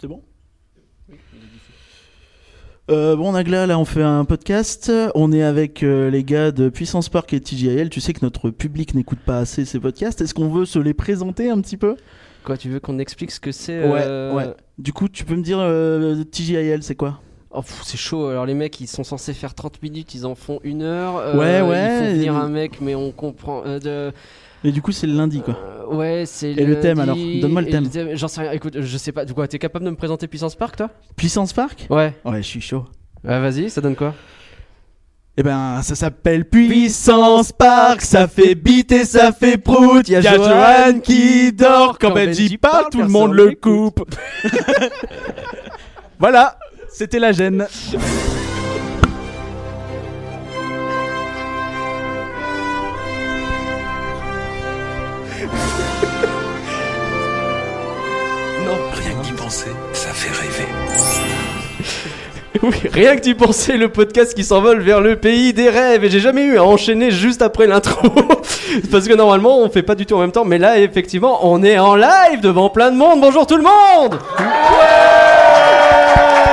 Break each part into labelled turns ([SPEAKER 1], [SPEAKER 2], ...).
[SPEAKER 1] C'est bon Euh, bon Nagla, là on fait un podcast, on est avec euh, les gars de Puissance Park et TGIL, tu sais que notre public n'écoute pas assez ces podcasts, est-ce qu'on veut se les présenter un petit peu
[SPEAKER 2] Quoi, tu veux qu'on explique ce que c'est
[SPEAKER 1] Ouais,
[SPEAKER 2] euh,
[SPEAKER 1] ouais. Du coup tu peux me dire euh, TGIL c'est quoi
[SPEAKER 2] Oh, pff, c'est chaud. Alors les mecs, ils sont censés faire 30 minutes, ils en font une heure. Euh,
[SPEAKER 1] Ouais,
[SPEAKER 2] Ils
[SPEAKER 1] ouais.
[SPEAKER 2] font venir un mec, mais on comprend. euh, de...
[SPEAKER 1] Et du coup c'est le lundi quoi.
[SPEAKER 2] euh, ouais, c'est.
[SPEAKER 1] Et le thème, alors Donne-moi le
[SPEAKER 2] et
[SPEAKER 1] thème.
[SPEAKER 2] J'en sais rien. Écoute, je sais pas. Du coup, t'es capable de me présenter Puissance Park, toi
[SPEAKER 1] Puissance Park
[SPEAKER 2] Ouais.
[SPEAKER 1] Ouais je suis chaud.
[SPEAKER 2] vas-y, ça donne quoi
[SPEAKER 1] Eh ben, ça s'appelle Puissance Park, ça fait bite et ça fait prout. Y a Johan qui dort quand Benji parle, tout le monde le coupe. voilà, c'était la gêne.
[SPEAKER 3] Rien qu'y penser, ça fait rêver.
[SPEAKER 2] Oui, rien que d'y penser, le podcast qui s'envole vers le pays des rêves. Et j'ai jamais eu à enchaîner juste après l'intro. Parce que normalement, on fait pas du tout en même temps. Mais là, effectivement, on est en live devant plein de monde. Bonjour tout le monde Ouais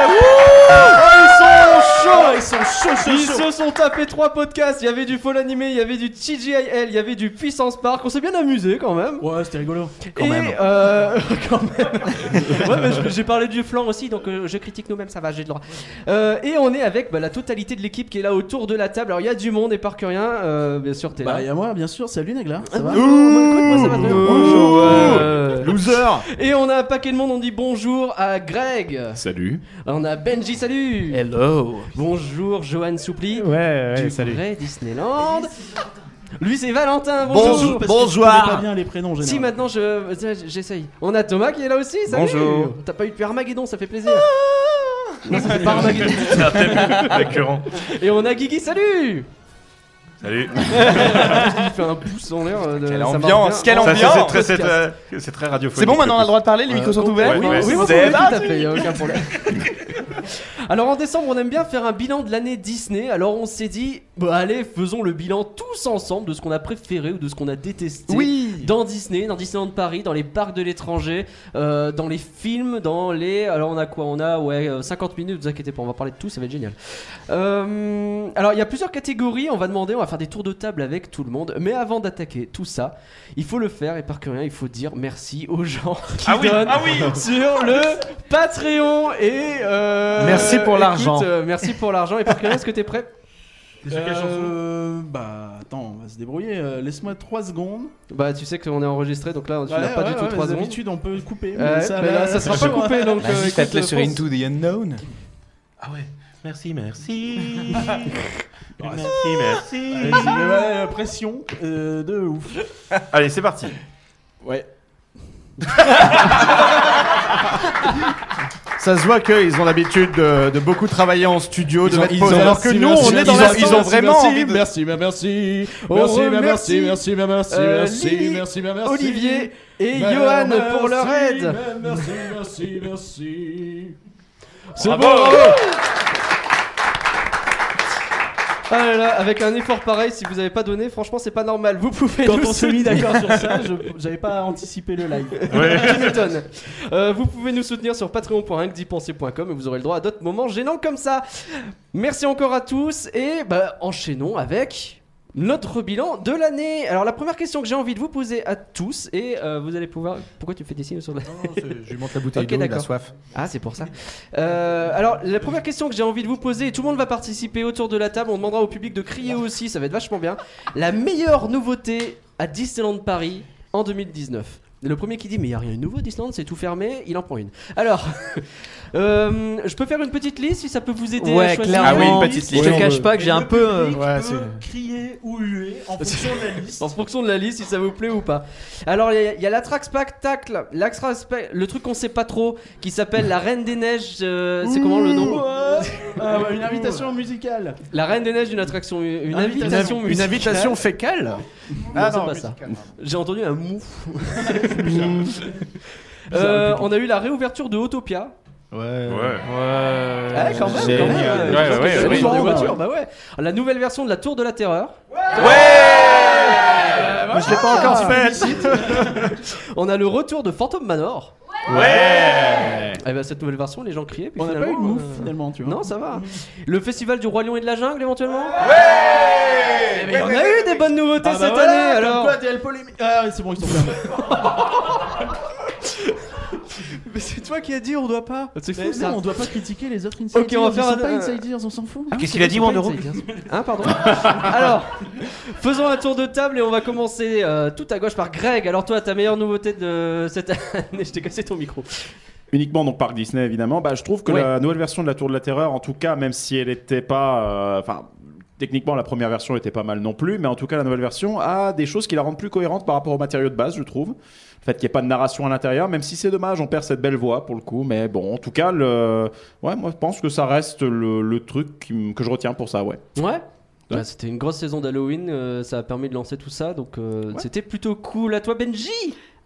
[SPEAKER 2] Wouh Oh, ils sont chauds Ils se sont tapés trois podcasts. Il y avait du Fall Animé, il y avait du TGIL, il y avait du Puissance Park. On s'est bien amusé quand même.
[SPEAKER 1] Ouais, c'était rigolo.
[SPEAKER 2] Et, euh, quand même. Ouais, mais je- j'ai parlé du flanc aussi, donc euh, je critique nous-mêmes, ça va, j'ai le droit. Euh, et on est avec bah, la totalité de l'équipe qui est là autour de la table. Alors il y a du monde et Parkerien, euh, bien sûr, t'es là.
[SPEAKER 1] Bah, y a moi, bien sûr. Salut Nagla, ça va
[SPEAKER 2] Moi, ça va très bien.
[SPEAKER 1] Bonjour.
[SPEAKER 2] Euh,
[SPEAKER 4] Loser
[SPEAKER 2] Et on a un paquet de monde, on dit bonjour à Greg.
[SPEAKER 4] Salut.
[SPEAKER 2] On a Benji, salut.
[SPEAKER 1] Hello.
[SPEAKER 2] Bonjour Johan Soupli.
[SPEAKER 4] Ouais, ouais,
[SPEAKER 2] du
[SPEAKER 4] salut.
[SPEAKER 2] vrai Disneyland. Lui c'est Valentin,
[SPEAKER 4] Bonjour.
[SPEAKER 2] bonjour.
[SPEAKER 4] bonsoir.
[SPEAKER 1] Je connais pas bien les prénoms en général.
[SPEAKER 2] Si maintenant je tiens, j'essaye. On a Thomas qui est là aussi. Salut.
[SPEAKER 4] Bonjour.
[SPEAKER 2] T'as pas eu depuis Armageddon, ça fait plaisir. Non, ça fait pas Armageddon.
[SPEAKER 3] C'est un thème récurrent.
[SPEAKER 2] Et on a Guigui. Salut.
[SPEAKER 3] Salut.
[SPEAKER 2] Il fait un pouce en l'air. euh, de-
[SPEAKER 4] Quelle
[SPEAKER 2] ça marche
[SPEAKER 4] ambiance,
[SPEAKER 2] bien.
[SPEAKER 4] quelle
[SPEAKER 2] Oh,
[SPEAKER 3] Ça,
[SPEAKER 4] ambiance.
[SPEAKER 3] c'est très, c'est
[SPEAKER 2] podcast.
[SPEAKER 3] très, c'est très radiophonique.
[SPEAKER 4] C'est bon, maintenant on a le droit de parler, les
[SPEAKER 2] Euh,
[SPEAKER 4] micros sont
[SPEAKER 2] oh,
[SPEAKER 4] ouverts.
[SPEAKER 2] Oui,
[SPEAKER 3] Ouais,
[SPEAKER 2] oui, oui, oui,
[SPEAKER 4] C'est
[SPEAKER 2] oui, tout à
[SPEAKER 4] parti.
[SPEAKER 2] fait, y a aucun problème. Alors en décembre, on aime bien faire un bilan de l'année Disney. Alors on s'est dit, bah allez, faisons le bilan tous ensemble de ce qu'on a préféré ou de ce qu'on a détesté.
[SPEAKER 4] Oui.
[SPEAKER 2] Dans Disney, dans Disneyland Paris, dans les parcs de l'étranger, euh, dans les films, dans les. Alors on a quoi On a ouais euh, 50 minutes. Vous inquiétez pas, on va parler de tout. Ça va être génial. Euh, alors il y a plusieurs catégories. On va demander, on va faire des tours de table avec tout le monde. Mais avant d'attaquer tout ça, il faut le faire et par que rien, il faut dire merci aux gens qui
[SPEAKER 3] Ah oui,
[SPEAKER 2] donnent
[SPEAKER 3] ah oui.
[SPEAKER 2] sur le Patreon et euh,
[SPEAKER 4] Merci pour
[SPEAKER 2] écoute,
[SPEAKER 4] l'argent.
[SPEAKER 2] euh, merci pour l'argent et par que rien, est-ce que t'es prêt
[SPEAKER 1] Euh, bah, attends, on va se débrouiller. Euh, Laisse-moi 3 secondes.
[SPEAKER 2] Bah tu sais qu'on est enregistré donc là tu n'as pas du tout 3 secondes.
[SPEAKER 1] D'habitude, on peut couper. mais
[SPEAKER 2] Ouais,
[SPEAKER 1] ça,
[SPEAKER 2] mais là, ça sera pas coupé donc. euh,
[SPEAKER 4] Vas-y,
[SPEAKER 2] écoute,
[SPEAKER 4] faites-le
[SPEAKER 2] euh,
[SPEAKER 4] sur
[SPEAKER 2] fonce.
[SPEAKER 4] Into the Unknown.
[SPEAKER 3] Ah ouais. Merci, merci. merci, merci.
[SPEAKER 1] Vas-y, ouais, ouais, pression euh, de ouf.
[SPEAKER 3] Allez, c'est parti.
[SPEAKER 1] Ouais.
[SPEAKER 5] Ça se voit qu'ils ont l'habitude de, de beaucoup travailler en studio, de
[SPEAKER 1] Ils ont-
[SPEAKER 5] mettre
[SPEAKER 1] ils
[SPEAKER 5] pause,
[SPEAKER 1] ont-
[SPEAKER 5] alors que
[SPEAKER 1] merci,
[SPEAKER 5] nous,
[SPEAKER 1] merci,
[SPEAKER 5] on est dans
[SPEAKER 1] ils ont-
[SPEAKER 5] la
[SPEAKER 1] ils ont vraiment
[SPEAKER 5] Merci,
[SPEAKER 1] envie de-
[SPEAKER 5] merci, mais merci,
[SPEAKER 2] On
[SPEAKER 5] merci, mais
[SPEAKER 2] remercie
[SPEAKER 5] merci, merci, mais merci,
[SPEAKER 2] euh,
[SPEAKER 5] merci,
[SPEAKER 2] Lily,
[SPEAKER 5] merci, mais merci.
[SPEAKER 2] euh, Olivier et
[SPEAKER 1] Bah,
[SPEAKER 5] mais
[SPEAKER 2] Johan
[SPEAKER 5] merci,
[SPEAKER 2] pour leur
[SPEAKER 5] mais
[SPEAKER 2] aide.
[SPEAKER 5] Merci, merci, merci.
[SPEAKER 2] C'est bon. Ah là là, avec un effort pareil, si vous n'avez pas donné, franchement, c'est pas normal. Vous pouvez
[SPEAKER 1] Quand
[SPEAKER 2] nous
[SPEAKER 1] on s'est mis d'accord sur ça, je- j'avais pas anticipé le live.
[SPEAKER 2] Tu m'étonnes. Euh, vous pouvez nous soutenir sur patreon.incdipenser.com et vous aurez le droit à d'autres moments gênants comme ça. Merci encore à tous et bah, enchaînons avec notre bilan de l'année. Alors la première question que j'ai envie de vous poser à tous et euh, vous allez pouvoir... Pourquoi tu fais des signes sur la...
[SPEAKER 5] Je lui montre la bouteille
[SPEAKER 2] Ok, d'eau, il a d'accord.
[SPEAKER 5] soif.
[SPEAKER 2] Ah c'est pour ça. Euh, alors la première question que j'ai envie de vous poser et tout le monde va participer autour de la table, on demandera au public de crier aussi, ça va être vachement bien. La meilleure nouveauté à Disneyland Paris en 2019. Le premier qui dit mais il n'y a rien de nouveau Disneyland, c'est tout fermé, il en prend une. Alors, euh, je peux faire une petite liste si ça peut vous aider à
[SPEAKER 6] Ouais,
[SPEAKER 2] choisir.
[SPEAKER 3] Ah
[SPEAKER 6] clairement.
[SPEAKER 3] oui, une petite
[SPEAKER 6] Je
[SPEAKER 3] liste.
[SPEAKER 6] te cache pas que j'ai
[SPEAKER 1] Et
[SPEAKER 6] un
[SPEAKER 1] le
[SPEAKER 6] peu. euh,
[SPEAKER 1] public
[SPEAKER 5] ouais,
[SPEAKER 1] peut
[SPEAKER 5] c'est-
[SPEAKER 1] crier ou huer en fonction de la liste.
[SPEAKER 2] En fonction de la liste, si ça vous plaît ou pas. Alors, il y a- il y a, l'attract spectacle, l'attract spe- le truc qu'on sait pas trop, qui s'appelle La Reine des Neiges. euh, c'est comment le nom
[SPEAKER 1] Ouais. Ah, bah, Une invitation musicale.
[SPEAKER 2] La Reine des Neiges, une attraction, une
[SPEAKER 1] Invita-
[SPEAKER 2] invitation
[SPEAKER 5] Une
[SPEAKER 2] musicale.
[SPEAKER 5] invitation fécale
[SPEAKER 2] Ah
[SPEAKER 5] non,
[SPEAKER 2] non, c'est pas ça. J'ai entendu un mouf.
[SPEAKER 1] Bizarre, le
[SPEAKER 2] Euh, on a eu la réouverture de Autopia.
[SPEAKER 5] Ouais.
[SPEAKER 3] Ouais.
[SPEAKER 5] Ah
[SPEAKER 6] Ah
[SPEAKER 2] Ouais, quand même, quand
[SPEAKER 5] génial.
[SPEAKER 2] même.
[SPEAKER 3] Ouais,
[SPEAKER 2] Je pense
[SPEAKER 3] ouais,
[SPEAKER 2] que c'est
[SPEAKER 3] ouais,
[SPEAKER 2] le genre
[SPEAKER 1] ouais.
[SPEAKER 2] de voiture, bah ouais. La nouvelle version de la Tour de la Terreur.
[SPEAKER 5] Mais je l'ai pas encore fait.
[SPEAKER 2] On a le retour de Phantom Manor.
[SPEAKER 5] Ouais
[SPEAKER 2] Eh ben, cette nouvelle version, les gens criaient. Puis
[SPEAKER 1] On n'a pas eu de
[SPEAKER 2] finalement,
[SPEAKER 1] mouf
[SPEAKER 2] euh,
[SPEAKER 1] finalement, tu vois.
[SPEAKER 2] Non, ça va. Le festival du Roi Lion et de la Jungle, éventuellement
[SPEAKER 5] Ouais
[SPEAKER 2] Eh ben, Il y en a eu des bonnes nouveautés
[SPEAKER 1] Ah bah
[SPEAKER 2] cette
[SPEAKER 1] voilà,
[SPEAKER 2] année
[SPEAKER 1] comme
[SPEAKER 2] alors.
[SPEAKER 1] quoi, DL polémique. Ah, ouais, c'est bon, ils sont fermés.
[SPEAKER 2] Mais c'est toi qui as dit, on doit pas. C'est
[SPEAKER 1] Mais
[SPEAKER 2] fou ça.
[SPEAKER 1] non, on doit pas critiquer les autres insiders.
[SPEAKER 2] Ok, on va faire
[SPEAKER 1] ils
[SPEAKER 2] un-
[SPEAKER 1] sont pas insiders, on s'en fout.
[SPEAKER 4] Qu'est-ce qu'il a dit, mon euro
[SPEAKER 2] Hein, pardon Alors, faisons un tour de table et on va commencer euh, tout à gauche par Greg. Alors, toi, ta meilleure nouveauté de cette année, je t'ai cassé ton micro.
[SPEAKER 6] Uniquement donc par Disney évidemment. Bah, je trouve que
[SPEAKER 2] Ouais.
[SPEAKER 6] la nouvelle version de la Tour de la Terreur, en tout cas, même si elle n'était pas, euh, enfin. Techniquement, la première version était pas mal non plus, mais en tout cas, la nouvelle version a des choses qui la rendent plus cohérente par rapport aux matériaux de base, je trouve. Le fait qu'il n'y ait pas de narration à l'intérieur, même si c'est dommage, on perd cette belle voix pour le coup. Mais bon, en tout cas, le... ouais, moi, je pense que ça reste le, le truc qui m- que je retiens pour ça, ouais.
[SPEAKER 2] Ouais Bah, c'était une grosse saison d'Halloween, euh, ça a permis de lancer tout ça, donc euh, c'était plutôt cool. À toi Benji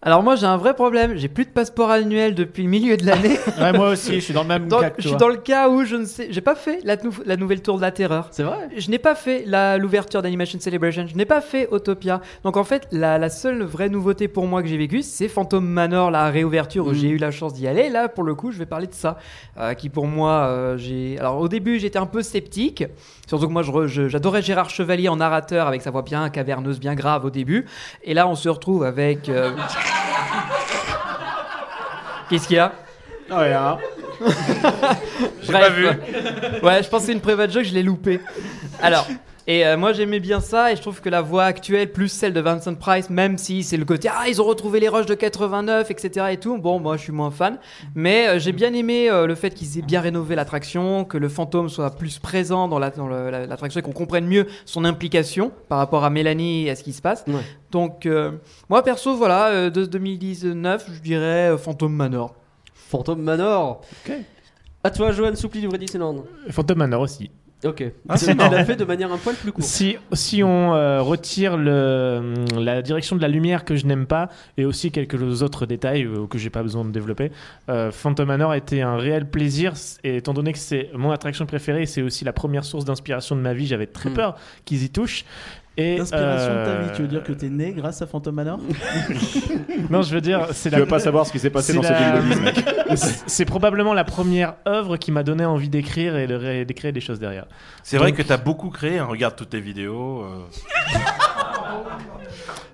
[SPEAKER 7] Alors moi j'ai un vrai problème, j'ai plus de passeport annuel depuis le milieu de l'année.
[SPEAKER 4] Ouais, moi aussi, je suis dans le même
[SPEAKER 7] Dans-
[SPEAKER 4] cas que
[SPEAKER 7] je
[SPEAKER 4] toi.
[SPEAKER 7] suis dans le cas où je ne sais, j'ai pas fait la, nou- la nouvelle tour de la terreur.
[SPEAKER 2] C'est vrai
[SPEAKER 7] Je n'ai pas fait la- l'ouverture d'Animation Celebration, je n'ai pas fait Autopia. Donc en fait, la, la seule vraie nouveauté pour moi que j'ai vécue, c'est Phantom Manor, la réouverture où j'ai eu la chance d'y aller. Là, pour le coup, je vais parler de ça, euh, qui pour moi, euh, j'ai. Alors au début, j'étais un peu sceptique, surtout que moi, je re- je- j'adorais Gérard Chevalier en narrateur avec sa voix bien caverneuse, bien grave au début. Et là, on se retrouve avec. euh, Qu'est-ce qu'il y a
[SPEAKER 6] Ouais, hein.
[SPEAKER 7] J'ai pas vu. Ouais, je pense que c'est une private joke, je l'ai loupé. Alors, et euh, moi j'aimais bien ça, et je trouve que la voix actuelle, plus celle de Vincent Price, même si c'est le côté Ah, ils ont retrouvé les rushs de 89, etc. et tout, bon, moi je suis moins fan. Mais euh, j'ai bien aimé euh, le fait qu'ils aient bien rénové l'attraction, que le fantôme soit plus présent dans l'attraction la, dans le- la- l'attraction et qu'on comprenne mieux son implication par rapport à Mélanie et à ce qui se passe.
[SPEAKER 2] Ouais.
[SPEAKER 7] Donc, euh, moi perso, voilà, euh, de 2019, je dirais euh, Fantôme Manor.
[SPEAKER 2] Fantôme Manor
[SPEAKER 6] Ok.
[SPEAKER 2] À toi Johan Soupli du Vrai Disneyland.
[SPEAKER 4] Phantom Manor aussi.
[SPEAKER 2] Ok.
[SPEAKER 4] Ah, c'est
[SPEAKER 2] tu
[SPEAKER 4] marrant.
[SPEAKER 2] l'as fait de manière un poil plus courte.
[SPEAKER 4] Si, si on euh, retire le, hum, la direction de la lumière que je n'aime pas et aussi quelques autres détails euh, que j'ai pas besoin de développer, euh, Phantom Manor a été un réel plaisir c- et étant donné que c'est mon attraction préférée, c'est aussi la première source d'inspiration de ma vie. J'avais très
[SPEAKER 6] Hmm.
[SPEAKER 2] Mm.
[SPEAKER 4] peur qu'ils y touchent. Et,
[SPEAKER 1] L'inspiration de ta
[SPEAKER 4] euh,
[SPEAKER 1] vie, tu veux dire que t'es né grâce à Phantom Manor
[SPEAKER 4] Non, je veux dire, c'est
[SPEAKER 6] Tu
[SPEAKER 4] la.
[SPEAKER 6] veux pas savoir ce qui s'est passé
[SPEAKER 4] c'est
[SPEAKER 6] dans cette
[SPEAKER 4] la-
[SPEAKER 6] ville de Disney.
[SPEAKER 4] c'est c'est probablement la première œuvre qui m'a donné envie d'écrire et de ré- d'écrire des choses derrière.
[SPEAKER 8] C'est vrai
[SPEAKER 4] Donc-
[SPEAKER 8] que t'as beaucoup créé, hein, regarde toutes tes vidéos. euh.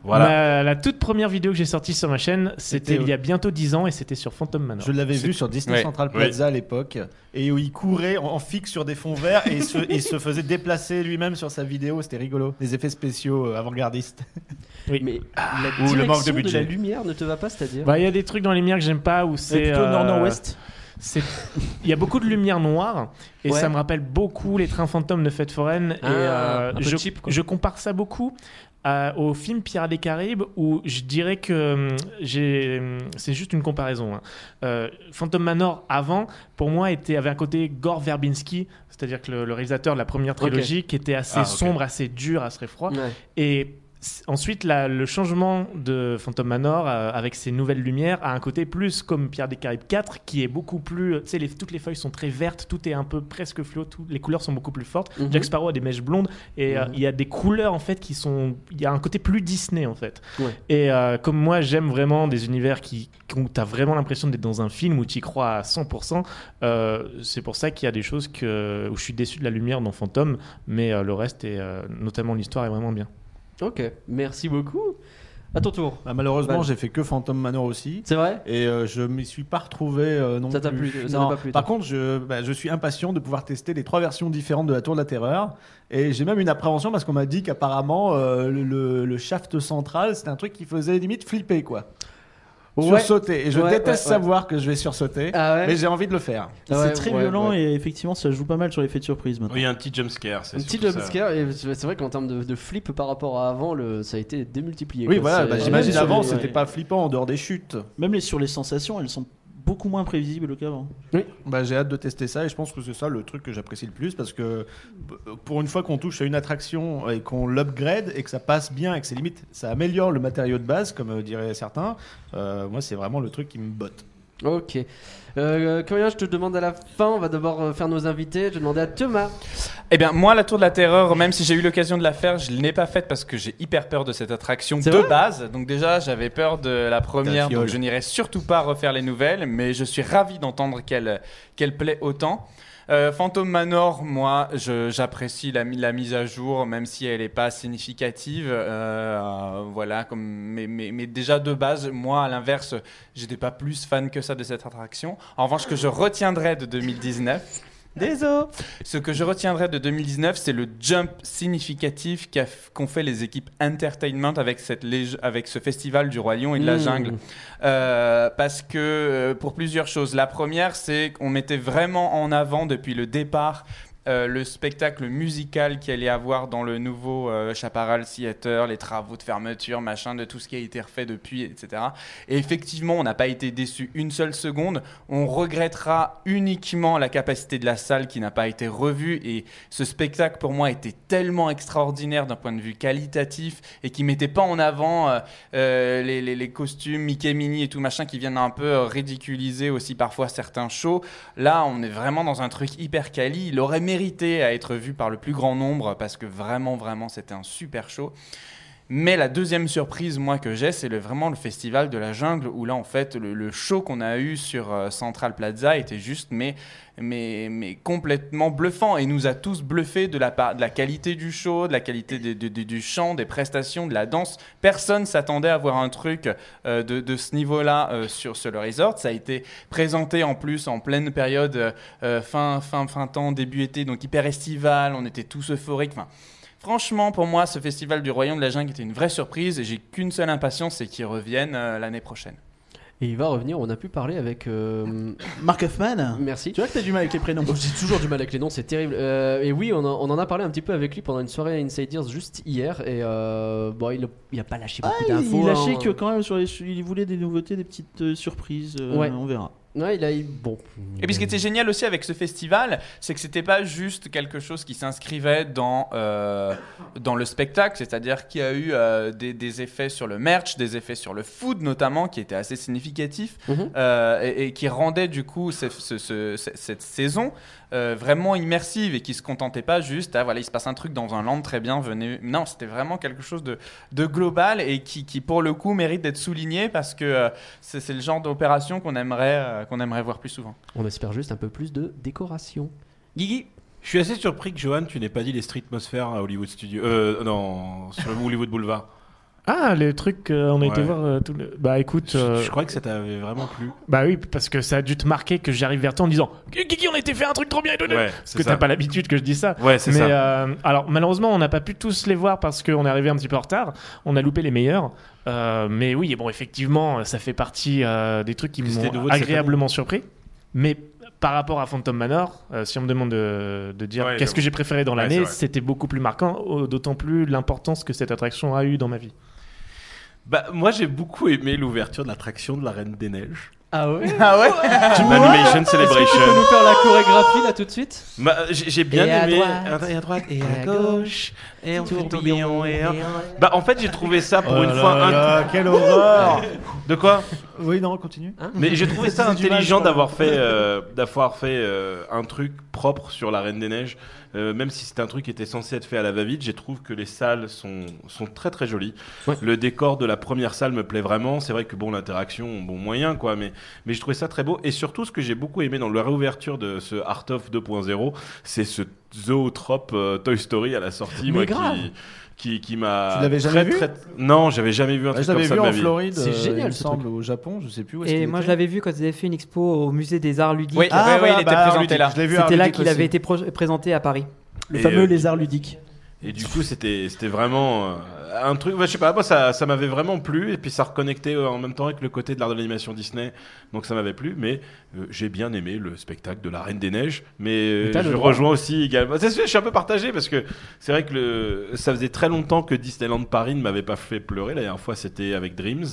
[SPEAKER 8] voilà.
[SPEAKER 4] Ma- la toute première vidéo que j'ai sortie sur ma chaîne, c'était
[SPEAKER 5] C'était-
[SPEAKER 4] il y a bientôt 10 ans et c'était sur Phantom Manor.
[SPEAKER 5] Je l'avais vu sur Disney
[SPEAKER 8] Ouais.
[SPEAKER 5] Central
[SPEAKER 8] Ouais.
[SPEAKER 5] Plaza à l'époque, et où il courait en, en fixe sur des fonds verts et se, il se faisait déplacer lui-même sur sa vidéo, c'était rigolo. Des effets spéciaux euh, avant-gardistes.
[SPEAKER 4] Oui.
[SPEAKER 2] Mais la
[SPEAKER 8] ou
[SPEAKER 2] direction
[SPEAKER 8] le manque de
[SPEAKER 2] de,
[SPEAKER 8] budget.
[SPEAKER 2] la lumière ne te va pas, c'est-à-dire
[SPEAKER 4] Bah, il y a des trucs dans les lumières que j'aime pas où
[SPEAKER 1] C'est
[SPEAKER 4] c'est.
[SPEAKER 1] plutôt
[SPEAKER 4] euh,
[SPEAKER 1] nord-nord-ouest.
[SPEAKER 4] c'est- Il y a beaucoup de lumière noire et
[SPEAKER 2] Ouais.
[SPEAKER 4] ça me rappelle beaucoup les trains fantômes de fête foraine. et euh,
[SPEAKER 2] Ah, un peu
[SPEAKER 4] je,
[SPEAKER 2] cheap, quoi.
[SPEAKER 4] je compare ça beaucoup à- au film Pirates des Caraïbes où je dirais que hum, j'ai. hum, C'est juste une comparaison. hein. Euh, Phantom Manor avant, pour moi, était, avait un côté Gore Verbinski, c'est-à-dire que le, le réalisateur de la première trilogie qui était assez
[SPEAKER 8] Ah, ok.
[SPEAKER 4] sombre, assez dur, assez froid.
[SPEAKER 2] Ouais.
[SPEAKER 4] Et s- ensuite, la- le changement de Phantom Manor euh, avec ses nouvelles lumières a un côté plus comme Pierre des Caraïbes 4 qui est beaucoup plus. euh, Tu sais, les- toutes les feuilles sont très vertes, tout est un peu presque fluo, tout- les couleurs sont beaucoup plus fortes.
[SPEAKER 2] Mhm.
[SPEAKER 4] Jack Sparrow a des mèches blondes et euh,
[SPEAKER 2] Mhm.
[SPEAKER 4] il y a des couleurs en fait qui sont. Il y a un côté plus Disney en fait.
[SPEAKER 2] Ouais.
[SPEAKER 4] Et euh, comme moi, j'aime vraiment des univers qui, où tu as vraiment l'impression d'être dans un film où tu y crois à 100%. euh, C'est pour ça qu'il y a des choses que, où je suis déçu de la lumière dans Phantom, mais euh, le reste, est, euh, notamment l'histoire, est vraiment bien.
[SPEAKER 2] Ok, merci beaucoup. À ton tour.
[SPEAKER 5] Bah, malheureusement,
[SPEAKER 2] Val.
[SPEAKER 5] j'ai fait que Phantom Manor aussi.
[SPEAKER 2] C'est vrai
[SPEAKER 5] Et euh, je m'y suis pas retrouvé euh, non
[SPEAKER 2] Ça t'a
[SPEAKER 5] plus.
[SPEAKER 2] plu, ça
[SPEAKER 5] Non.
[SPEAKER 2] t'a pas plu,
[SPEAKER 5] Par
[SPEAKER 2] toi.
[SPEAKER 5] contre, je, bah, je suis impatient de pouvoir tester les trois versions différentes de la Tour de la Terreur. Et j'ai même une appréhension parce qu'on m'a dit qu'apparemment euh, le, le- le shaft central, c'était un truc qui faisait limite flipper quoi.
[SPEAKER 2] Ouais.
[SPEAKER 5] Sursauter. Et je
[SPEAKER 2] Ouais,
[SPEAKER 5] déteste
[SPEAKER 2] ouais, ouais.
[SPEAKER 5] savoir que je vais sursauter,
[SPEAKER 2] Ah ouais
[SPEAKER 5] mais j'ai envie de le faire.
[SPEAKER 2] Ah ouais,
[SPEAKER 1] c'est très
[SPEAKER 2] ouais,
[SPEAKER 1] violent
[SPEAKER 2] ouais.
[SPEAKER 1] et effectivement ça joue pas mal sur l'effet de surprise maintenant.
[SPEAKER 8] Oui, il y a un petit jumpscare.
[SPEAKER 2] Un petit jumpscare, et c'est c'est vrai qu'en termes de, de flip par rapport à avant, le, ça a été démultiplié.
[SPEAKER 5] Oui,
[SPEAKER 2] quoi.
[SPEAKER 5] voilà,
[SPEAKER 2] C'est-
[SPEAKER 5] bah,
[SPEAKER 1] ouais,
[SPEAKER 5] j'imagine
[SPEAKER 1] sur
[SPEAKER 5] avant,
[SPEAKER 1] les-
[SPEAKER 5] c'était
[SPEAKER 1] ouais.
[SPEAKER 5] pas flippant en dehors des chutes.
[SPEAKER 1] Même les, sur les sensations, elles sont beaucoup moins prévisibles qu'avant.
[SPEAKER 5] Bah, j'ai hâte de tester ça et je pense que c'est ça le truc que j'apprécie le plus parce que b- pour une fois qu'on touche à une attraction et qu'on l'upgrade et que ça passe bien et que c'est limite, ça améliore le matériau de base, comme euh, diraient certains, euh, moi c'est vraiment le truc qui me botte.
[SPEAKER 2] Ok. Euh, Corinne, je te demande à la fin, on va d'abord euh, faire nos invités. Je vais demander à Thomas.
[SPEAKER 9] Eh bien, moi, la Tour de la Terreur, même si j'ai eu l'occasion de la faire, je ne l'ai pas faite parce que j'ai hyper peur de cette attraction
[SPEAKER 2] C'est
[SPEAKER 9] de
[SPEAKER 2] vrai
[SPEAKER 9] base. Donc déjà, j'avais peur de la première, donc je n'irai surtout pas refaire les nouvelles, mais je suis ravi d'entendre qu'elle qu'elle plaît autant. Euh, Phantom Manor, moi, je- j'apprécie la, mi- la mise à jour, même si elle n'est pas significative. Euh, voilà, comme, mais, mais- mais déjà de base, moi, à l'inverse, j'étais pas plus fan que ça de cette attraction. En revanche, ce que je retiendrai de 2019, désolé, ce que je retiendrai de 2019, c'est le jump significatif qu'a- qu'ont fait les équipes entertainment avec, cette lége- avec ce festival du Roi Lion et de la
[SPEAKER 2] Mmh.
[SPEAKER 9] jungle. Euh, parce que euh, pour plusieurs choses. La première, c'est qu'on mettait vraiment en avant depuis le départ. euh, le spectacle musical qu'il allait y avoir dans le nouveau euh, Chaparral Theater, les travaux de fermeture, machin, de tout ce qui a été refait depuis, etc. Et effectivement, on n'a pas été déçu une seule seconde. On regrettera uniquement la capacité de la salle qui n'a pas été revue. Et ce spectacle, pour moi, était tellement extraordinaire d'un point de vue qualitatif et qui mettait pas en avant euh, euh, les, les- les costumes Mickey Mini et tout machin qui viennent un peu euh, ridiculiser aussi parfois certains shows. Là, on est vraiment dans un truc hyper quali. Il aurait mérité à être vu par le plus grand nombre parce que vraiment, vraiment, c'était un super show. Mais la deuxième surprise, moi, que j'ai, c'est le- vraiment le festival de la jungle, où là, en fait, le, le show qu'on a eu sur euh, Central Plaza était juste, mais, mais, mais complètement bluffant, et nous a tous bluffé de la, part- de la qualité du show, de la qualité des- des- des- du chant, des prestations, de la danse. Personne s'attendait à voir un truc euh, de, de ce niveau-là euh, sur, sur le resort. Ça a été présenté en plus en pleine période euh, euh, fin, fin, fin temps, début été, donc hyper estival, on était tous euphoriques. Enfin, Franchement, pour moi, ce festival du Royaume de la Jungle était une vraie surprise et j'ai qu'une seule impatience, c'est qu'il revienne euh, l'année prochaine.
[SPEAKER 2] Et il va revenir, on a pu parler avec. euh,
[SPEAKER 1] Mark Hoffman
[SPEAKER 2] Merci.
[SPEAKER 1] Ah. Tu vois que t'as du mal avec les prénoms.
[SPEAKER 2] Oh, J'ai toujours du mal avec les noms, c'est terrible. Euh, et oui, on, en- on en a parlé un petit peu avec lui pendant une soirée à Insiders juste hier. Et euh, bon, il, a- il a pas lâché beaucoup d'infos.
[SPEAKER 1] Ah, il lâchait
[SPEAKER 2] hein.
[SPEAKER 1] que quand même sur les, il voulait des nouveautés, des petites euh, surprises. euh,
[SPEAKER 2] Ouais.
[SPEAKER 1] On verra.
[SPEAKER 2] Ouais, il a. il- Bon.
[SPEAKER 9] Et puis ce qui était génial aussi avec ce festival, c'est que c'était pas juste quelque chose qui s'inscrivait dans, euh, dans le spectacle, c'est-à-dire qu'il y a eu euh, des, des effets sur le merch, des effets sur le food notamment, qui étaient assez significatifs
[SPEAKER 2] Mhm.
[SPEAKER 9] euh, et, et qui rendaient du coup ce- ce- ce- ce- cette saison euh, vraiment immersive et qui se contentait pas juste à voilà, il se passe un truc dans un land, très bien, venez. Non, c'était vraiment quelque chose de, de global et qui, qui, pour le coup mérite d'être souligné parce que euh, c'est c'est le genre d'opération qu'on aimerait, euh, qu'on aimerait voir plus souvent.
[SPEAKER 2] On espère juste un peu plus de décoration.
[SPEAKER 9] Guigui
[SPEAKER 6] Je suis assez surpris que Johan, tu n'aies pas dit les streetmosphères à Hollywood Studio. Euh, non, sur le Hollywood Boulevard.
[SPEAKER 4] Ah, les trucs qu'on a été
[SPEAKER 6] Ouais.
[SPEAKER 4] voir. euh, tout le- Bah écoute.
[SPEAKER 6] Je,
[SPEAKER 4] euh,
[SPEAKER 6] je crois que ça t'avait vraiment plu.
[SPEAKER 4] Bah oui, parce que ça a dû te marquer que j'arrive vers toi en disant Guigui, on a été fait un truc trop bien.
[SPEAKER 6] Ouais,
[SPEAKER 4] parce
[SPEAKER 6] c'est
[SPEAKER 4] que
[SPEAKER 6] ça.
[SPEAKER 4] t'as pas l'habitude que je dis ça.
[SPEAKER 6] Ouais, c'est
[SPEAKER 4] Mais
[SPEAKER 6] ça.
[SPEAKER 4] euh, alors malheureusement, on n'a pas pu tous les voir parce qu'on est arrivé un petit peu en retard. On a loupé les meilleurs. Euh, mais oui, bon, effectivement, ça fait partie euh, des trucs qui
[SPEAKER 6] Que c'était nouveau
[SPEAKER 4] m'ont
[SPEAKER 6] de cette
[SPEAKER 4] agréablement surpris. Mais par rapport à Phantom Manor, euh, si on me demande de, de dire
[SPEAKER 6] Ouais,
[SPEAKER 4] qu'est-ce que j'ai préféré dans
[SPEAKER 6] Ouais,
[SPEAKER 4] l'année,
[SPEAKER 6] c'est vrai.
[SPEAKER 4] c'était beaucoup plus marquant, au- d'autant plus l'importance que cette attraction a eu dans ma vie.
[SPEAKER 6] Bah, moi, j'ai beaucoup aimé l'ouverture de l'attraction de la Reine des Neiges.
[SPEAKER 2] Ah ouais
[SPEAKER 9] Ah ouais
[SPEAKER 6] Team Animation
[SPEAKER 2] Tu peux
[SPEAKER 6] Celebration.
[SPEAKER 2] nous faire la chorégraphie là tout de suite
[SPEAKER 6] Bah, j'ai j'ai bien
[SPEAKER 2] Et à
[SPEAKER 6] aimé.
[SPEAKER 2] droite.
[SPEAKER 6] et à droite, et
[SPEAKER 2] Et à
[SPEAKER 6] à gauche, et on fait tourbillon,
[SPEAKER 2] Tourbillon,
[SPEAKER 6] et
[SPEAKER 2] et un-
[SPEAKER 6] Bah, en fait, j'ai trouvé ça pour une fois. un-
[SPEAKER 5] quelle horreur
[SPEAKER 6] De quoi Hein
[SPEAKER 5] Oui, non, continue.
[SPEAKER 6] Mais j'ai trouvé ça
[SPEAKER 5] C'est du mal,
[SPEAKER 6] intelligent
[SPEAKER 5] je crois.
[SPEAKER 6] d'avoir fait, euh, d'avoir fait euh, un truc propre sur la Reine des Neiges. Euh, même si c'était un truc qui était censé être fait à la va-vite, je trouve que les salles sont, sont très très jolies.
[SPEAKER 2] Ouais.
[SPEAKER 6] Le décor de la première salle me plaît vraiment. C'est vrai que bon, l'interaction, bon moyen quoi, mais, mais je trouvais ça très beau. Et surtout, ce que j'ai beaucoup aimé dans la réouverture de ce Art of 2.0, c'est ce zootrope euh, Toy Story à la sortie.
[SPEAKER 2] Mais
[SPEAKER 6] moi,
[SPEAKER 2] grave.
[SPEAKER 6] Qui, qui, qui m'a.
[SPEAKER 5] Tu l'avais jamais
[SPEAKER 6] très,
[SPEAKER 5] vu
[SPEAKER 6] très- Non, j'avais jamais vu un
[SPEAKER 5] Ouais,
[SPEAKER 6] truc
[SPEAKER 5] je
[SPEAKER 6] comme
[SPEAKER 5] l'avais
[SPEAKER 6] ça
[SPEAKER 5] vu
[SPEAKER 6] de ma
[SPEAKER 5] en
[SPEAKER 6] vie.
[SPEAKER 5] Floride,
[SPEAKER 2] C'est
[SPEAKER 5] euh,
[SPEAKER 2] génial,
[SPEAKER 5] il me
[SPEAKER 2] ce
[SPEAKER 5] semble, au Japon, je sais plus où est-ce
[SPEAKER 7] Et
[SPEAKER 5] qu'il
[SPEAKER 7] moi, je
[SPEAKER 5] était.
[SPEAKER 7] l'avais vu quand ils avaient fait une expo au musée des arts
[SPEAKER 6] Ah
[SPEAKER 7] ludiques.
[SPEAKER 9] Oui, ouais, ouais, il
[SPEAKER 5] voilà,
[SPEAKER 9] était
[SPEAKER 5] bah,
[SPEAKER 9] présenté
[SPEAKER 5] Arludic,
[SPEAKER 9] là.
[SPEAKER 5] Je l'ai vu
[SPEAKER 7] Ah, C'était là
[SPEAKER 5] Arludic
[SPEAKER 7] qu'il avait
[SPEAKER 5] aussi.
[SPEAKER 7] été pro- présenté à Paris.
[SPEAKER 1] Le
[SPEAKER 6] Et,
[SPEAKER 1] fameux
[SPEAKER 6] euh,
[SPEAKER 1] lézard ludique.
[SPEAKER 6] Et du coup, c'était c'était vraiment euh, un truc. ouais, je sais pas, moi ça, ça m'avait vraiment plu. Et puis ça reconnectait euh, en même temps avec le côté de l'art de l'animation Disney. Donc ça m'avait plu. Mais euh, j'ai bien aimé le spectacle de la Reine des Neiges. Mais, euh,
[SPEAKER 2] Mais t'as le
[SPEAKER 6] je
[SPEAKER 2] droit.
[SPEAKER 6] rejoins aussi également. C'est sûr, je suis un peu partagé parce que c'est vrai que le, ça faisait très longtemps que Disneyland Paris ne m'avait pas fait pleurer. La dernière fois, c'était avec Dreams.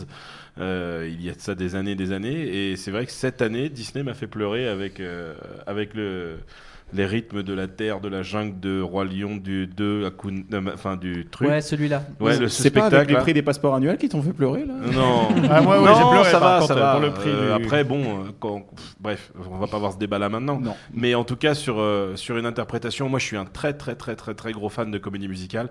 [SPEAKER 6] Euh, il y a de ça des années et des années. Et c'est vrai que cette année, Disney m'a fait pleurer avec, euh, avec le.
[SPEAKER 8] les rythmes de la terre, de la jungle, de Roi Lion, du 2,
[SPEAKER 6] euh,
[SPEAKER 8] enfin du truc.
[SPEAKER 2] Ouais, celui-là.
[SPEAKER 8] Ouais, le
[SPEAKER 6] C'est
[SPEAKER 8] ce
[SPEAKER 6] pas
[SPEAKER 8] spectacle.
[SPEAKER 6] avec les
[SPEAKER 8] là.
[SPEAKER 6] prix des passeports annuels qui t'ont fait pleurer là
[SPEAKER 8] Non.
[SPEAKER 5] Ah, moi, ouais, j'ai
[SPEAKER 8] non,
[SPEAKER 5] pleuré,
[SPEAKER 8] ça
[SPEAKER 5] par
[SPEAKER 8] va,
[SPEAKER 5] contre,
[SPEAKER 8] ça va.
[SPEAKER 5] pour le prix
[SPEAKER 8] Euh,
[SPEAKER 5] du-
[SPEAKER 8] Après, bon, euh, quand- pff, bref, on va pas avoir ce débat là maintenant.
[SPEAKER 6] Non.
[SPEAKER 8] Mais en tout cas, sur, euh, sur une interprétation, moi je suis un très très très très très gros fan de comédie musicale,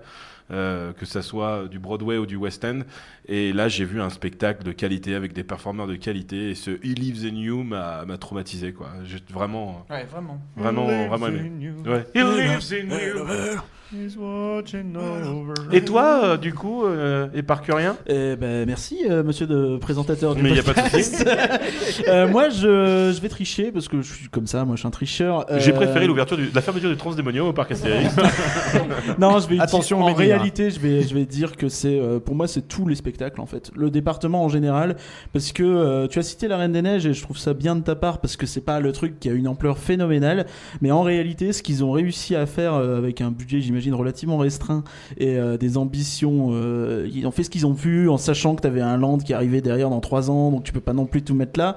[SPEAKER 8] euh, que ça soit du Broadway ou du West End. Et là, j'ai vu un spectacle de qualité avec des performeurs de qualité. Et ce He Lives in You m'a m'a traumatisé, quoi. J'ai vraiment,
[SPEAKER 9] Ouais, vraiment.
[SPEAKER 8] vraiment, vraiment aimé. Ouais. He lives in you. Et toi, euh, du coup, euh, éparcurien
[SPEAKER 1] Eh ben, merci, euh, monsieur le présentateur du
[SPEAKER 8] Mais y a pas de
[SPEAKER 1] podcast. Euh, moi, je, je vais tricher parce que je suis comme ça, moi je suis un tricheur. Euh,
[SPEAKER 8] J'ai préféré l'ouverture du- la fermeture du Transdémonio au parc Astérix.
[SPEAKER 1] Non, je vais
[SPEAKER 5] Attention
[SPEAKER 1] dire-
[SPEAKER 5] aux
[SPEAKER 1] en
[SPEAKER 5] médias.
[SPEAKER 1] réalité, je vais je vais dire que c'est euh, pour moi c'est tous les spectacles en fait, le département en général parce que euh, tu as cité la Reine des Neiges et je trouve ça bien de ta part parce que c'est pas le truc qui a une ampleur phénoménale, mais en réalité ce qu'ils ont réussi à faire euh, avec un budget j'imagine relativement restreint et euh, des ambitions, euh, ils ont fait ce qu'ils ont vu en sachant que tu avais un land qui arrivait derrière dans 3 ans donc tu peux pas non plus tout mettre là.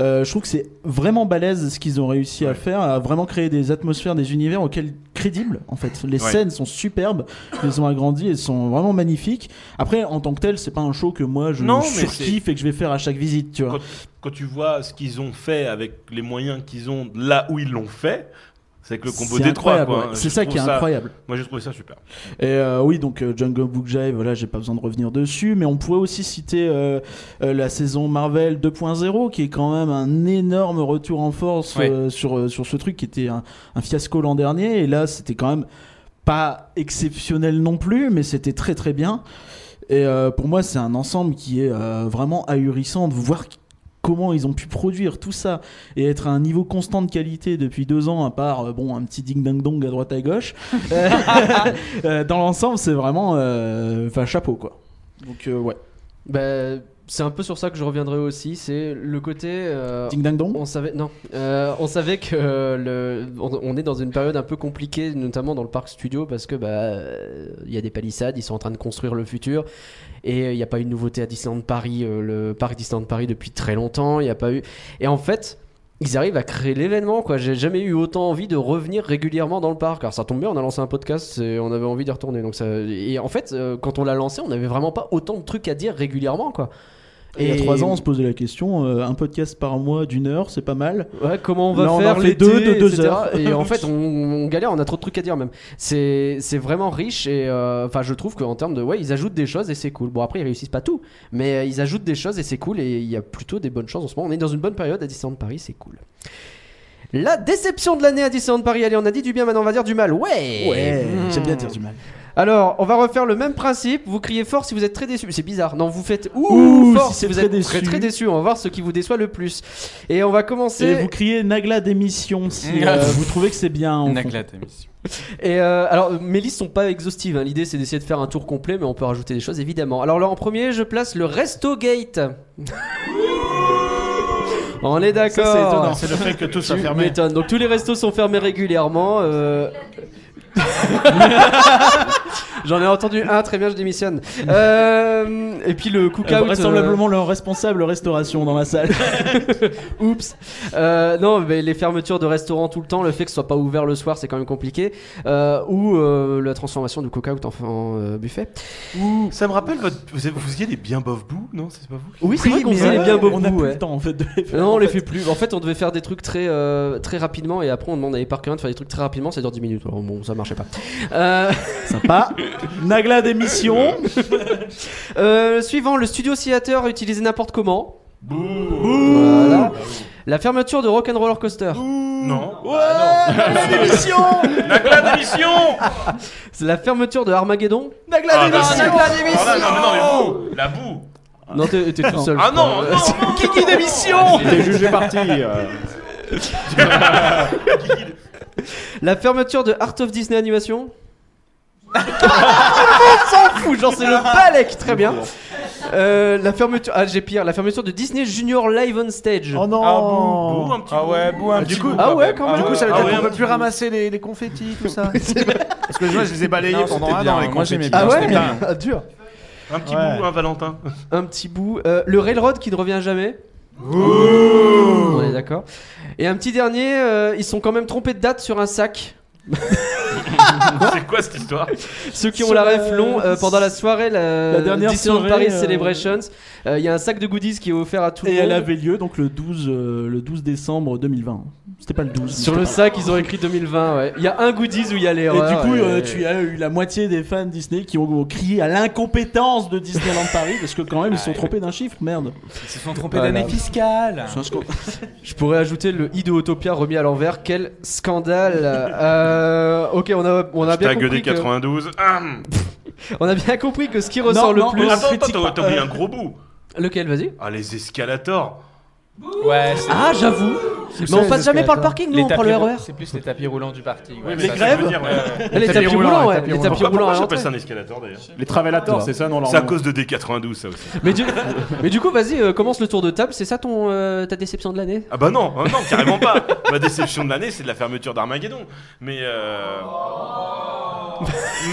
[SPEAKER 1] Euh, je trouve que c'est vraiment balèze ce qu'ils ont réussi à faire, à vraiment créer des atmosphères, des univers auxquels crédibles en fait. Les
[SPEAKER 8] Ouais.
[SPEAKER 1] scènes sont superbes, ils ont agrandi, elles sont vraiment magnifiques. Après, en tant que tel, c'est pas un show que moi je
[SPEAKER 8] Non, mais
[SPEAKER 1] surkiffe et que je vais faire à chaque visite, tu vois.
[SPEAKER 8] Quand, quand tu vois ce qu'ils ont fait avec les moyens qu'ils ont là où ils l'ont fait, c'est que le combo
[SPEAKER 1] C'est
[SPEAKER 8] des trois,
[SPEAKER 1] incroyable,
[SPEAKER 8] quoi.
[SPEAKER 1] ouais.
[SPEAKER 8] Je
[SPEAKER 1] C'est ça qui est
[SPEAKER 8] trouve
[SPEAKER 1] incroyable.
[SPEAKER 8] Moi, j'ai trouvé ça super.
[SPEAKER 1] Et euh, oui, donc euh, Jungle Book Jive, voilà, j'ai pas besoin de revenir dessus, mais on pourrait aussi citer euh, euh, la saison Marvel 2.0, qui est quand même un énorme retour en force
[SPEAKER 9] Ouais.
[SPEAKER 1] euh, sur, euh, sur ce truc qui était un, un fiasco l'an dernier, et là c'était quand même pas exceptionnel non plus, mais c'était très très bien. Et euh, pour moi, c'est un ensemble qui est euh, vraiment ahurissant de voir qui- comment ils ont pu produire tout ça et être à un niveau constant de qualité depuis deux ans, à part euh, bon un petit ding ding dong à droite à gauche. Euh, euh, dans l'ensemble, c'est vraiment, euh, enfin chapeau quoi. Donc euh, ouais,
[SPEAKER 2] Bah, c'est un peu sur ça que je reviendrai aussi. C'est le côté. euh,
[SPEAKER 1] ding ding dong.
[SPEAKER 2] on savait non, Euh, on savait que euh, le, on, on est dans une période un peu compliquée, notamment dans le parc studio, parce que bah euh, il y a des palissades, ils sont en train de construire le futur, et euh, il n'y a pas eu de nouveauté à Disneyland Paris, euh, le parc Disneyland Paris depuis très longtemps, il n'y a pas eu, et en fait. Ils arrivent à créer l'événement, quoi. J'ai jamais eu autant envie de revenir régulièrement dans le parc. Alors ça tombe bien, on a lancé un podcast, et on avait envie d'y retourner. Donc ça... Et en fait, euh, quand on l'a lancé, on n'avait vraiment pas autant de trucs à dire régulièrement, quoi.
[SPEAKER 1] Il y a trois ans, on se posait la question, euh, un podcast par mois d'une heure, c'est pas mal.
[SPEAKER 2] Ouais, comment on va
[SPEAKER 1] Là, on
[SPEAKER 2] faire
[SPEAKER 1] en fait
[SPEAKER 2] les
[SPEAKER 1] deux de deux heures.
[SPEAKER 2] Et en fait, on, on galère, on a trop de trucs à dire même. C'est c'est vraiment riche et euh, enfin, je trouve qu'en termes de ouais, ils ajoutent des choses et c'est cool. Bon, après, ils réussissent pas tout, mais euh, ils ajoutent des choses et c'est cool. Et il y a plutôt des bonnes choses en ce moment. On est dans une bonne période à Disneyland Paris, c'est cool. La déception de l'année à Disneyland Paris, allez, on a dit du bien, maintenant on va dire du mal. Ouais. hmm.
[SPEAKER 1] j'aime bien dire du mal.
[SPEAKER 2] Alors, on va refaire le même principe. Vous criez fort si vous êtes très déçu. C'est bizarre. Non, vous faites ouh,
[SPEAKER 1] Ouh,
[SPEAKER 2] fort
[SPEAKER 1] si
[SPEAKER 2] si
[SPEAKER 1] c'est
[SPEAKER 2] vous
[SPEAKER 1] très
[SPEAKER 2] êtes
[SPEAKER 1] déçu.
[SPEAKER 2] très très déçu. On va voir ce qui vous déçoit le plus. Et on va commencer.
[SPEAKER 1] Et vous criez Nagla d'émission si euh, vous trouvez que c'est bien. en fond.
[SPEAKER 9] Naglat, émission.
[SPEAKER 2] Et euh, alors, mes listes sont pas exhaustives. hein. L'idée, c'est d'essayer de faire un tour complet, mais on peut rajouter des choses, évidemment. Alors là, en premier, je place le Resto Gate. on est
[SPEAKER 1] Ça, c'est étonnant.
[SPEAKER 2] d'accord.
[SPEAKER 4] C'est le fait que tout
[SPEAKER 2] Tu
[SPEAKER 4] ça fermé.
[SPEAKER 2] m'étonnes. Donc tous les restos sont fermés régulièrement. euh. J'en ai entendu un, très bien, je démissionne. Euh, Et puis le
[SPEAKER 1] Euh,
[SPEAKER 2] cookout. euh,
[SPEAKER 1] vraisemblablement leur responsable restauration dans la salle.
[SPEAKER 2] Oups. Euh, non, mais les fermetures de restaurants tout le temps, le fait que ce soit pas ouvert le soir, c'est quand même compliqué. Euh, ou euh, la transformation du coca-out en, en, euh, buffet.
[SPEAKER 8] Ça me rappelle votre. Vous, vous faisiez des bien bof bouts, non C'est pas vous
[SPEAKER 2] Oui, c'est vrai qu'on
[SPEAKER 1] mais,
[SPEAKER 2] faisait les
[SPEAKER 1] euh,
[SPEAKER 2] bien beaux
[SPEAKER 1] On a
[SPEAKER 2] bouts,
[SPEAKER 1] plus
[SPEAKER 2] ouais.
[SPEAKER 1] le temps en fait de les faire.
[SPEAKER 2] Non, on les fait plus. En fait, on devait faire des trucs très, euh, très rapidement et après on demande à Eparcurien de faire des trucs très rapidement, c'est-à-dire 10 minutes. Alors, bon, ça marchait pas. Euh,
[SPEAKER 1] Sympa. Nagla d'émission.
[SPEAKER 2] euh, suivant, le studio theater utilisé n'importe comment. Voilà. La fermeture de Rock'n'Roller Coaster.
[SPEAKER 8] Non.
[SPEAKER 2] C'est la fermeture de Armageddon.
[SPEAKER 8] Ah, bah, si. Ah, non, non, mais non, mais vous, la boue
[SPEAKER 2] Non, t'es t'es tout seul.
[SPEAKER 8] Ah
[SPEAKER 2] je crois.
[SPEAKER 8] non,
[SPEAKER 2] Euh,
[SPEAKER 8] non,
[SPEAKER 2] Kiki d'émission
[SPEAKER 5] T'es jugé parti. euh.
[SPEAKER 2] La fermeture de Art of Disney Animation Tout le monde s'en fout, genre c'est le balèque, très bien. Euh, la fermeture, ah j'ai pire, la fermeture de Disney Junior Live on Stage.
[SPEAKER 5] Oh non.
[SPEAKER 9] Ah, bouh,
[SPEAKER 8] Boue, un petit
[SPEAKER 9] Ah ouais, boue un
[SPEAKER 5] Ah,
[SPEAKER 9] petit
[SPEAKER 5] du coup-
[SPEAKER 9] bout,
[SPEAKER 2] Ah ouais,
[SPEAKER 9] même.
[SPEAKER 2] quand même.
[SPEAKER 5] Du coup, ça veut
[SPEAKER 8] Ah
[SPEAKER 5] dire
[SPEAKER 8] ouais,
[SPEAKER 5] qu'on
[SPEAKER 8] un
[SPEAKER 5] peut
[SPEAKER 8] petit
[SPEAKER 5] plus ramasser les, les confettis, tout ça. Parce que moi, je les ai balayés
[SPEAKER 9] Non,
[SPEAKER 5] pendant
[SPEAKER 9] c'était
[SPEAKER 5] un
[SPEAKER 9] bien,
[SPEAKER 5] an, les
[SPEAKER 9] moi, j'aimais
[SPEAKER 5] confettis.
[SPEAKER 9] bien.
[SPEAKER 2] ah ouais,
[SPEAKER 9] c'était bien.
[SPEAKER 2] Ah, dur.
[SPEAKER 8] bout, un petit
[SPEAKER 5] Ouais.
[SPEAKER 9] hein,
[SPEAKER 8] bout, un Valentin.
[SPEAKER 2] Un petit bout. Euh, le Railroad qui ne revient jamais. On est d'accord. Et un petit dernier, euh, ils sont quand même trompés de date sur un sac.
[SPEAKER 8] C'est quoi cette histoire
[SPEAKER 2] Ceux qui ont
[SPEAKER 1] Sur
[SPEAKER 2] la
[SPEAKER 1] la-
[SPEAKER 2] ref l'ont euh, pendant la soirée, la,
[SPEAKER 1] La dernière
[SPEAKER 2] Disneyland
[SPEAKER 1] soirée,
[SPEAKER 2] Paris
[SPEAKER 1] euh,
[SPEAKER 2] Celebrations. Euh, Il y a un sac de goodies qui est offert à tout
[SPEAKER 1] Et
[SPEAKER 2] le monde.
[SPEAKER 1] elle avait lieu donc le 12, euh, le 12 décembre 2020. C'était pas le 12.
[SPEAKER 2] Sur le sac, ils ont écrit 2020. ouais. Il y a un goodies où il y a les.
[SPEAKER 1] Et du coup, euh, tu as eu la moitié des fans Disney qui ont crié à l'incompétence de Disneyland Paris parce que quand même ils se sont trompés d'un chiffre, merde.
[SPEAKER 9] Ils se sont trompés
[SPEAKER 2] Voilà.
[SPEAKER 9] d'année fiscale.
[SPEAKER 1] C'est un sco-
[SPEAKER 2] Je pourrais ajouter le i de Autopia remis à l'envers. Quel scandale Euh, Ok, on a, on a bien
[SPEAKER 8] T'as
[SPEAKER 2] compris.
[SPEAKER 8] gueudé
[SPEAKER 2] Que,
[SPEAKER 8] 92. Ah,
[SPEAKER 2] on a bien compris que ce qui ressort
[SPEAKER 1] Non,
[SPEAKER 2] le
[SPEAKER 1] non,
[SPEAKER 2] plus.
[SPEAKER 1] on a-
[SPEAKER 8] attends, attends,
[SPEAKER 1] critique
[SPEAKER 8] t'as
[SPEAKER 1] pas.
[SPEAKER 8] t'as oublié
[SPEAKER 1] Euh,
[SPEAKER 8] un gros bout.
[SPEAKER 2] Lequel Vas-y.
[SPEAKER 8] Ah, les escalators.
[SPEAKER 9] Ouais, c'est-
[SPEAKER 2] Ah, j'avoue. Mais on passe jamais par le parking, nous,
[SPEAKER 9] les
[SPEAKER 2] on prend le
[SPEAKER 9] tapis-
[SPEAKER 2] RER.
[SPEAKER 9] C'est plus les tapis roulants du parti. ouais,
[SPEAKER 8] mais
[SPEAKER 9] ça,
[SPEAKER 8] ça,
[SPEAKER 9] c'est-
[SPEAKER 8] ça veut dire, ouais.
[SPEAKER 2] Eh, Les tapis roulants, ouais. Les tapis hein, roulants
[SPEAKER 8] Pourquoi, pourquoi
[SPEAKER 2] à
[SPEAKER 8] j'appelle
[SPEAKER 2] l'entrée.
[SPEAKER 8] ça un escalator d'ailleurs
[SPEAKER 6] Les travelators, c'est ça, non
[SPEAKER 8] C'est à cause de D92 ça aussi.
[SPEAKER 2] Mais du, mais du coup, vas-y, euh, commence le tour de table. C'est ça ton euh, ta déception de l'année
[SPEAKER 8] Ah bah non, ah non, carrément pas. Ma déception de l'année, c'est de la fermeture d'Armageddon. Mais euh... Oh.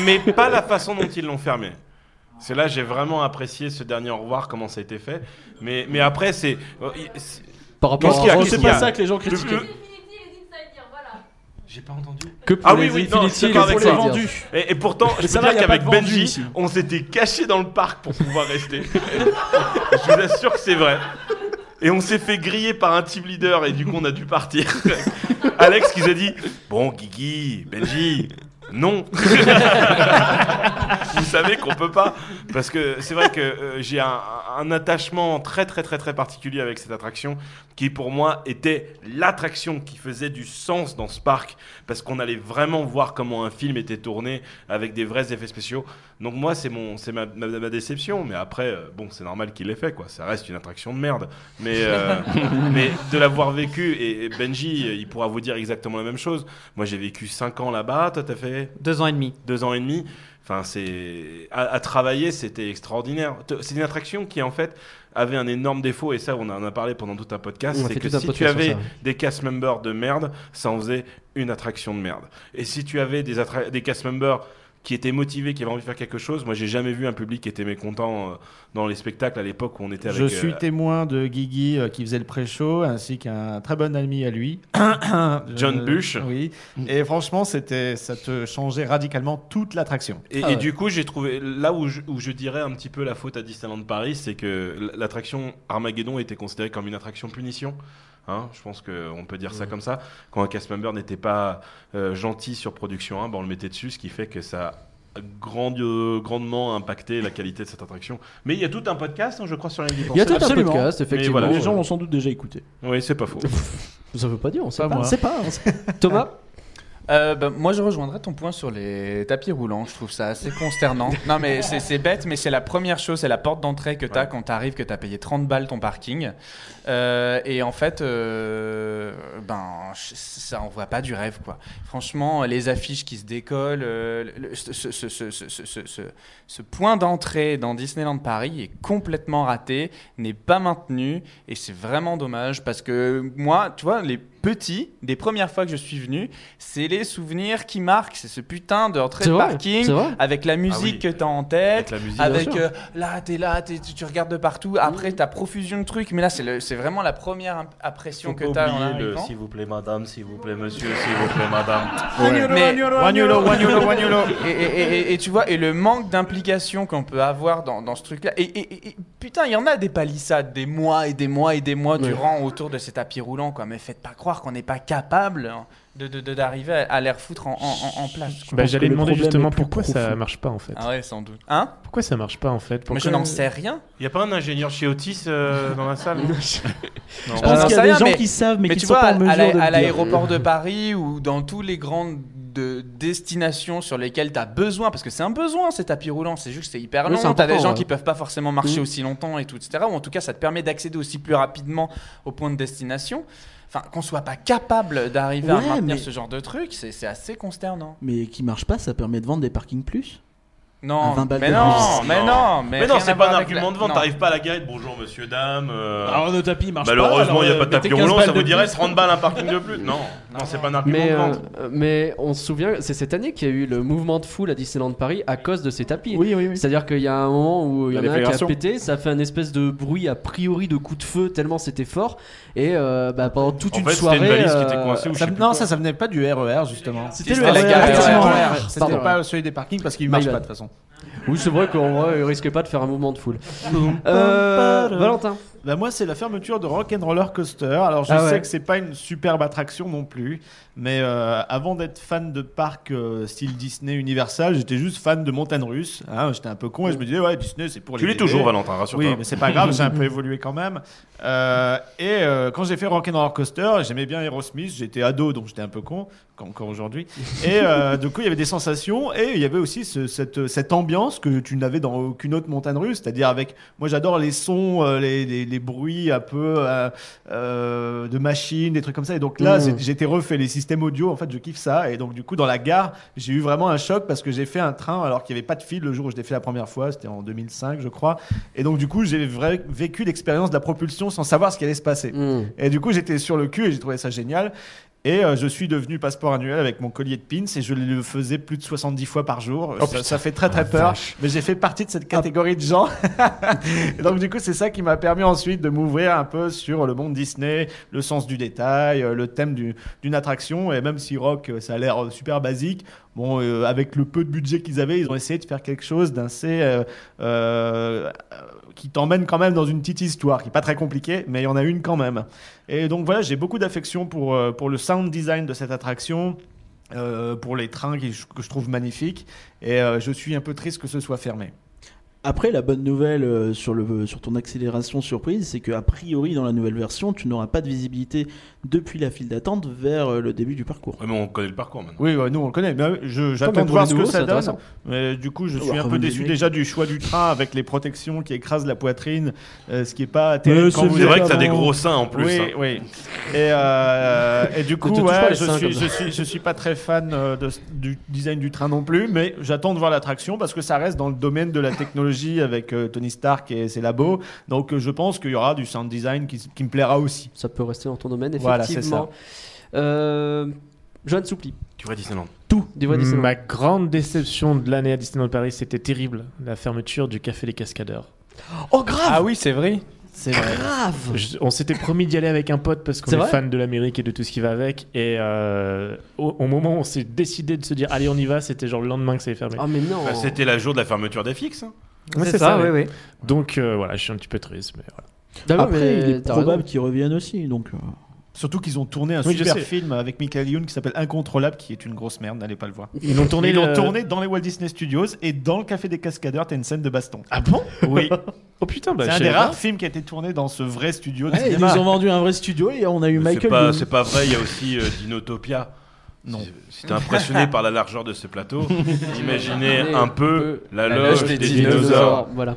[SPEAKER 8] mais pas la façon dont ils l'ont fermé. C'est là j'ai vraiment apprécié ce dernier au revoir comment ça a été fait. Mais mais après c'est euh, il- c'est-
[SPEAKER 2] Par
[SPEAKER 8] Qu'est-ce
[SPEAKER 2] rapport
[SPEAKER 8] qu'il y a
[SPEAKER 2] à...
[SPEAKER 1] Oh,
[SPEAKER 8] Qu'est-ce
[SPEAKER 1] c'est
[SPEAKER 8] qu'il y
[SPEAKER 1] pas
[SPEAKER 8] a
[SPEAKER 1] ça que les gens
[SPEAKER 8] Le-
[SPEAKER 1] critiquaient.
[SPEAKER 8] le-
[SPEAKER 9] J'ai pas entendu.
[SPEAKER 2] que pour
[SPEAKER 8] Ah
[SPEAKER 2] les
[SPEAKER 8] oui, oui, non, je suis
[SPEAKER 2] Infinity,
[SPEAKER 8] d'accord
[SPEAKER 2] les
[SPEAKER 8] avec
[SPEAKER 1] les
[SPEAKER 8] toi.
[SPEAKER 2] Insiders.
[SPEAKER 1] vendus.
[SPEAKER 8] Et, et pourtant, je
[SPEAKER 1] ça
[SPEAKER 8] peux
[SPEAKER 1] va,
[SPEAKER 8] dire
[SPEAKER 1] y a pas
[SPEAKER 8] qu'avec
[SPEAKER 1] de vendu
[SPEAKER 8] Benji,
[SPEAKER 1] ici.
[SPEAKER 8] on s'était caché dans le parc pour pouvoir rester. je vous assure que c'est vrai. Et on s'est fait griller par un team leader et du coup on a dû partir. Alex qui nous a dit Bon, Guigui, Benji, non. vous savez qu'on peut pas. Parce que c'est vrai que euh, j'ai un, un attachement très très très très particulier avec cette attraction qui pour moi était l'attraction qui faisait du sens dans ce parc parce qu'on allait vraiment voir comment un film était tourné avec des vrais effets spéciaux. Donc moi c'est mon c'est ma, ma, ma déception mais après euh, bon c'est normal qu'il l'ait fait quoi. Ça reste une attraction de merde mais euh, mais de l'avoir vécu et, et Benji euh, il pourra vous dire exactement la même chose. Moi j'ai vécu 5 ans là-bas, toi t'as fait
[SPEAKER 7] Deux ans et demi.
[SPEAKER 8] deux ans et demi. Enfin, c'est à, à travailler, c'était extraordinaire. Te- C'est une attraction qui en fait avait un énorme défaut et ça, on en a parlé pendant tout un podcast.
[SPEAKER 2] On a
[SPEAKER 8] C'est
[SPEAKER 2] fait
[SPEAKER 8] que
[SPEAKER 2] tout un
[SPEAKER 8] si
[SPEAKER 2] podcast
[SPEAKER 8] tu
[SPEAKER 2] sur
[SPEAKER 8] avais
[SPEAKER 2] ça.
[SPEAKER 8] des cast members de merde, ça en faisait une attraction de merde. Et si tu avais des, attra- des cast members qui étaient motivés, qui avaient envie de faire quelque chose, moi j'ai jamais vu un public qui était mécontent euh, dans les spectacles à l'époque où on était avec.
[SPEAKER 5] Je
[SPEAKER 8] euh,
[SPEAKER 5] suis témoin de Guigui euh, qui faisait le pré-show ainsi qu'un très bon ami à lui,
[SPEAKER 8] John
[SPEAKER 5] Je-
[SPEAKER 8] Bush.
[SPEAKER 5] Oui. Et franchement, c'était ça te changeait radicalement toute l'attraction.
[SPEAKER 8] Et,
[SPEAKER 5] Ah
[SPEAKER 8] et
[SPEAKER 5] ouais.
[SPEAKER 8] du coup, j'ai trouvé là où je, où je dirais un petit peu la faute à Disneyland Paris, c'est que l- l'attraction Armageddon était considérée comme une attraction punition. Hein, je pense qu'on peut dire ça comme ça. Quand un cast member n'était pas euh, gentil sur Production 1, ben, on le mettait dessus, ce qui fait que ça a grandio- grandement impacté la qualité de cette attraction. Mais il y a tout un podcast, hein, je crois, sur la
[SPEAKER 2] Il y a tout un
[SPEAKER 1] Absolument.
[SPEAKER 2] podcast, effectivement.
[SPEAKER 8] voilà,
[SPEAKER 1] les gens l'ont sans doute déjà écouté.
[SPEAKER 8] Oui, c'est pas faux.
[SPEAKER 2] Ça veut pas dire, on sait pas.
[SPEAKER 1] On sait pas. on sait-
[SPEAKER 2] Thomas
[SPEAKER 9] Euh, bah, moi, je rejoindrais ton point sur les tapis roulants. Je trouve ça assez consternant. non, mais c'est c'est bête, mais c'est la première chose, c'est la porte d'entrée que t'as quand t'arrives, que t'as payé 30 balles ton parking. Euh, et en fait, euh, ben, je- ça envoie pas du rêve, quoi. Franchement, les affiches qui se décollent, euh, le- ce, ce- ce- ce- ce- ce- ce- ce- ce point d'entrée dans Disneyland Paris est complètement raté, n'est pas maintenu, et c'est vraiment dommage parce que moi, tu vois, les petits, des premières fois que je suis venu, c'est les souvenirs qui marquent. C'est ce putain d'entrée
[SPEAKER 2] C'est
[SPEAKER 9] de
[SPEAKER 2] vrai,
[SPEAKER 9] parking
[SPEAKER 2] vrai.
[SPEAKER 9] avec la musique
[SPEAKER 8] Ah oui.
[SPEAKER 9] que t'as en
[SPEAKER 8] Avec
[SPEAKER 9] tête.
[SPEAKER 8] la musique.
[SPEAKER 9] Avec
[SPEAKER 2] sûr.
[SPEAKER 9] euh, là, t'es là, t'es- tu, tu regardes de partout. Après, t'as profusion de trucs, mais là, c'est le- c'est vraiment la première imp- impression
[SPEAKER 8] Faut
[SPEAKER 9] que
[SPEAKER 8] pas
[SPEAKER 9] t'as en
[SPEAKER 8] oublier le
[SPEAKER 9] arrivant.
[SPEAKER 8] S'il vous plaît, madame, s'il vous plaît, monsieur, s'il vous plaît, madame.
[SPEAKER 9] Mais-
[SPEAKER 5] Wanyolo, Wanyolo, Wanyolo.
[SPEAKER 9] et, et- et- et- et tu vois, et le manque d'implication qu'on peut avoir dans, dans ce truc-là. Et, et- et- putain, il y en a des palissades, des mois et des mois et des mois durant autour de ces tapis roulants, quoi. Mais faites pas croire qu'on n'est pas capable hein, de de- de- d'arriver à, à les refoutre en, en- en- en place. quoi.
[SPEAKER 1] pense
[SPEAKER 4] Bah,
[SPEAKER 1] que
[SPEAKER 4] J'allais
[SPEAKER 1] le
[SPEAKER 4] demander
[SPEAKER 1] problème est
[SPEAKER 4] justement
[SPEAKER 1] plus
[SPEAKER 4] pourquoi ça
[SPEAKER 1] profond.
[SPEAKER 4] marche pas en fait.
[SPEAKER 9] Ah ouais, sans doute. Hein
[SPEAKER 4] Pourquoi ça marche pas en fait
[SPEAKER 9] Mais
[SPEAKER 4] Pourquoi-
[SPEAKER 9] je n'en sais rien.
[SPEAKER 8] Il n'y a pas un ingénieur chez Otis euh, dans la salle
[SPEAKER 1] Je
[SPEAKER 9] on
[SPEAKER 1] pense
[SPEAKER 9] en
[SPEAKER 1] qu'il y
[SPEAKER 9] sait
[SPEAKER 1] a des
[SPEAKER 9] rien,
[SPEAKER 1] gens
[SPEAKER 9] mais-
[SPEAKER 1] qui savent mais,
[SPEAKER 9] Mais
[SPEAKER 1] qui
[SPEAKER 9] tu
[SPEAKER 1] sont
[SPEAKER 9] vois,
[SPEAKER 1] pas
[SPEAKER 9] à
[SPEAKER 1] en mesure
[SPEAKER 9] à
[SPEAKER 1] de
[SPEAKER 9] la- à
[SPEAKER 1] le dire.
[SPEAKER 9] l'aéroport de Paris ou dans tous les grandes de- destinations sur lesquelles tu as besoin, parce que c'est un besoin ces tapis roulants, c'est juste que c'est hyper
[SPEAKER 2] Oui,
[SPEAKER 9] long,
[SPEAKER 2] c'est
[SPEAKER 9] tu as des
[SPEAKER 2] important,
[SPEAKER 9] gens
[SPEAKER 2] ouais.
[SPEAKER 9] qui peuvent pas forcément
[SPEAKER 1] Mmh.
[SPEAKER 9] marcher aussi longtemps et tout, etc. Ou en tout cas, ça te permet d'accéder aussi plus rapidement au point de destination. Enfin, qu'on soit pas capable d'arriver à
[SPEAKER 1] Ouais,
[SPEAKER 9] maintenir
[SPEAKER 1] mais-
[SPEAKER 9] ce genre de truc, c'est c'est assez consternant.
[SPEAKER 1] Mais qui marche pas, ça permet de vendre des parkings plus. À
[SPEAKER 9] Non,
[SPEAKER 1] 20 balles
[SPEAKER 9] mais
[SPEAKER 1] de
[SPEAKER 9] non,
[SPEAKER 1] plus.
[SPEAKER 9] mais non, mais
[SPEAKER 8] Mais non,
[SPEAKER 9] rien à
[SPEAKER 8] c'est pas
[SPEAKER 9] voir
[SPEAKER 8] un
[SPEAKER 9] avec la-
[SPEAKER 8] argument de vente.
[SPEAKER 9] non.
[SPEAKER 8] T'arrives pas à la guide, bonjour monsieur, dame. euh,
[SPEAKER 1] Alors le tapis marche
[SPEAKER 8] Malheureusement,
[SPEAKER 1] pas.
[SPEAKER 8] il n'y a pas de tapis roulant, ça vous dirait
[SPEAKER 1] dirait
[SPEAKER 8] 30 balles un parking de plus. Non, non, c'est pas un argument
[SPEAKER 2] Mais,
[SPEAKER 8] de
[SPEAKER 2] euh,
[SPEAKER 8] vente.
[SPEAKER 2] mais on se souvient, c'est cette année qu'il y a eu le mouvement de foule à Disneyland Paris à cause de ces tapis.
[SPEAKER 5] Oui, oui, oui.
[SPEAKER 2] C'est-à-dire qu'il y a un moment où il y en
[SPEAKER 6] La
[SPEAKER 2] a un qui a
[SPEAKER 6] déflagration.
[SPEAKER 2] pété, ça fait un espèce de bruit a priori de coup de feu tellement c'était fort et euh, bah, pendant toute
[SPEAKER 8] En
[SPEAKER 2] une
[SPEAKER 8] fait, c'était
[SPEAKER 2] soirée.
[SPEAKER 8] une valise qui
[SPEAKER 2] euh,
[SPEAKER 8] était coincée ou je
[SPEAKER 5] Ça-
[SPEAKER 8] sais plus
[SPEAKER 5] non,
[SPEAKER 8] quoi.
[SPEAKER 5] ça, ça venait pas du RER justement.
[SPEAKER 1] C'était
[SPEAKER 9] C'était la
[SPEAKER 1] le
[SPEAKER 9] gare,
[SPEAKER 1] effectivement.
[SPEAKER 9] ouais, ouais.
[SPEAKER 5] E C'était
[SPEAKER 2] Pardon.
[SPEAKER 5] pas celui des parkings parce qu'il
[SPEAKER 2] My
[SPEAKER 5] marche
[SPEAKER 2] bad.
[SPEAKER 5] pas de toute façon.
[SPEAKER 2] Oui, c'est vrai qu'on vrai, il risquait pas de faire un mouvement de foule. Euh, Valentin,
[SPEAKER 5] Bah moi, c'est la fermeture de Rock'n'Roller Coaster. Alors, je
[SPEAKER 2] Ah ouais.
[SPEAKER 5] sais que c'est pas une superbe attraction non plus, mais euh, avant d'être fan de parcs euh, style Disney Universal, j'étais juste fan de montagnes russes. hein. j'étais un peu con et je me disais, ouais, Disney, c'est pour les.
[SPEAKER 8] Tu l'es
[SPEAKER 5] bébés.
[SPEAKER 8] toujours, Valentin, rassure-toi.
[SPEAKER 5] Oui, mais c'est pas grave, j'ai un peu évolué quand même. Euh, et euh, quand j'ai fait Rock'n'Roller Coaster, j'aimais bien Aerosmith, j'étais ado, donc j'étais un peu con, quand- encore aujourd'hui. Et euh, du coup, il y avait des sensations et il y avait aussi ce- cette, cette ambiance que tu n'avais dans aucune autre montagne russe, c'est-à-dire avec. Moi, j'adore les sons, euh, les, les- les bruits un peu euh, euh, de machines, des trucs comme ça. Et donc là,
[SPEAKER 2] Mm.
[SPEAKER 5] j'ai- j'étais refait les systèmes audio, en fait, je kiffe ça. Et donc, du coup, dans la gare, j'ai eu vraiment un choc parce que j'ai fait un train alors qu'il n'y avait pas de fil le jour où je l'ai fait la première fois, c'était en 2005, je crois. Et donc, du coup, j'ai vrai- vécu l'expérience de la propulsion sans savoir ce qui allait se passer.
[SPEAKER 2] Hmm.
[SPEAKER 5] Et du coup, j'étais sur le cul et j'ai trouvé ça génial. Et euh, je suis devenu passeport annuel avec mon collier de pins et je le faisais plus de 70 fois par jour. ça, ça fait très très peur, mais j'ai fait partie de cette catégorie de gens. et donc du coup, c'est ça qui m'a permis ensuite de m'ouvrir un peu sur le monde Disney, le sens du détail, euh, le thème du- d'une attraction. Et même si Rock, euh, ça a l'air euh, super basique, bon, euh, avec le peu de budget qu'ils avaient, ils ont essayé de faire quelque chose d'assez euh, euh, qui t'emmène quand même dans une petite histoire, qui n'est pas très compliquée, mais il y en a une quand même. Et donc voilà, j'ai beaucoup d'affection pour, euh, pour le sound design de cette attraction. euh, pour les trains qui- que je trouve magnifiques et euh, je suis un peu triste que ce soit fermé.
[SPEAKER 1] Après, la bonne nouvelle euh, sur, le, sur ton accélération surprise, c'est que a priori, dans la nouvelle version, tu n'auras pas de visibilité depuis la file d'attente vers euh, le début du parcours.
[SPEAKER 8] Ouais, mais on connaît le parcours maintenant.
[SPEAKER 5] Oui, ouais, nous on le connaît, mais euh, je- j'attends
[SPEAKER 2] mais
[SPEAKER 5] de
[SPEAKER 2] pour
[SPEAKER 5] voir
[SPEAKER 2] les
[SPEAKER 5] ce que
[SPEAKER 2] nouveaux,
[SPEAKER 5] ça
[SPEAKER 2] c'est
[SPEAKER 5] donne.
[SPEAKER 2] intéressant.
[SPEAKER 5] Mais du coup, je
[SPEAKER 1] On
[SPEAKER 5] suis
[SPEAKER 1] va
[SPEAKER 5] un peu
[SPEAKER 1] revenir
[SPEAKER 5] déçu
[SPEAKER 1] des
[SPEAKER 5] déjà du choix du train avec les protections qui écrasent la poitrine, euh, ce qui est pas terrible.
[SPEAKER 1] Euh,
[SPEAKER 5] quand
[SPEAKER 1] c'est
[SPEAKER 5] vous
[SPEAKER 8] C'est vrai
[SPEAKER 5] êtes
[SPEAKER 8] que t'as des
[SPEAKER 5] avant.
[SPEAKER 8] gros seins en plus.
[SPEAKER 5] Oui,
[SPEAKER 8] hein.
[SPEAKER 5] oui. Et, euh, et du coup,
[SPEAKER 2] touche
[SPEAKER 5] ouais,
[SPEAKER 2] pas les
[SPEAKER 5] je,
[SPEAKER 2] seins
[SPEAKER 5] suis,
[SPEAKER 2] comme
[SPEAKER 5] je, suis, je suis pas très fan euh, de- du design du train non plus, mais j'attends de voir l'attraction parce que ça reste dans le domaine de la technologie avec euh, Tony Stark et ses labos. Donc euh, je pense qu'il y aura du sound design qui, qui me plaira aussi.
[SPEAKER 2] ça peut rester dans ton domaine
[SPEAKER 5] Voilà, c'est
[SPEAKER 2] effectivement. Euh, Johan Soupli,
[SPEAKER 8] Tu vois Disneyland.
[SPEAKER 2] tout des voix Disneyland.
[SPEAKER 4] Ma grande déception de l'année à Disneyland Paris, c'était terrible, la fermeture du Café Les Cascadeurs.
[SPEAKER 2] Oh grave,
[SPEAKER 9] Ah oui, c'est vrai.
[SPEAKER 5] C'est vrai.
[SPEAKER 2] grave.
[SPEAKER 4] Je- on s'était promis d'y aller avec un pote parce qu'on
[SPEAKER 2] C'est
[SPEAKER 4] est,
[SPEAKER 2] vrai
[SPEAKER 4] fan de l'Amérique et de tout ce qui va avec. Et euh, au, au moment où on s'est décidé de se dire allez on y va, c'était genre le lendemain que ça allait fermer.
[SPEAKER 2] Oh mais non.
[SPEAKER 8] Bah, C'était le jour de la fermeture des fixes. hein.
[SPEAKER 4] Ouais,
[SPEAKER 7] C'est ça, oui, oui.
[SPEAKER 4] Donc euh, voilà, je suis un petit peu triste. Mais voilà.
[SPEAKER 2] D'abord,
[SPEAKER 1] Après,
[SPEAKER 2] Bah mais
[SPEAKER 1] il est
[SPEAKER 2] t'as raison.
[SPEAKER 1] probable qu'ils reviennent aussi. Donc, euh,
[SPEAKER 5] Surtout qu'ils ont tourné un
[SPEAKER 4] Oui, je
[SPEAKER 5] super
[SPEAKER 4] sais.
[SPEAKER 5] film avec Michael Youn qui s'appelle Incontrôlable, qui est une grosse merde, n'allez pas le voir.
[SPEAKER 4] Ils l'ont tourné.
[SPEAKER 5] Ils l'ont
[SPEAKER 4] le-
[SPEAKER 5] tourné dans les Walt Disney Studios et dans le Café des Cascadeurs, t'as une scène de baston.
[SPEAKER 4] Ah bon
[SPEAKER 5] Oui.
[SPEAKER 4] Oh putain, bah,
[SPEAKER 5] C'est
[SPEAKER 4] je
[SPEAKER 5] un
[SPEAKER 4] savais
[SPEAKER 5] des
[SPEAKER 4] pas.
[SPEAKER 5] rares films qui a été tourné dans ce vrai studio de
[SPEAKER 1] ouais, ils
[SPEAKER 5] cinéma.
[SPEAKER 1] nous ont vendu un vrai studio et on a eu
[SPEAKER 8] C'est
[SPEAKER 1] Michael.
[SPEAKER 8] pas,
[SPEAKER 1] Youn.
[SPEAKER 8] c'est pas vrai, il y a aussi euh, Dinotopia.
[SPEAKER 5] Non.
[SPEAKER 8] Si- Si t'es impressionné par la largeur de ce plateau, imaginez
[SPEAKER 2] Imaginez
[SPEAKER 8] un peu la
[SPEAKER 9] la
[SPEAKER 8] loge des dinosaures.
[SPEAKER 2] Voilà.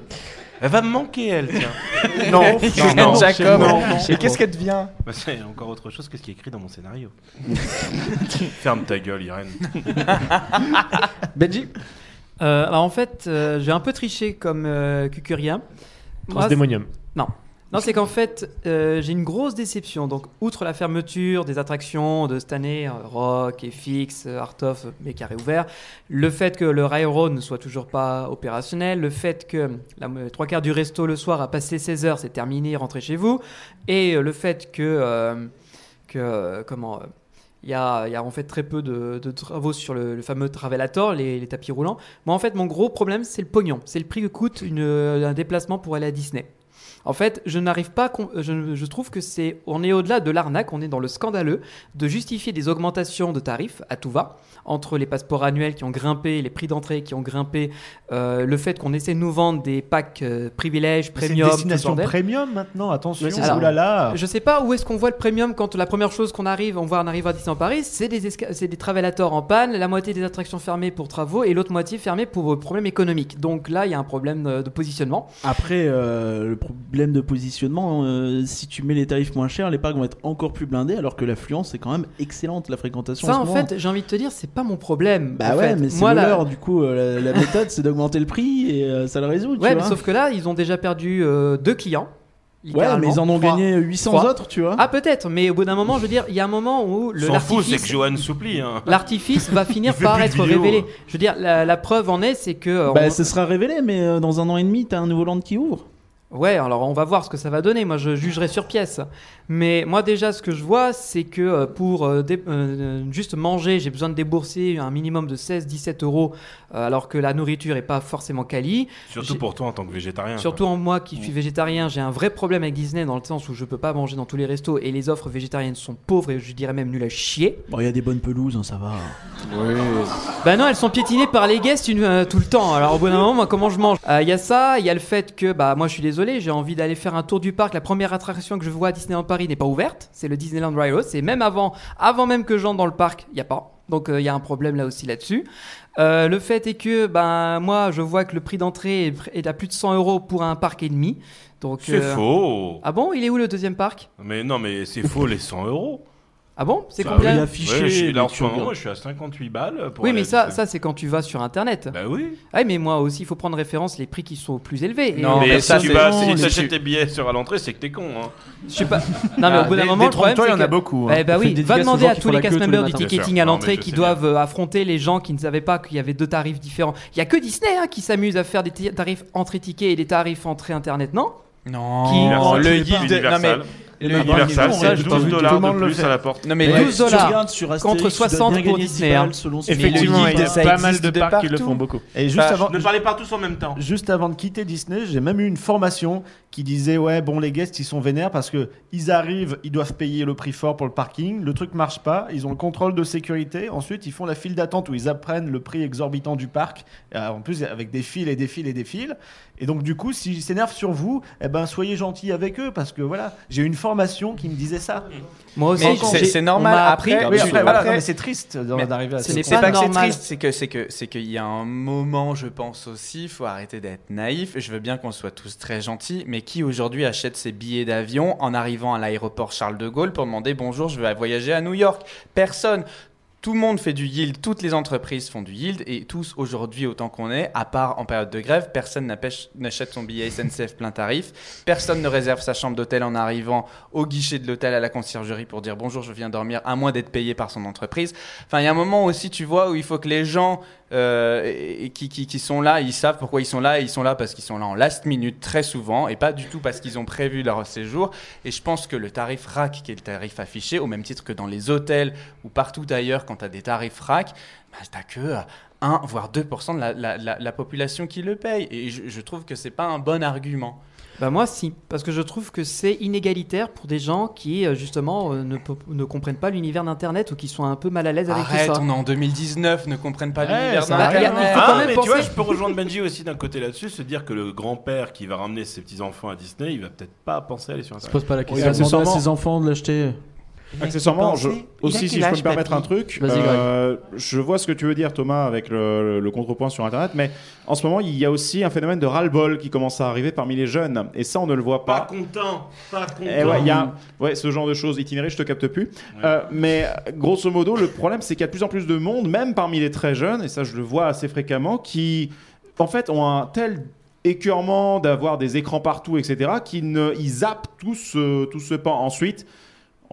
[SPEAKER 8] Elle va me manquer, elle, tiens.
[SPEAKER 5] Non,
[SPEAKER 8] Non, non,
[SPEAKER 9] Jacob.
[SPEAKER 8] non,
[SPEAKER 9] Et qu'est-ce qu'elle devient
[SPEAKER 8] Bah, c'est encore autre chose que ce qui est écrit dans mon scénario. Ferme ta gueule, Irène.
[SPEAKER 2] Benji,
[SPEAKER 7] Euh, alors en fait, euh, j'ai un peu triché comme euh, cucurien. Moi, c'est-
[SPEAKER 4] Transdémonium.
[SPEAKER 7] Non, c'est qu'en fait, euh, j'ai une grosse déception. Donc, outre la fermeture des attractions de cette année, euh, Rock, FX, euh, Art of, euh, mais carré ouvert, le fait que le Railroad ne soit toujours pas opérationnel, le fait que la, euh, trois quarts du resto le soir a passé 16 heures, c'est terminé, rentrez chez vous, et euh, le fait que. euh, que euh, comment. euh, il y, a, il y a en fait très peu de, de travaux sur le, le fameux Travelator, les, les tapis roulants. Moi, en fait, mon gros problème, c'est le pognon. C'est le prix que coûte une- euh, un déplacement pour aller à Disney. En fait, je n'arrive pas. à com- Je, je trouve que c'est. On est au-delà de l'arnaque, on est dans le scandaleux de justifier des augmentations de tarifs à tout va, entre les passeports annuels qui ont grimpé, les prix d'entrée qui ont grimpé, euh, le fait qu'on essaie de nous vendre des packs euh, privilèges,
[SPEAKER 5] C'est une
[SPEAKER 7] premium, tout le
[SPEAKER 5] destination
[SPEAKER 7] bordel.
[SPEAKER 5] premium maintenant, attention.
[SPEAKER 2] Oui, c'est
[SPEAKER 7] ça.
[SPEAKER 5] Oh là
[SPEAKER 1] Ah.
[SPEAKER 5] là.
[SPEAKER 7] Je sais pas où est-ce qu'on voit le premium quand la première chose qu'on arrive, on voit on arrive à Disneyland Paris, c'est des esca- c'est des travelators en panne, la moitié des attractions fermées pour travaux et l'autre moitié fermée pour euh, problème économique. Donc là, il y a un problème euh, de positionnement.
[SPEAKER 1] Après, euh, le pro- problème de positionnement. euh, si tu mets les tarifs moins chers, les parcs vont être encore plus blindés, alors que l'affluence est quand même excellente, la fréquentation.
[SPEAKER 7] Ça,
[SPEAKER 1] en,
[SPEAKER 7] en
[SPEAKER 1] ce moment.
[SPEAKER 7] fait, j'ai envie de te dire, c'est pas mon problème.
[SPEAKER 1] Bah
[SPEAKER 7] en
[SPEAKER 1] ouais,
[SPEAKER 7] fait.
[SPEAKER 1] mais c'est
[SPEAKER 7] Moi, la-
[SPEAKER 1] l'heure, du coup, euh, la, la méthode, c'est d'augmenter le prix et euh, ça le résout, tu
[SPEAKER 7] Ouais, mais
[SPEAKER 1] vois.
[SPEAKER 7] sauf que là, ils ont déjà perdu euh, deux clients.
[SPEAKER 1] ouais, mais
[SPEAKER 7] littéralement.
[SPEAKER 1] ils en ont
[SPEAKER 7] Trois.
[SPEAKER 1] gagné 800
[SPEAKER 7] Trois.
[SPEAKER 1] autres, tu vois.
[SPEAKER 7] Ah, peut-être, mais au bout d'un moment, je veux dire, il y a un moment où le
[SPEAKER 8] S'en fout, c'est
[SPEAKER 7] l'artifice-
[SPEAKER 8] que Johan souplie. hein.
[SPEAKER 7] L'artifice va finir
[SPEAKER 8] Il fait
[SPEAKER 7] par
[SPEAKER 8] plus de
[SPEAKER 7] être
[SPEAKER 8] vidéos.
[SPEAKER 7] révélé. Je veux dire, la, la preuve en est, c'est que. euh,
[SPEAKER 1] bah,
[SPEAKER 7] on-
[SPEAKER 1] ce sera révélé, mais euh, dans un an et demi, t'as un nouveau land qui ouvre.
[SPEAKER 7] Ouais, alors on va voir ce que ça va donner. Moi, je jugerai sur pièce. Mais moi, déjà, ce que je vois, c'est que euh, pour euh, dé- euh, juste manger, j'ai besoin de débourser un minimum de 16-17 euros, euh, alors que la nourriture n'est pas forcément quali.
[SPEAKER 8] Surtout
[SPEAKER 7] J'ai-
[SPEAKER 8] pour toi en tant que végétarien. Mm.
[SPEAKER 7] Surtout en moi qui suis végétarien, j'ai un vrai problème avec Disney dans le sens où je peux pas manger dans tous les restos et les offres végétariennes sont pauvres et je dirais même nulles à chier.
[SPEAKER 1] Bon, il y a des bonnes pelouses, hein, ça va.
[SPEAKER 7] Bah non, elles sont piétinées par les guests une- euh, tout le temps. Alors au bout d'un moment, moi, comment je mange Il y a ça, il y a le fait que, bah moi je suis désolé, j'ai envie d'aller faire un tour du parc. La première attraction que je vois à Disneyland Paris n'est pas ouverte, c'est le Disneyland Railroad. C'est même avant, avant même que j'entre dans le parc, il n'y a pas. Donc euh, il y a un problème là aussi là-dessus. Euh, le fait est que, bah moi je vois que le prix d'entrée est, est à plus de 100 euros pour un parc et demi. Donc
[SPEAKER 8] C'est
[SPEAKER 7] euh,
[SPEAKER 8] faux.
[SPEAKER 7] Ah bon, il est où le deuxième parc
[SPEAKER 8] Mais non, mais c'est faux les 100 euros.
[SPEAKER 7] Ah bon C'est
[SPEAKER 8] Bah
[SPEAKER 7] combien
[SPEAKER 1] oui,
[SPEAKER 8] Ouais, je suis là en
[SPEAKER 1] mais
[SPEAKER 8] ce
[SPEAKER 1] tu
[SPEAKER 8] moment,
[SPEAKER 1] regardes.
[SPEAKER 8] je suis à 58 balles. Pour
[SPEAKER 7] Oui,
[SPEAKER 8] aller
[SPEAKER 7] mais
[SPEAKER 8] à
[SPEAKER 7] ça,
[SPEAKER 8] Disney.
[SPEAKER 7] ça c'est quand tu vas sur internet.
[SPEAKER 8] Bah oui.
[SPEAKER 7] Ah, mais moi aussi, il faut prendre référence les prix qui sont au plus élevés. Et-
[SPEAKER 9] Non,
[SPEAKER 8] mais
[SPEAKER 9] mais
[SPEAKER 8] si
[SPEAKER 9] ça,
[SPEAKER 8] tu
[SPEAKER 9] c'est-
[SPEAKER 8] vas,
[SPEAKER 9] non,
[SPEAKER 8] si
[SPEAKER 9] mais
[SPEAKER 8] t'achètes
[SPEAKER 9] tu-
[SPEAKER 8] tes billets sur à l'entrée, c'est que t'es con. Hein.
[SPEAKER 7] Je sais pas. Non,
[SPEAKER 5] Ah,
[SPEAKER 7] mais au bout d'un moment, le problème,
[SPEAKER 5] Détrompe-toi, il y en
[SPEAKER 7] c'est
[SPEAKER 5] a
[SPEAKER 7] que-
[SPEAKER 5] beaucoup. hein.
[SPEAKER 7] Eh bah
[SPEAKER 5] Fais
[SPEAKER 7] oui,
[SPEAKER 5] des
[SPEAKER 7] va
[SPEAKER 5] dédicaces aux
[SPEAKER 7] demander
[SPEAKER 5] gens
[SPEAKER 7] à
[SPEAKER 5] qui
[SPEAKER 7] tous
[SPEAKER 5] font
[SPEAKER 7] les
[SPEAKER 5] la
[SPEAKER 7] cast
[SPEAKER 5] queue
[SPEAKER 7] members du
[SPEAKER 5] matin.
[SPEAKER 8] matins.
[SPEAKER 7] ticketing
[SPEAKER 8] Bien sûr.
[SPEAKER 7] à
[SPEAKER 8] Non,
[SPEAKER 7] l'entrée
[SPEAKER 8] mais je
[SPEAKER 7] qui
[SPEAKER 8] sais
[SPEAKER 7] doivent euh, affronter les gens qui ne savaient pas qu'il y avait deux tarifs différents. Il y a que Disney hein, qui s'amuse à faire des ti- tarifs entrée ticket et des tarifs entrée internet, non
[SPEAKER 9] Non,
[SPEAKER 7] Qui-
[SPEAKER 8] Universal,
[SPEAKER 9] le
[SPEAKER 8] tu les
[SPEAKER 9] guide.
[SPEAKER 8] pars.
[SPEAKER 9] Non, mais,
[SPEAKER 8] Universal.
[SPEAKER 9] le guide-
[SPEAKER 8] Universal,
[SPEAKER 5] non,
[SPEAKER 8] c'est
[SPEAKER 5] j'ai pas vu
[SPEAKER 8] 12
[SPEAKER 5] tout
[SPEAKER 8] dollars
[SPEAKER 5] le monde
[SPEAKER 8] de
[SPEAKER 5] le
[SPEAKER 8] plus
[SPEAKER 5] fait.
[SPEAKER 8] à la porte.
[SPEAKER 9] non, mais
[SPEAKER 7] Ouais.
[SPEAKER 9] le-
[SPEAKER 7] 12 dollars
[SPEAKER 1] sur
[SPEAKER 7] contre
[SPEAKER 1] Astérix, tu dois
[SPEAKER 7] 60
[SPEAKER 1] bien
[SPEAKER 7] pour
[SPEAKER 1] gagner 10
[SPEAKER 7] Disney, hein.
[SPEAKER 1] balles selon ce qu'on
[SPEAKER 4] Effectivement,
[SPEAKER 1] dit.
[SPEAKER 4] il y a
[SPEAKER 5] ça
[SPEAKER 4] pas
[SPEAKER 5] existe
[SPEAKER 4] mal de
[SPEAKER 5] de
[SPEAKER 4] parcs qui le
[SPEAKER 5] partout.
[SPEAKER 4] font beaucoup.
[SPEAKER 5] Et juste
[SPEAKER 9] Bah,
[SPEAKER 5] avant,
[SPEAKER 8] Ne parlez pas tous en même temps.
[SPEAKER 5] Juste avant de quitter Disney, j'ai même eu une formation qui disait ouais bon les guests ils sont vénères parce que ils arrivent, ils doivent payer le prix fort pour le parking, le truc marche pas, ils ont le contrôle de sécurité, ensuite ils font la file d'attente où ils apprennent le prix exorbitant du parc, Euh, en plus avec des files et des files et des files, et donc du coup s'ils s'énervent sur vous, eh ben soyez gentils avec eux parce que voilà j'ai eu une formation qui me disait ça.
[SPEAKER 7] Moi aussi,
[SPEAKER 9] mais
[SPEAKER 7] j'ai-
[SPEAKER 9] c'est- c'est normal.
[SPEAKER 7] on m'a
[SPEAKER 9] Après,
[SPEAKER 7] appris-
[SPEAKER 5] Oui,
[SPEAKER 9] tu-
[SPEAKER 5] après, voilà,
[SPEAKER 9] après-
[SPEAKER 5] non, mais c'est triste d'en-
[SPEAKER 9] Mais
[SPEAKER 5] d'arriver à
[SPEAKER 7] ce
[SPEAKER 5] ce
[SPEAKER 7] n'est
[SPEAKER 9] C'est
[SPEAKER 7] pas
[SPEAKER 9] pas que c'est
[SPEAKER 7] normal.
[SPEAKER 9] triste, c'est que c'est que c'est qu'il y a un moment, je pense aussi, faut arrêter d'être naïf. Je veux bien qu'on soit tous très gentils, mais qui aujourd'hui achète ses billets d'avion en arrivant à l'aéroport Charles de Gaulle pour demander bonjour, je vais voyager à New York Personne. Tout le monde fait du yield, toutes les entreprises font du yield et tous aujourd'hui, autant qu'on est, à part en période de grève, personne n'apêche- n'achète son billet SNCF plein tarif, personne ne réserve sa chambre d'hôtel en arrivant au guichet de l'hôtel à la conciergerie pour dire bonjour, je viens dormir, à moins d'être payé par son entreprise. Enfin, il y a un moment aussi, tu vois, où il faut que les gens euh, et- et qui, qui- qui sont là, ils savent pourquoi ils sont là. et Ils sont là parce qu'ils sont là en last minute très souvent et pas du tout parce qu'ils ont prévu leur séjour. Et je pense que le tarif RAC, qui est le tarif affiché, au même titre que dans les hôtels ou partout ailleurs, quand tu as des tarifs RAC, bah, t'as que. euh, 1 voire 2% de la, la- la- la population qui le paye. Et je, je trouve que c'est pas un bon argument.
[SPEAKER 7] Bah moi si, parce que je trouve que c'est inégalitaire pour des gens qui euh, justement euh, ne, po- ne comprennent pas l'univers d'Internet ou qui sont un peu mal à l'aise avec
[SPEAKER 9] Arrête,
[SPEAKER 7] tout ça.
[SPEAKER 9] on est en 2019, ne comprennent pas
[SPEAKER 5] Ouais,
[SPEAKER 9] l'univers
[SPEAKER 5] ça
[SPEAKER 7] Bah,
[SPEAKER 9] d'Internet.
[SPEAKER 7] il y
[SPEAKER 5] Internet.
[SPEAKER 7] a- il faut quand
[SPEAKER 8] Ah,
[SPEAKER 7] même
[SPEAKER 8] mais tu
[SPEAKER 7] penser-
[SPEAKER 8] vois, je peux rejoindre Benji aussi d'un côté là-dessus, se dire que le grand-père qui va ramener ses petits-enfants à Disney, il va peut-être pas penser à aller sur
[SPEAKER 10] se
[SPEAKER 8] Internet.
[SPEAKER 10] pose pas la
[SPEAKER 1] Il
[SPEAKER 10] question.
[SPEAKER 1] va demander à
[SPEAKER 6] Accessoirement-
[SPEAKER 1] ses enfants de l'acheter.
[SPEAKER 6] Accessoirement, je- aussi, si je peux me permettre un truc,
[SPEAKER 10] Vas-y, Greg.
[SPEAKER 6] euh, je vois ce que tu veux dire, Thomas, avec le, le- le contrepoint sur Internet, mais en ce moment, il y a aussi un phénomène de ras-le-bol qui commence à arriver parmi les jeunes, et ça, on ne le voit
[SPEAKER 8] Pas
[SPEAKER 6] pas.
[SPEAKER 8] content, pas content.
[SPEAKER 6] Eh ouais, il y a un- ouais, ce genre de choses itinérées, je te capte plus. Euh, mais euh, grosso modo, le problème, c'est qu'il y a de plus en plus de monde, même parmi les très jeunes, et ça, je le vois assez fréquemment, qui, en fait, ont un tel écœurement d'avoir des écrans partout, etc., qu'ils ne, ils zappent tout ce, tout ce pan. Ensuite,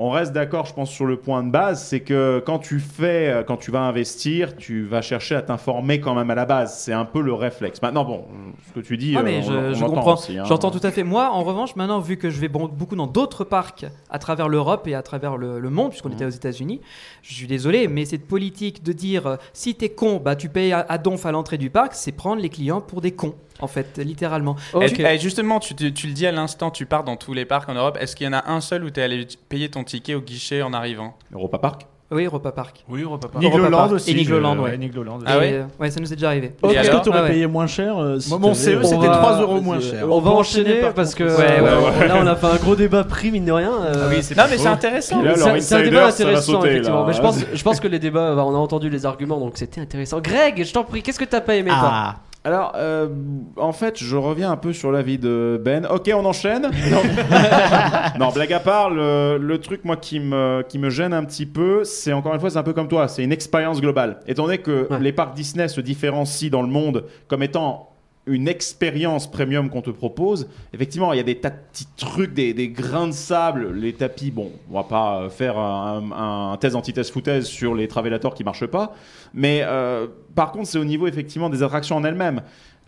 [SPEAKER 6] on reste d'accord, je pense, sur le point de base, c'est que quand tu fais, euh, quand tu vas investir, tu vas chercher à t'informer quand même à la base. C'est un peu le réflexe. Maintenant, bon, ce que tu dis,
[SPEAKER 7] Ah,
[SPEAKER 6] euh,
[SPEAKER 7] mais
[SPEAKER 6] on-
[SPEAKER 7] je,
[SPEAKER 6] on
[SPEAKER 7] je
[SPEAKER 6] l'entend
[SPEAKER 7] comprends,
[SPEAKER 6] aussi, hein.
[SPEAKER 7] j'entends tout à fait. Moi, en revanche, maintenant, vu que je vais bon- beaucoup dans d'autres parcs à travers l'Europe et à travers le, le monde, puisqu'on était aux États-Unis, je suis désolé, mais cette politique de dire euh, si t'es con, bah tu payes à, à donf à l'entrée du parc, c'est prendre les clients pour des cons, en fait, littéralement.
[SPEAKER 9] Est-ce-
[SPEAKER 7] Tu-
[SPEAKER 9] eh, justement, tu, tu- tu le dis à l'instant, tu pars dans tous les parcs en Europe. Est-ce qu'il y en a un seul où tu es allé payer ton ticket au guichet en arrivant
[SPEAKER 6] Europa Park.
[SPEAKER 7] Oui, Europa Park.
[SPEAKER 8] Oui, repapa.
[SPEAKER 7] Nick Europa Park.
[SPEAKER 5] Nigloland aussi.
[SPEAKER 7] Et Nigloland,
[SPEAKER 5] je-
[SPEAKER 7] ouais.
[SPEAKER 5] Nigloland aussi.
[SPEAKER 9] Ah
[SPEAKER 7] Et,
[SPEAKER 9] ouais
[SPEAKER 7] euh, Ouais, ça nous est déjà arrivé.
[SPEAKER 1] Ok,
[SPEAKER 9] alors
[SPEAKER 1] que t'aurais
[SPEAKER 7] Ah ouais.
[SPEAKER 1] payé moins cher euh, si
[SPEAKER 5] Moi, mon
[SPEAKER 7] E,
[SPEAKER 1] t'avais-
[SPEAKER 5] CE,
[SPEAKER 1] On
[SPEAKER 5] c'était
[SPEAKER 1] va-
[SPEAKER 5] 3 euros moins
[SPEAKER 1] vas-y,
[SPEAKER 5] cher.
[SPEAKER 1] euh,
[SPEAKER 10] On va enchaîner
[SPEAKER 1] par
[SPEAKER 10] parce que euh,
[SPEAKER 1] contre.
[SPEAKER 7] Ouais, ouais.
[SPEAKER 10] là on a fait un gros débat prix mine de rien.
[SPEAKER 6] Ah
[SPEAKER 10] euh,
[SPEAKER 9] Non, mais c'est intéressant.
[SPEAKER 6] Puis là,
[SPEAKER 10] c'est-
[SPEAKER 6] leur
[SPEAKER 10] c'est un
[SPEAKER 6] insider,
[SPEAKER 10] débat
[SPEAKER 6] ça va
[SPEAKER 10] intéressant
[SPEAKER 6] sauter, là.
[SPEAKER 10] effectivement. Mais je pense, je pense que les débats, bah, on a entendu les arguments donc c'était intéressant. Greg, je t'en prie, qu'est-ce que t'as pas aimé toi
[SPEAKER 5] Ah,
[SPEAKER 6] Alors, euh, en fait, je reviens un peu sur l'avis de Ben. Ok, on enchaîne. Non, Non, blague à part, le, le truc moi qui me, qui me gêne un petit peu, c'est encore une fois, c'est un peu comme toi, c'est une expérience globale. Étant donné que les parcs Disney se différencient dans le monde comme étant une expérience premium qu'on te propose, effectivement, il y a des tas de petits trucs, des, des grains de sable, les tapis, bon, on va pas euh, faire un, un thèse, antithèse, foutaise sur les travelators qui marchent pas, mais euh, par contre, c'est au niveau effectivement des attractions en elles-mêmes.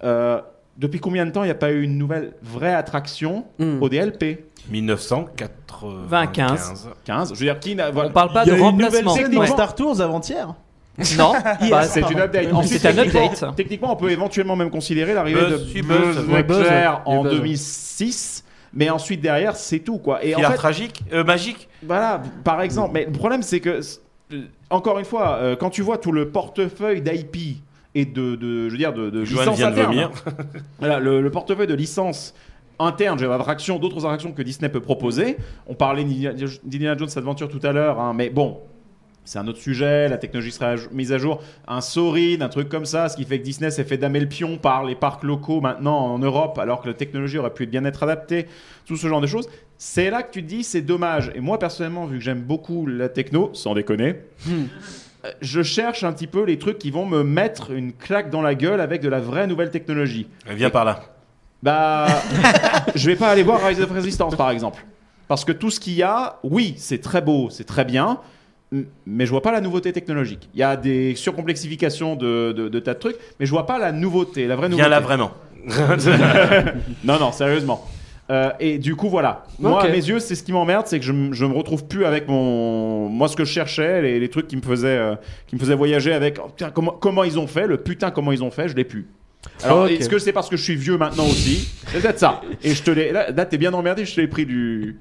[SPEAKER 6] Euh, depuis combien de temps il n'y a pas eu une nouvelle vraie attraction
[SPEAKER 2] Hmm.
[SPEAKER 6] au DLP
[SPEAKER 8] 1995.
[SPEAKER 6] 15 Je veux dire, qui n'a.
[SPEAKER 7] On
[SPEAKER 6] voilà.
[SPEAKER 7] parle pas
[SPEAKER 1] Il y
[SPEAKER 7] de
[SPEAKER 1] a eu une nouvelle
[SPEAKER 7] remplacement.
[SPEAKER 1] série dans
[SPEAKER 7] Ouais.
[SPEAKER 1] Star Tours avant-hier.
[SPEAKER 7] Non, bah,
[SPEAKER 6] C'est une update.
[SPEAKER 7] c'est un
[SPEAKER 6] techniquement-
[SPEAKER 7] update.
[SPEAKER 6] Techniquement, on peut éventuellement même considérer l'arrivée
[SPEAKER 8] Buzz,
[SPEAKER 6] de
[SPEAKER 8] si,
[SPEAKER 6] Buzz
[SPEAKER 8] Buzz,
[SPEAKER 1] ouais, Buzz,
[SPEAKER 6] Lightyear
[SPEAKER 1] ouais.
[SPEAKER 6] en
[SPEAKER 1] Et Buzz, ouais.
[SPEAKER 6] 2006. Mais ensuite, derrière, c'est tout, quoi. Et en
[SPEAKER 8] Qui a
[SPEAKER 6] fait,
[SPEAKER 8] tragique, euh, magique.
[SPEAKER 6] voilà, par exemple. Mais le problème, c'est que, c- euh, encore une fois, euh, quand tu vois tout le portefeuille d'IP et de, de- je veux dire, de, de
[SPEAKER 8] Joanne
[SPEAKER 6] licences
[SPEAKER 8] vient de
[SPEAKER 6] internes,
[SPEAKER 8] vomir.
[SPEAKER 6] voilà, le, le portefeuille de licences internes, j'ai attraction, d'autres attractions que Disney peut proposer. On parlait d'Indiana d'Indiana Jones Adventure tout à l'heure, hein, mais bon, c'est un autre sujet. La technologie sera à jour- mise à jour. Un Sorin, un truc comme ça, ce qui fait que Disney s'est fait damer le pion par les parcs locaux maintenant en Europe, alors que la technologie aurait pu bien être adaptée. Tout ce genre de choses. C'est là que tu te dis, c'est dommage. Et moi, personnellement, vu que j'aime beaucoup la techno, sans déconner. euh, Je cherche un petit peu les trucs qui vont me mettre une claque dans la gueule avec de la vraie nouvelle technologie.
[SPEAKER 8] Elle vient Euh, par là.
[SPEAKER 6] Bah, je vais pas aller voir Rise of Resistance par exemple. Parce que tout ce qu'il y a, oui, c'est très beau, c'est très bien, m- mais je vois pas la nouveauté technologique. Il y a des surcomplexifications de, de, de tas de trucs, mais je vois pas la nouveauté, la vraie nouveauté.
[SPEAKER 8] Viens là vraiment.
[SPEAKER 6] Non, non, sérieusement. Euh, et du coup, voilà. Moi,
[SPEAKER 2] Ok.
[SPEAKER 6] à mes yeux, c'est ce qui m'emmerde, c'est que je, m- je me retrouve plus avec mon. Moi, ce que je cherchais, les, les trucs qui me faisaient, euh, qui me faisaient voyager avec. oh, putain, comment, comment ils ont fait Le putain, comment ils ont fait Je l'ai plus. Alors,
[SPEAKER 2] Ok.
[SPEAKER 6] est-ce que c'est parce que je suis vieux maintenant aussi C'est peut-être ça. Et je te l'ai. Là, là, t'es bien emmerdé, je te l'ai pris du.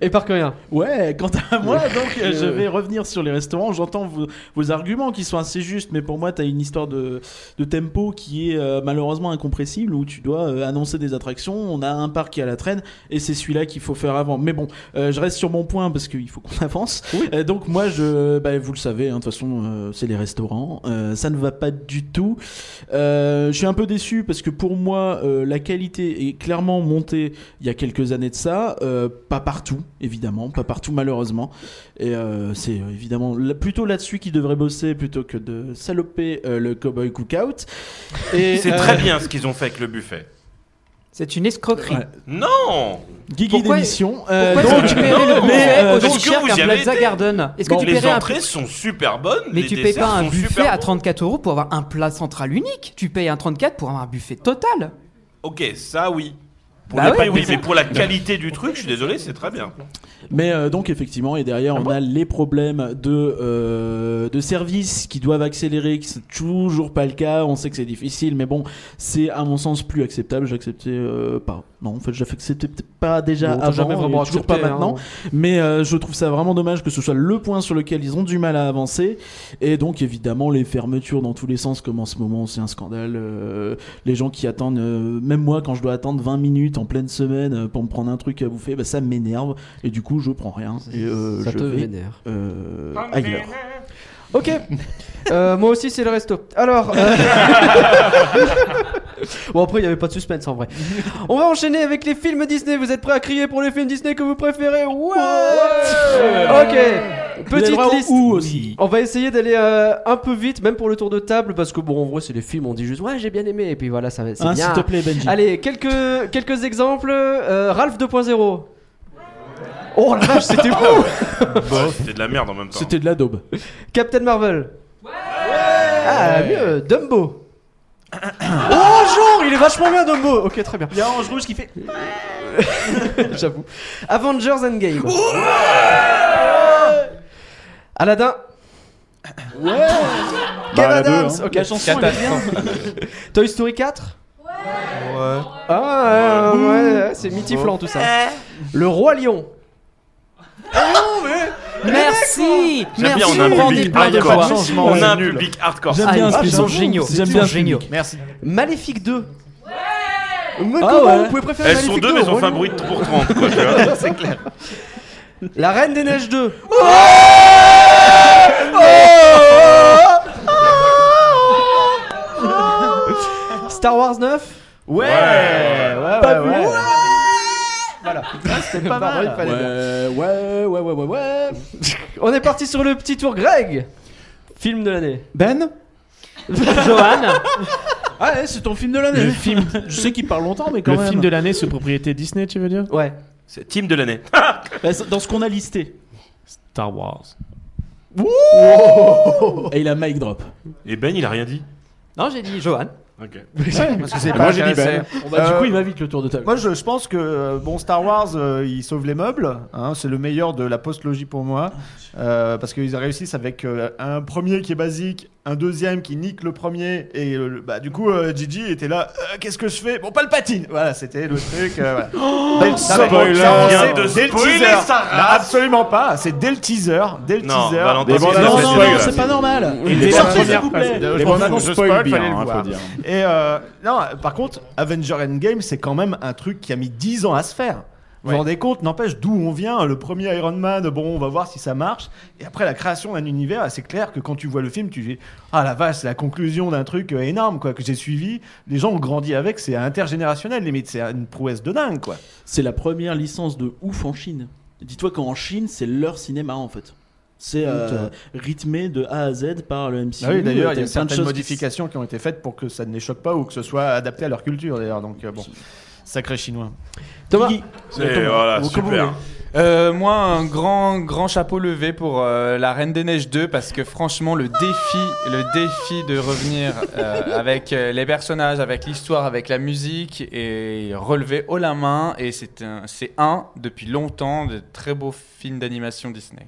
[SPEAKER 2] Et par rien.
[SPEAKER 1] Ouais, quant à moi, donc euh, je vais revenir sur les restaurants. J'entends vos, vos arguments qui sont assez justes, mais pour moi, tu as une histoire de, de tempo qui est euh, malheureusement incompressible où tu dois euh, annoncer des attractions. On a un parc qui est à la traîne et c'est celui-là qu'il faut faire avant. Mais bon, euh, je reste sur mon point parce qu'il faut qu'on avance. Euh, donc, moi, je, bah, vous le savez, hein, de toute façon, euh, c'est les restaurants. Euh, ça ne va pas du tout. Euh, je suis un peu déçu parce que pour moi, euh, la qualité est clairement montée il y a quelques années de ça. Euh, pas partout, évidemment, pas partout, malheureusement. Et euh, c'est euh, évidemment là- plutôt là-dessus qu'ils devraient bosser plutôt que de saloper euh, le Cowboy Cookout. Et,
[SPEAKER 8] C'est
[SPEAKER 1] euh,
[SPEAKER 8] très bien ce qu'ils ont fait avec le buffet.
[SPEAKER 7] C'est une escroquerie.
[SPEAKER 1] Ouais.
[SPEAKER 8] Non
[SPEAKER 1] Guigui
[SPEAKER 7] Pourquoi-
[SPEAKER 1] d'émission. euh,
[SPEAKER 7] Pourquoi
[SPEAKER 1] donc-
[SPEAKER 7] tu paierais le buffet
[SPEAKER 1] euh,
[SPEAKER 8] parce
[SPEAKER 7] aussi
[SPEAKER 8] que
[SPEAKER 7] cher
[SPEAKER 8] vous
[SPEAKER 7] qu'un
[SPEAKER 8] y avez
[SPEAKER 7] Plaza
[SPEAKER 8] été.
[SPEAKER 7] Garden Est-ce que tu
[SPEAKER 8] Les
[SPEAKER 7] paierais un
[SPEAKER 8] entrées sont super bonnes.
[SPEAKER 7] Mais
[SPEAKER 8] les
[SPEAKER 7] tu payes
[SPEAKER 8] desserts
[SPEAKER 7] pas un
[SPEAKER 8] sont super
[SPEAKER 7] buffet à
[SPEAKER 8] bons.
[SPEAKER 7] 34 euros pour avoir un plat central unique. Tu payes un 34 pour avoir un buffet total.
[SPEAKER 8] Ok, ça oui. Pour
[SPEAKER 7] Bah
[SPEAKER 8] les
[SPEAKER 7] ouais,
[SPEAKER 8] prix, oui,
[SPEAKER 7] mais-
[SPEAKER 8] mais pour la qualité du truc, je suis désolé, c'est très bien.
[SPEAKER 1] Mais euh, donc effectivement, et
[SPEAKER 7] Ah,
[SPEAKER 1] derrière, on a les problèmes de, euh, de services qui doivent accélérer, qui c'est toujours pas le cas. On sait que c'est difficile, mais bon, c'est à mon sens plus acceptable. J'acceptais euh, pas. Non, en fait, j'acceptais peut-être pas déjà
[SPEAKER 2] Bon, t'as
[SPEAKER 1] avant,
[SPEAKER 2] jamais
[SPEAKER 1] et
[SPEAKER 2] vraiment
[SPEAKER 1] toujours
[SPEAKER 2] accepté,
[SPEAKER 1] pas
[SPEAKER 2] hein.
[SPEAKER 1] maintenant. Mais euh, je trouve ça vraiment dommage que ce soit le point sur lequel ils ont du mal à avancer. Et donc évidemment, les fermetures dans tous les sens, comme en ce moment, c'est un scandale. euh, les gens qui attendent, euh, même moi, quand je dois attendre 20 minutes en pleine semaine euh, pour me prendre un truc à bouffer, bah, ça m'énerve. Et du coup, je prends rien. Et euh,
[SPEAKER 2] ça
[SPEAKER 1] je
[SPEAKER 2] te
[SPEAKER 1] vais
[SPEAKER 2] vénère.
[SPEAKER 1] euh, ailleurs.
[SPEAKER 2] Ok. Euh, moi aussi, c'est le resto. Alors. euh, bon, après, il n'y avait pas de suspense en vrai. On va enchaîner avec les films Disney. Vous êtes prêts à crier pour les films Disney que vous préférez What Ok.
[SPEAKER 1] Vous avez
[SPEAKER 2] Petite
[SPEAKER 1] droit au
[SPEAKER 2] liste.
[SPEAKER 1] ou aussi.
[SPEAKER 2] On va essayer d'aller euh, un peu vite, même pour le tour de table, parce que bon, en vrai, c'est les films, on dit juste ouais, j'ai bien aimé, et puis voilà, ça va- c'est
[SPEAKER 1] Hein,
[SPEAKER 2] bien.
[SPEAKER 1] S'il te plaît, Benji.
[SPEAKER 2] Allez, quelques, quelques exemples. Euh, Ralph 2.0. Oh la vache, c'était beau
[SPEAKER 8] Bah, C'était de la merde en même temps.
[SPEAKER 1] C'était de la daube.
[SPEAKER 2] Captain Marvel. Ah, mieux, Dumbo. oh, genre, il est vachement bien, Dumbo. Ok, très bien.
[SPEAKER 5] Il y a Ange Rouge qui fait.
[SPEAKER 2] J'avoue. Avengers Endgame. Aladdin. Kev
[SPEAKER 6] Bah, la deux,
[SPEAKER 2] Adams.
[SPEAKER 6] hein.
[SPEAKER 2] Ok, la chanson, elle est bien. Toy Story 4. Ah, ouais, ouais, ouais, ouais, c'est mitiflant tout ça. Le Roi Lion.
[SPEAKER 8] Oh,
[SPEAKER 7] Merci
[SPEAKER 8] J'aime bien,
[SPEAKER 7] Merci
[SPEAKER 8] on a un
[SPEAKER 7] Randy
[SPEAKER 8] public
[SPEAKER 7] plein de fois.
[SPEAKER 8] hardcore.
[SPEAKER 6] Changement,
[SPEAKER 8] On a un
[SPEAKER 6] c'est nul.
[SPEAKER 8] public hardcore.
[SPEAKER 1] J'aime
[SPEAKER 7] Ah,
[SPEAKER 1] bien
[SPEAKER 7] ils
[SPEAKER 1] ce
[SPEAKER 7] sont
[SPEAKER 1] public.
[SPEAKER 7] géniaux,
[SPEAKER 1] J'aime
[SPEAKER 7] ils
[SPEAKER 1] bien
[SPEAKER 7] sont
[SPEAKER 1] ce public.
[SPEAKER 7] géniaux.
[SPEAKER 5] Merci.
[SPEAKER 2] Maléfique 2. Mais
[SPEAKER 1] Ah
[SPEAKER 2] comment
[SPEAKER 1] ouais.
[SPEAKER 2] vous pouvez préférer
[SPEAKER 8] Elles sont
[SPEAKER 2] Maléfique
[SPEAKER 8] deux,
[SPEAKER 2] 2
[SPEAKER 8] mais
[SPEAKER 2] au
[SPEAKER 8] elles ont
[SPEAKER 2] Roi
[SPEAKER 8] fait un
[SPEAKER 2] Lion
[SPEAKER 8] bruit de pour 30, quoi, tu vois.
[SPEAKER 2] C'est clair. La Reine des Neiges 2. Star Ah,
[SPEAKER 5] C'est pas
[SPEAKER 8] Bah,
[SPEAKER 5] mal. il fallait bien.
[SPEAKER 1] Ouais, ouais, ouais, ouais, ouais, ouais.
[SPEAKER 2] On est parti sur le petit tour Greg Film de l'année.
[SPEAKER 6] Ben
[SPEAKER 7] Johan,
[SPEAKER 1] Ah, ouais, c'est ton film de l'année.
[SPEAKER 4] Le film-
[SPEAKER 1] Je sais qu'il parle longtemps, mais quand
[SPEAKER 4] Le
[SPEAKER 1] même.
[SPEAKER 4] film de l'année, ce propriété Disney, tu veux dire
[SPEAKER 2] Ouais.
[SPEAKER 8] C'est team de l'année.
[SPEAKER 1] Bah, c'est- dans ce qu'on a listé.
[SPEAKER 4] Star Wars.
[SPEAKER 1] Et il a mic drop.
[SPEAKER 8] Et Ben, il a rien dit.
[SPEAKER 7] non j'ai dit Johan.
[SPEAKER 8] Ok.
[SPEAKER 5] Parce que c'est
[SPEAKER 6] Et
[SPEAKER 5] pas
[SPEAKER 6] moi, j'ai dit
[SPEAKER 5] intéressé.
[SPEAKER 6] Ben.
[SPEAKER 1] Bon, bah, du
[SPEAKER 5] Euh,
[SPEAKER 1] coup, il va vite le tour de table.
[SPEAKER 5] Moi, je, je pense que euh, bon, Star Wars, euh, ils sauvent les meubles. hein, c'est le meilleur de la post-logie pour moi. euh, parce qu'ils réussissent avec euh, un premier qui est basique, un deuxième qui nique le premier. Et euh, le- bah, du coup, euh, Gigi était là. Euh, Qu'est-ce que je fais Bon, pas le patine Voilà, c'était le truc. euh, voilà.
[SPEAKER 8] Oh,
[SPEAKER 5] Dès le-
[SPEAKER 6] spoiler.
[SPEAKER 5] Non, mais ça, on
[SPEAKER 8] Vient
[SPEAKER 5] sait
[SPEAKER 8] de
[SPEAKER 5] dès le
[SPEAKER 8] spoiler
[SPEAKER 5] teaser.
[SPEAKER 8] sa
[SPEAKER 5] Non, absolument pas. C'est dès le teaser. Dès le
[SPEAKER 8] Non,
[SPEAKER 5] teaser.
[SPEAKER 8] Valentin,
[SPEAKER 5] dès
[SPEAKER 6] c'est-
[SPEAKER 5] le-
[SPEAKER 6] non,
[SPEAKER 1] non,
[SPEAKER 6] c'est
[SPEAKER 1] non,
[SPEAKER 6] spoil,
[SPEAKER 1] non,
[SPEAKER 6] là.
[SPEAKER 1] c'est pas normal.
[SPEAKER 6] Et
[SPEAKER 1] Sortez,
[SPEAKER 6] dès la
[SPEAKER 1] s'il
[SPEAKER 6] première
[SPEAKER 1] vous plaît.
[SPEAKER 6] phrase.
[SPEAKER 5] Je pense
[SPEAKER 6] Les bandes
[SPEAKER 5] qu'on
[SPEAKER 6] annonces
[SPEAKER 5] spoil,
[SPEAKER 6] spoil
[SPEAKER 5] fallait le
[SPEAKER 6] bien, hein,
[SPEAKER 5] voir.
[SPEAKER 6] faut dire.
[SPEAKER 5] Et euh, non, par contre, Avenger Endgame, c'est quand même un truc qui a mis 10 ans à se faire. Vous vous rendez compte, n'empêche d'où on vient, hein, le premier Iron Man, bon, on va voir si ça marche. Et après, la création d'un univers, c'est clair que quand tu vois le film, tu dis Ah la vache, c'est la conclusion d'un truc euh, énorme, quoi, que j'ai suivi. Les gens ont grandi avec, c'est intergénérationnel, limite, c'est une prouesse de dingue, quoi.
[SPEAKER 1] C'est la première licence de ouf en Chine. Dis-toi qu'en Chine, c'est leur cinéma en fait. C'est euh, rythmé de A à Z par le MCU.
[SPEAKER 5] Ah oui, d'ailleurs, il y a
[SPEAKER 1] T'as plein de
[SPEAKER 5] certaines
[SPEAKER 1] choses qui-
[SPEAKER 5] modifications qui ont été faites pour que ça ne les choque pas ou que ce soit adapté à leur culture, d'ailleurs. Donc, euh, bon, sacré chinois.
[SPEAKER 2] Thomas
[SPEAKER 8] C'est voilà,
[SPEAKER 1] Vous- comment
[SPEAKER 8] super.
[SPEAKER 1] vous
[SPEAKER 9] Euh, moi, un grand, grand chapeau levé pour euh, la Reine des Neiges 2 parce que franchement, le défi, le défi de revenir euh, avec euh, les personnages, avec l'histoire, avec la musique et relevé haut la main. Et c'est un, c'est un depuis longtemps de très beaux films d'animation Disney.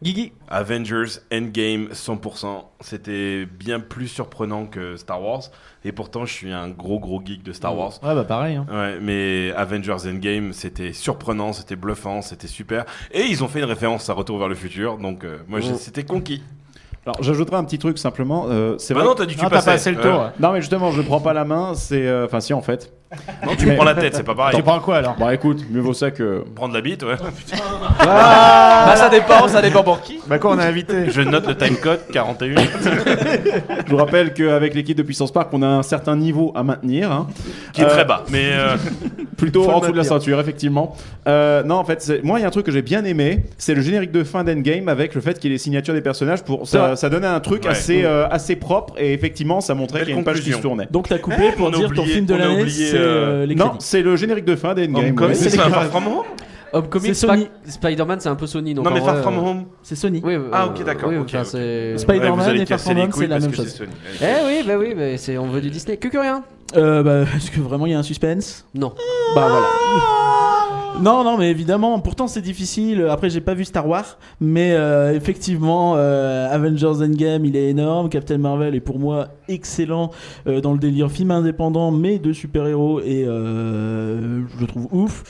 [SPEAKER 2] Guigui
[SPEAKER 8] Avengers Endgame 100%. C'était bien plus surprenant que Star Wars. Et pourtant, je suis un gros, gros geek de Star Wars.
[SPEAKER 5] Ouais, bah pareil. hein.
[SPEAKER 8] Ouais, mais Avengers Endgame, c'était surprenant, c'était bluffant, c'était super. Et ils ont fait une référence à Retour vers le futur, donc euh, moi, j'ai- c'était conquis.
[SPEAKER 6] Alors, j'ajouterai un petit truc simplement. euh, c'est
[SPEAKER 8] Bah
[SPEAKER 6] vrai
[SPEAKER 8] non, t'as dit que tu
[SPEAKER 6] Ah, t'as
[SPEAKER 8] passais.
[SPEAKER 6] passé le tour.
[SPEAKER 8] Ouais.
[SPEAKER 6] Non, mais justement, je prends pas la main. C'est euh, enfin si en fait.
[SPEAKER 8] Non, tu me prends la tête, c'est pas pareil.
[SPEAKER 5] Tu prends quoi alors
[SPEAKER 6] Bah écoute, mieux vaut ça que.
[SPEAKER 8] Prendre la bite, ouais.
[SPEAKER 9] bah, ça dépend, ça dépend pour qui.
[SPEAKER 5] Bah, quoi, on a invité
[SPEAKER 8] Je note le timecode 41.
[SPEAKER 6] Je vous rappelle qu'avec l'équipe de Puissance Park, on a un certain niveau à maintenir. hein.
[SPEAKER 8] qui est
[SPEAKER 6] Euh,
[SPEAKER 8] très bas. Mais euh,
[SPEAKER 6] Plutôt
[SPEAKER 5] Faut
[SPEAKER 6] en
[SPEAKER 5] le
[SPEAKER 6] dessous de la
[SPEAKER 5] maintenir.
[SPEAKER 6] ceinture, effectivement. Euh, non, en fait, c'est- moi, il y a un truc que j'ai bien aimé, c'est le générique de fin d'Endgame avec le fait qu'il y ait les signatures des personnages. Pour... Ça, ça donnait un truc
[SPEAKER 8] Ouais.
[SPEAKER 1] Mm.
[SPEAKER 6] assez, euh, assez propre et effectivement, ça montrait
[SPEAKER 8] Belle
[SPEAKER 6] qu'il y a une page qui se
[SPEAKER 8] conclusion.
[SPEAKER 6] tournait.
[SPEAKER 1] Donc t'as coupé pour
[SPEAKER 8] Eh, on a
[SPEAKER 1] dire ton
[SPEAKER 8] oublié-
[SPEAKER 1] film de
[SPEAKER 8] on a
[SPEAKER 1] l'année,
[SPEAKER 8] oublié,
[SPEAKER 1] c'est euh,
[SPEAKER 8] euh,
[SPEAKER 1] les
[SPEAKER 6] Non,
[SPEAKER 1] crédits.
[SPEAKER 6] c'est le générique de fin d'Endgame.
[SPEAKER 8] Homecoming,
[SPEAKER 6] ouais.
[SPEAKER 8] c'est pas Far From Home
[SPEAKER 2] Homecoming,
[SPEAKER 1] C'est
[SPEAKER 2] Spa-
[SPEAKER 1] Sony.
[SPEAKER 2] Spider-Man, c'est un peu Sony. Donc
[SPEAKER 8] Non, mais
[SPEAKER 2] en
[SPEAKER 8] Far
[SPEAKER 2] vrai, euh,
[SPEAKER 8] From Home.
[SPEAKER 1] C'est Sony.
[SPEAKER 2] Oui, euh,
[SPEAKER 8] Ah, ok, d'accord,
[SPEAKER 2] oui,
[SPEAKER 8] ok,
[SPEAKER 2] enfin,
[SPEAKER 8] ok.
[SPEAKER 2] c'est-
[SPEAKER 1] Spider-Man
[SPEAKER 8] Ouais, vous allez
[SPEAKER 1] et Far
[SPEAKER 8] casser
[SPEAKER 1] From
[SPEAKER 8] les
[SPEAKER 1] Home,
[SPEAKER 8] couilles
[SPEAKER 1] c'est la
[SPEAKER 8] parce
[SPEAKER 1] même
[SPEAKER 8] que
[SPEAKER 1] chose.
[SPEAKER 8] c'est Sony. Allez.
[SPEAKER 2] Eh oui, bah oui, mais c'est- on veut du Disney. Que que rien
[SPEAKER 1] Euh, bah, Est-ce que vraiment il y a un suspense
[SPEAKER 2] Non.
[SPEAKER 1] Bah voilà. Non, non, mais évidemment, pourtant c'est difficile. Après, j'ai pas vu Star Wars, mais euh, effectivement, euh, Avengers Endgame, il est énorme. Captain Marvel est pour moi excellent euh, dans le délire film indépendant, mais de super-héros, et euh, je le trouve ouf.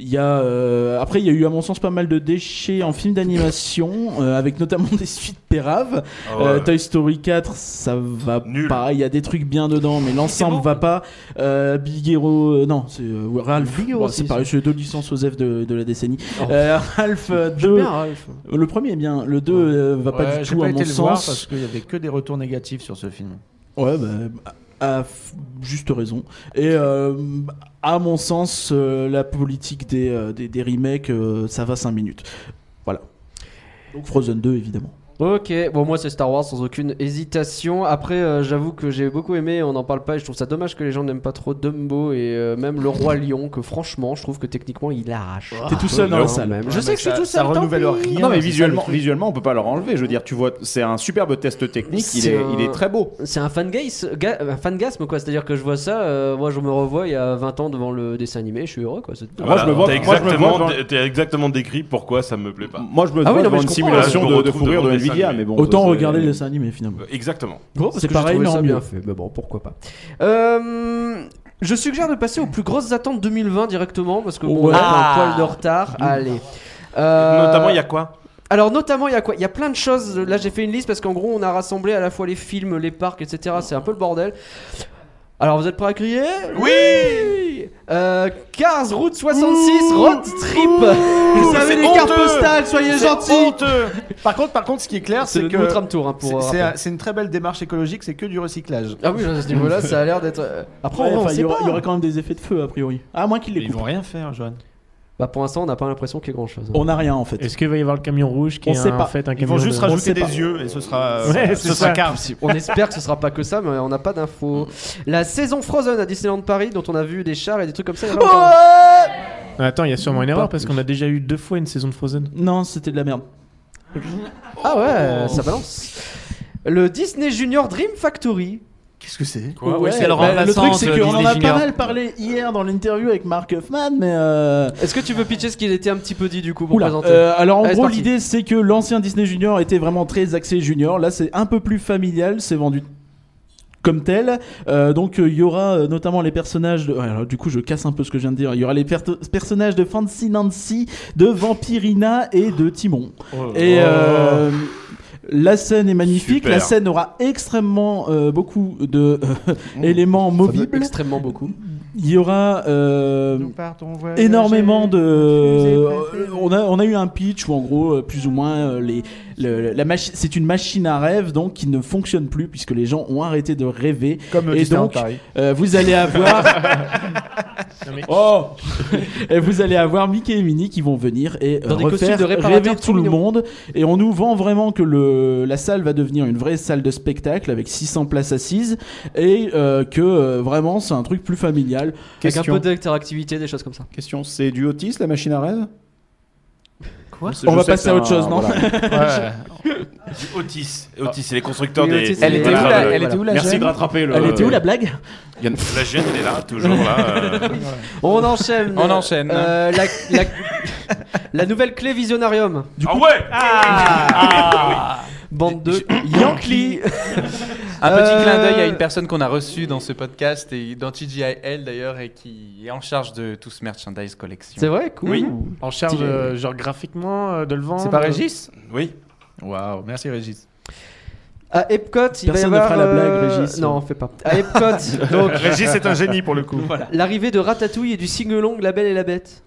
[SPEAKER 1] Il y a, euh, après, il y a eu, à mon sens, pas mal de déchets en film d'animation, euh, avec notamment des suites péraves.
[SPEAKER 8] Ah
[SPEAKER 1] Euh,
[SPEAKER 8] ouais.
[SPEAKER 1] Toy Story 4, ça va
[SPEAKER 8] Nul.
[SPEAKER 1] pas. Il y a des trucs bien dedans, mais l'ensemble va pas. Euh, Big Hero, euh, non, c'est euh, Ralph.
[SPEAKER 10] Big Hero
[SPEAKER 1] Bon,
[SPEAKER 10] aussi,
[SPEAKER 1] c'est pareil, c'est deux licences aux F de, de la décennie.
[SPEAKER 8] Oh.
[SPEAKER 1] Euh, Ralph 2,
[SPEAKER 7] hein,
[SPEAKER 1] le premier est bien, le 2 euh, va pas
[SPEAKER 5] Ouais,
[SPEAKER 1] du
[SPEAKER 5] j'ai
[SPEAKER 1] tout
[SPEAKER 5] pas
[SPEAKER 1] à
[SPEAKER 5] été
[SPEAKER 1] mon
[SPEAKER 5] le voir
[SPEAKER 1] sens.
[SPEAKER 5] parce qu'il y avait que des retours négatifs sur ce film.
[SPEAKER 1] Ouais, bah, à à f- juste raison. Et euh, à mon sens, euh, la politique des, euh, des, des remakes, euh, ça va 5 minutes. Voilà. Donc Frozen 2, évidemment.
[SPEAKER 2] Ok, bon moi c'est Star Wars sans aucune hésitation. Après euh, j'avoue que j'ai beaucoup aimé, on n'en parle pas et je trouve ça dommage que les gens n'aiment pas trop Dumbo et euh, même le roi lion que franchement je trouve que techniquement il arrache.
[SPEAKER 1] T'es tout seul
[SPEAKER 5] hein.
[SPEAKER 1] dans la salle.
[SPEAKER 2] même. Je sais que je suis tout
[SPEAKER 5] Ça
[SPEAKER 2] seul. tant
[SPEAKER 5] renouvelle
[SPEAKER 2] pis.
[SPEAKER 5] rien.
[SPEAKER 6] Non mais
[SPEAKER 5] c'est ça,
[SPEAKER 6] visuellement,
[SPEAKER 5] le truc.
[SPEAKER 6] visuellement on peut pas leur enlever. Je veux dire, tu vois, c'est un superbe test technique. Il
[SPEAKER 2] C'est
[SPEAKER 6] est,
[SPEAKER 2] un-
[SPEAKER 6] il est très beau.
[SPEAKER 2] C'est un fangasme ga- un fangasme, quoi, c'est-à-dire que je vois ça, euh, moi je me revois il y a 20 ans devant le dessin animé, je suis heureux quoi. c'est tout.
[SPEAKER 6] Moi, je me vois-
[SPEAKER 8] T'as
[SPEAKER 6] moi, je me vois
[SPEAKER 8] exactement,
[SPEAKER 6] devant-
[SPEAKER 8] dé- t'as exactement décrit pourquoi ça me plaît pas.
[SPEAKER 6] Moi, je me
[SPEAKER 2] Ah oui, non,
[SPEAKER 6] vois
[SPEAKER 2] mais
[SPEAKER 6] devant
[SPEAKER 2] je
[SPEAKER 6] une
[SPEAKER 2] comprends.
[SPEAKER 8] Là,
[SPEAKER 6] simulation
[SPEAKER 8] je me
[SPEAKER 6] de, de
[SPEAKER 8] retrouve
[SPEAKER 6] fourrure de
[SPEAKER 8] devant le dessin
[SPEAKER 6] Nvidia,
[SPEAKER 8] animé.
[SPEAKER 6] mais bon.
[SPEAKER 1] Bah. Autant
[SPEAKER 6] ça, c'est-
[SPEAKER 1] regarder le dessin animé, finalement.
[SPEAKER 8] Exactement.
[SPEAKER 2] Bon, parce
[SPEAKER 1] C'est
[SPEAKER 2] que j'ai
[SPEAKER 1] pareil,
[SPEAKER 2] trouvé
[SPEAKER 1] mais en
[SPEAKER 2] ça
[SPEAKER 1] mieux.
[SPEAKER 2] bien fait. Mais bon, pourquoi pas. Euh, je suggère de passer aux plus grosses attentes 2020 directement parce que bon, on
[SPEAKER 1] Ouais.
[SPEAKER 2] a
[SPEAKER 9] Ah.
[SPEAKER 2] un poil de retard. Allez. Euh,
[SPEAKER 8] Notamment, il y a quoi
[SPEAKER 2] Alors notamment il y a quoi Il y a plein de choses. Là j'ai fait une liste parce qu'en gros on a rassemblé à la fois les films, les parcs, etc. C'est un peu le bordel. Alors vous êtes prêts à crier Oui euh, Cars Route 66 Road Trip. Vous avez les cartes postales, soyez gentils.
[SPEAKER 5] Par contre, par contre, ce qui est clair,
[SPEAKER 2] C'est
[SPEAKER 5] c'est
[SPEAKER 2] le
[SPEAKER 5] que
[SPEAKER 2] no tram tour hein,
[SPEAKER 5] c'est-
[SPEAKER 2] pour. euh,
[SPEAKER 5] c'est
[SPEAKER 2] rappeler.
[SPEAKER 5] un- c'est une très belle démarche écologique. C'est que du recyclage.
[SPEAKER 2] Ah oui, à ce niveau-là, ça a l'air d'être. euh, Après,
[SPEAKER 1] Ouais,
[SPEAKER 2] on, on
[SPEAKER 1] enfin, il
[SPEAKER 2] sait
[SPEAKER 1] y aura-
[SPEAKER 2] pas.
[SPEAKER 1] il y aurait quand même des effets de feu, a priori. À moins qu'il les
[SPEAKER 5] Ils
[SPEAKER 1] coupe.
[SPEAKER 5] vont rien faire, Johan.
[SPEAKER 2] Bah, pour l'instant, on n'a pas l'impression qu'il y ait hein. grand chose.
[SPEAKER 1] On n'a rien en fait.
[SPEAKER 4] Est-ce qu'il va y avoir le camion rouge qui
[SPEAKER 1] On
[SPEAKER 4] est
[SPEAKER 1] sait
[SPEAKER 4] un-
[SPEAKER 1] pas.
[SPEAKER 4] en fait un
[SPEAKER 5] Ils
[SPEAKER 4] camion
[SPEAKER 5] vont juste
[SPEAKER 4] de-
[SPEAKER 5] rajouter
[SPEAKER 1] sait pas.
[SPEAKER 5] des yeux et ce sera,
[SPEAKER 4] Ouais,
[SPEAKER 5] euh,
[SPEAKER 4] c'est
[SPEAKER 5] ce sera
[SPEAKER 4] ça.
[SPEAKER 5] carré.
[SPEAKER 2] On espère que ce sera pas que ça, mais on n'a pas d'infos.
[SPEAKER 1] Mm.
[SPEAKER 2] La saison Frozen à Disneyland Paris, dont on a vu des chars et des trucs comme ça. il y a pas longtemps.
[SPEAKER 4] Ah, Attends, il y a sûrement une erreur
[SPEAKER 1] Pas
[SPEAKER 4] parce qu'on a déjà eu deux fois une saison de Frozen.
[SPEAKER 1] Non, c'était de la merde. Oh
[SPEAKER 2] Ah ouais, ça balance. Le Disney Junior Dream Factory.
[SPEAKER 5] Qu'est-ce que c'est
[SPEAKER 1] Ouais,
[SPEAKER 7] oui, c'est le
[SPEAKER 1] bah, le
[SPEAKER 7] remplaçant
[SPEAKER 1] truc, c'est
[SPEAKER 7] de
[SPEAKER 1] qu'on en a
[SPEAKER 7] Disney
[SPEAKER 1] pas
[SPEAKER 7] Junior.
[SPEAKER 1] mal parlé hier dans l'interview avec Mark Huffman, mais. euh,
[SPEAKER 2] Est-ce que tu veux pitcher ce qu'il était un petit peu dit du coup pour
[SPEAKER 1] Oula.
[SPEAKER 2] présenter
[SPEAKER 1] Euh, alors en
[SPEAKER 2] Allez, c'est
[SPEAKER 1] gros
[SPEAKER 2] parti.
[SPEAKER 1] l'idée c'est que l'ancien Disney Junior était vraiment très axé junior, là c'est un peu plus familial, c'est vendu comme tel. Euh, donc euh, il y aura euh, notamment les personnages de... ouais, alors, du coup je casse un peu ce que je viens de dire, il y aura les perto- personnages de Fancy Nancy, de Vampirina et de Timon. Et euh, la scène est magnifique,
[SPEAKER 8] Super.
[SPEAKER 1] la scène aura extrêmement euh, beaucoup de euh, éléments mobiles.
[SPEAKER 2] Extrêmement beaucoup.
[SPEAKER 1] Il y aura euh, énormément de. euh, on, a, on a eu un pitch où, en gros, euh, plus ou moins, euh, les, le- la machi- c'est une machine à rêve donc qui ne fonctionne plus puisque les gens ont arrêté de rêver.
[SPEAKER 5] Comme
[SPEAKER 1] et
[SPEAKER 5] Disneyland
[SPEAKER 1] donc,
[SPEAKER 5] Paris.
[SPEAKER 1] euh, vous allez avoir. Oh Et vous allez avoir Mickey et Minnie qui vont venir et euh,
[SPEAKER 2] Dans des
[SPEAKER 1] refaire
[SPEAKER 2] costumes de réparateurs
[SPEAKER 1] rêver
[SPEAKER 2] tout
[SPEAKER 1] tout le
[SPEAKER 2] mignons.
[SPEAKER 1] monde. Et on nous vend vraiment que le, la salle va devenir une vraie salle de spectacle avec 600 places assises et euh, que euh, vraiment c'est un truc plus familial.
[SPEAKER 2] Avec un
[SPEAKER 6] Question,
[SPEAKER 2] peu d'interactivité, des choses comme ça.
[SPEAKER 6] question c'est du autisme la machine à rêve Quoi
[SPEAKER 1] On va passer à autre chose, non
[SPEAKER 8] Otis. Otis, c'est les constructeurs
[SPEAKER 2] Oui,
[SPEAKER 8] des.
[SPEAKER 2] Otis, Elle
[SPEAKER 8] des-
[SPEAKER 2] était
[SPEAKER 8] voilà,
[SPEAKER 2] où, la-
[SPEAKER 8] le-
[SPEAKER 2] elle était où,
[SPEAKER 6] Merci de rattraper le.
[SPEAKER 1] Elle était où la blague
[SPEAKER 8] il y a une- La gêne, elle est là, toujours là. euh.
[SPEAKER 2] On enchaîne.
[SPEAKER 9] On enchaîne.
[SPEAKER 2] Euh, la, la- la nouvelle clé Visionarium.
[SPEAKER 8] Ah ouais
[SPEAKER 9] Ah.
[SPEAKER 2] Bande 2. Yankee.
[SPEAKER 9] Un
[SPEAKER 2] Euh,
[SPEAKER 9] petit clin d'œil à une personne qu'on a reçue dans ce podcast et dans TGIL d'ailleurs et qui est en charge de tout ce merchandise collection.
[SPEAKER 2] C'est vrai, cool.
[SPEAKER 8] Oui.
[SPEAKER 4] En charge, euh, genre graphiquement, euh, de le vendre.
[SPEAKER 5] C'est pas Régis
[SPEAKER 8] Oui.
[SPEAKER 5] Waouh, merci Régis.
[SPEAKER 2] À Epcot, il va y
[SPEAKER 1] Personne ne
[SPEAKER 2] avoir.
[SPEAKER 1] fera la blague,
[SPEAKER 2] euh,
[SPEAKER 1] Régis.
[SPEAKER 2] Non, on fait pas. À Epcot, donc
[SPEAKER 5] Régis est un génie pour le coup.
[SPEAKER 2] l'arrivée de Ratatouille et du singalong La Belle et la Bête.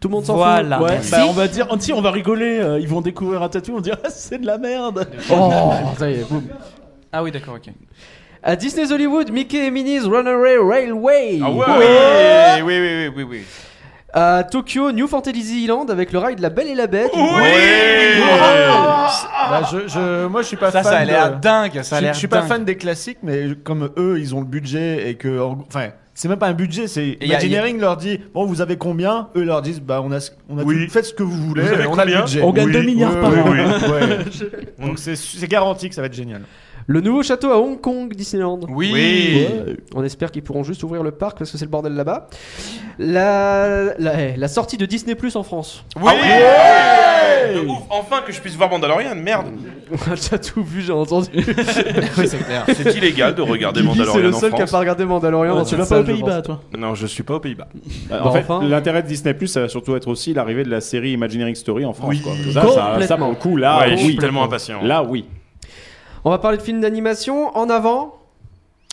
[SPEAKER 2] Tout le monde s'en
[SPEAKER 9] Voilà.
[SPEAKER 2] fout.
[SPEAKER 1] Ouais,
[SPEAKER 9] merci.
[SPEAKER 1] bah, on va dire, si on va rigoler, euh, ils vont découvrir un tatou, on dira Ah, c'est de la merde.
[SPEAKER 2] Oh, ça y est, boum.
[SPEAKER 9] Ah oui, d'accord, ok.
[SPEAKER 2] À Disney's Hollywood, Mickey et Minnie's Runaway Railway.
[SPEAKER 8] Ah ouais
[SPEAKER 9] Oui, oui, oui, oui, oui, oui.
[SPEAKER 2] À Tokyo, New Fantasyland avec le ride La Belle et la Bête.
[SPEAKER 1] Oh
[SPEAKER 5] Bah, je, je- moi, je suis pas
[SPEAKER 9] Ça,
[SPEAKER 5] fan.
[SPEAKER 9] ça a l'air
[SPEAKER 5] de-
[SPEAKER 9] dingue. Ça a
[SPEAKER 5] je,
[SPEAKER 9] l'air
[SPEAKER 5] je suis pas
[SPEAKER 9] dingue.
[SPEAKER 5] fan des classiques, mais comme eux, ils ont le budget et que, en- enfin, c'est même pas un budget, c'est
[SPEAKER 9] y a-
[SPEAKER 5] Imagineering leur dit bon, vous avez combien Eux leur disent bah on a, ce- on a
[SPEAKER 8] Oui.
[SPEAKER 5] tout- faites ce que vous voulez,
[SPEAKER 8] Vous avez
[SPEAKER 5] mais on a le
[SPEAKER 8] combien
[SPEAKER 5] budget.
[SPEAKER 1] On gagne
[SPEAKER 5] Oui,
[SPEAKER 1] 2 milliards
[SPEAKER 5] oui,
[SPEAKER 1] par
[SPEAKER 5] oui,
[SPEAKER 1] an.
[SPEAKER 5] oui, ouais. Donc c'est c'est garanti que ça va être génial.
[SPEAKER 2] Le nouveau château à Hong Kong, Disneyland.
[SPEAKER 9] Oui.
[SPEAKER 2] On espère qu'ils pourront juste ouvrir le parc parce que c'est le bordel là-bas. La, la, eh, la sortie de Disney Plus en France.
[SPEAKER 8] Oui De ouf, Enfin que je puisse voir Mandalorian, merde
[SPEAKER 2] T'as tout vu, j'ai entendu.
[SPEAKER 8] C'est illégal de regarder
[SPEAKER 2] Guigui, c'est
[SPEAKER 8] Mandalorian
[SPEAKER 2] le
[SPEAKER 8] en
[SPEAKER 2] seul qui a
[SPEAKER 8] France.
[SPEAKER 2] pas regardé Mandalorian. dans
[SPEAKER 1] tu
[SPEAKER 2] cette
[SPEAKER 1] vas pas
[SPEAKER 2] salle,
[SPEAKER 1] aux
[SPEAKER 2] je
[SPEAKER 1] Pays-Bas,
[SPEAKER 2] pense.
[SPEAKER 1] toi
[SPEAKER 8] Non, je suis pas aux Pays-Bas.
[SPEAKER 6] Bah,
[SPEAKER 2] Bah,
[SPEAKER 6] en fait,
[SPEAKER 2] enfin.
[SPEAKER 6] l'intérêt de Disney Plus, ça va surtout être aussi l'arrivée de la série Imagineering Story en France.
[SPEAKER 8] Oui,
[SPEAKER 6] quoi. Ça, ça, ça, pour le coup, là,
[SPEAKER 8] Ouais, Ah, je
[SPEAKER 6] Ah, oui.
[SPEAKER 8] suis tellement impatient.
[SPEAKER 6] Là, oui.
[SPEAKER 2] On va parler de films d'animation. En avant,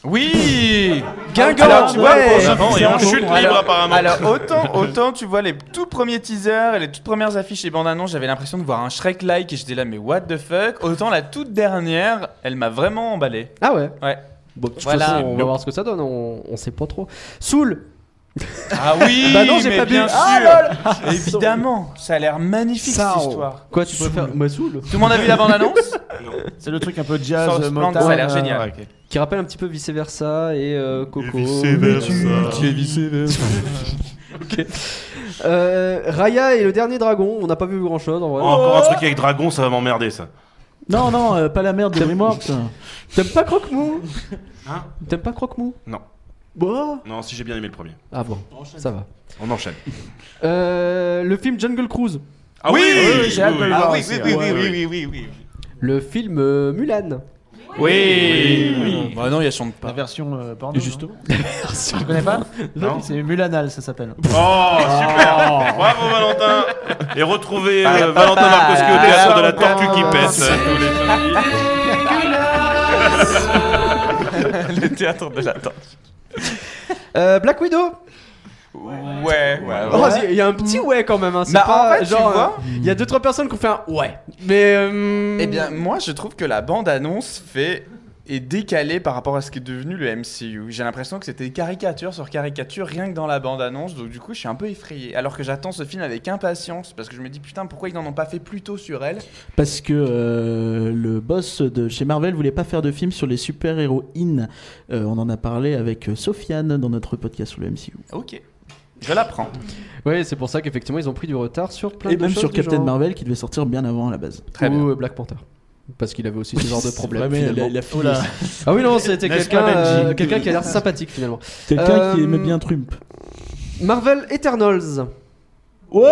[SPEAKER 9] Oui.
[SPEAKER 2] Guingamp.
[SPEAKER 9] Alors, Ah, tu vois,
[SPEAKER 2] ouais.
[SPEAKER 9] pour-
[SPEAKER 8] En avant et en chute libre
[SPEAKER 9] Alors-
[SPEAKER 8] apparemment.
[SPEAKER 9] Alors autant, autant tu vois les tout premiers teasers et les toutes premières affiches et bandes annonces, j'avais l'impression de voir un Shrek-like et j'étais là mais what the fuck. Autant la toute dernière, elle m'a vraiment emballé.
[SPEAKER 2] Ah ouais.
[SPEAKER 9] Ouais.
[SPEAKER 2] Bon, de toute
[SPEAKER 9] Voilà.
[SPEAKER 2] façon, on va
[SPEAKER 9] Nope.
[SPEAKER 2] voir ce que ça donne. On, on sait pas trop. Soul.
[SPEAKER 9] Ah oui,
[SPEAKER 2] Bah non, j'ai
[SPEAKER 9] mais
[SPEAKER 2] pas bu.
[SPEAKER 9] bien sûr.
[SPEAKER 2] Ah,
[SPEAKER 9] Évidemment, ça a l'air magnifique
[SPEAKER 5] Ça,
[SPEAKER 9] cette
[SPEAKER 5] oh.
[SPEAKER 9] histoire.
[SPEAKER 2] Quoi, tu peux faire Moi, Soul.
[SPEAKER 9] Tout le monde a vu la bande annonce
[SPEAKER 5] C'est le truc un peu
[SPEAKER 9] Sans
[SPEAKER 5] jazz,
[SPEAKER 9] se
[SPEAKER 5] Motown,
[SPEAKER 9] plaindre, ça a l'air
[SPEAKER 5] euh,
[SPEAKER 9] génial.
[SPEAKER 5] ouais, ok.
[SPEAKER 2] Qui rappelle un petit peu vice versa et euh, Coco. Euh, Raya et le dernier dragon. On n'a pas vu grand chose en vrai.
[SPEAKER 8] Oh,
[SPEAKER 2] Oh.
[SPEAKER 8] Encore un truc avec dragon, ça va m'emmerder ça.
[SPEAKER 1] Non, non, euh, pas la merde de Dreamworks.
[SPEAKER 2] T'aimes pas Croque-Mou
[SPEAKER 8] Hein
[SPEAKER 2] T'aimes pas Croque-Mou
[SPEAKER 8] Non.
[SPEAKER 2] Bon.
[SPEAKER 8] Non, si j'ai bien aimé le premier.
[SPEAKER 2] Ah bon, ça va.
[SPEAKER 8] On enchaîne.
[SPEAKER 2] Euh, le film Jungle Cruise.
[SPEAKER 8] Ah oui,
[SPEAKER 5] oui, j'ai hâte de le voir aussi, ouais.
[SPEAKER 8] oui,
[SPEAKER 2] Le film euh, Mulan.
[SPEAKER 9] Oui. Bah non, il y a chante
[SPEAKER 5] La
[SPEAKER 9] pas.
[SPEAKER 5] version euh, porno.
[SPEAKER 1] justement.
[SPEAKER 5] Tu connais pas
[SPEAKER 2] Oh.
[SPEAKER 8] Non.
[SPEAKER 5] C'est Mulanal, ça s'appelle.
[SPEAKER 8] Oh, super Bravo Valentin Et retrouvez euh, Valentin Marcoski au théâtre de la tortue qui pèse euh, tous les samedis.
[SPEAKER 9] Le théâtre de la danse.
[SPEAKER 2] Euh, Black Widow.
[SPEAKER 9] Ouais, ouais.
[SPEAKER 2] Oh,
[SPEAKER 9] ouais.
[SPEAKER 2] Il y a un petit ouais quand même. Hein. C'est
[SPEAKER 9] Bah,
[SPEAKER 2] pas
[SPEAKER 9] en Bah, fait, tu
[SPEAKER 2] genre.
[SPEAKER 9] vois-
[SPEAKER 2] euh, Il y a deux trois personnes qui ont fait un ouais. Mais. euh,
[SPEAKER 9] Eh bien, moi, je trouve que la bande-annonce fait est décalé par rapport à ce qui est devenu le MCU. J'ai l'impression que c'était caricature sur caricature rien que dans la bande-annonce, donc du coup je suis un peu effrayé. Alors que j'attends ce film avec impatience, parce que je me dis putain pourquoi ils n'en ont pas fait plus tôt sur elle
[SPEAKER 1] Parce que euh, le boss de chez Marvel voulait pas faire de film sur les super-héroïnes. Euh, on en a parlé avec euh, Sofiane dans notre podcast sur le MCU.
[SPEAKER 9] Ok, je la prends.
[SPEAKER 2] Ouais, c'est pour ça qu'effectivement ils ont pris du retard sur plein
[SPEAKER 1] Et
[SPEAKER 2] de
[SPEAKER 1] même
[SPEAKER 2] choses
[SPEAKER 1] sur
[SPEAKER 2] du
[SPEAKER 1] Captain
[SPEAKER 2] genre-
[SPEAKER 1] Marvel qui devait sortir bien avant à la base.
[SPEAKER 9] Très
[SPEAKER 2] ou
[SPEAKER 9] bien.
[SPEAKER 2] euh, Black Panther. Parce qu'il avait aussi ce genre de problème.
[SPEAKER 1] Ouais, mais
[SPEAKER 2] finalement.
[SPEAKER 1] la- la fille,
[SPEAKER 2] Oula. Ah oui, non, c'était
[SPEAKER 5] N'est-ce
[SPEAKER 2] quelqu'un
[SPEAKER 5] pas, Benji
[SPEAKER 2] euh, quelqu'un qui a l'air sympathique finalement.
[SPEAKER 1] Quelqu'un qui
[SPEAKER 2] Euh,
[SPEAKER 1] aimait bien Trump.
[SPEAKER 2] Marvel Eternals.
[SPEAKER 1] Ouais,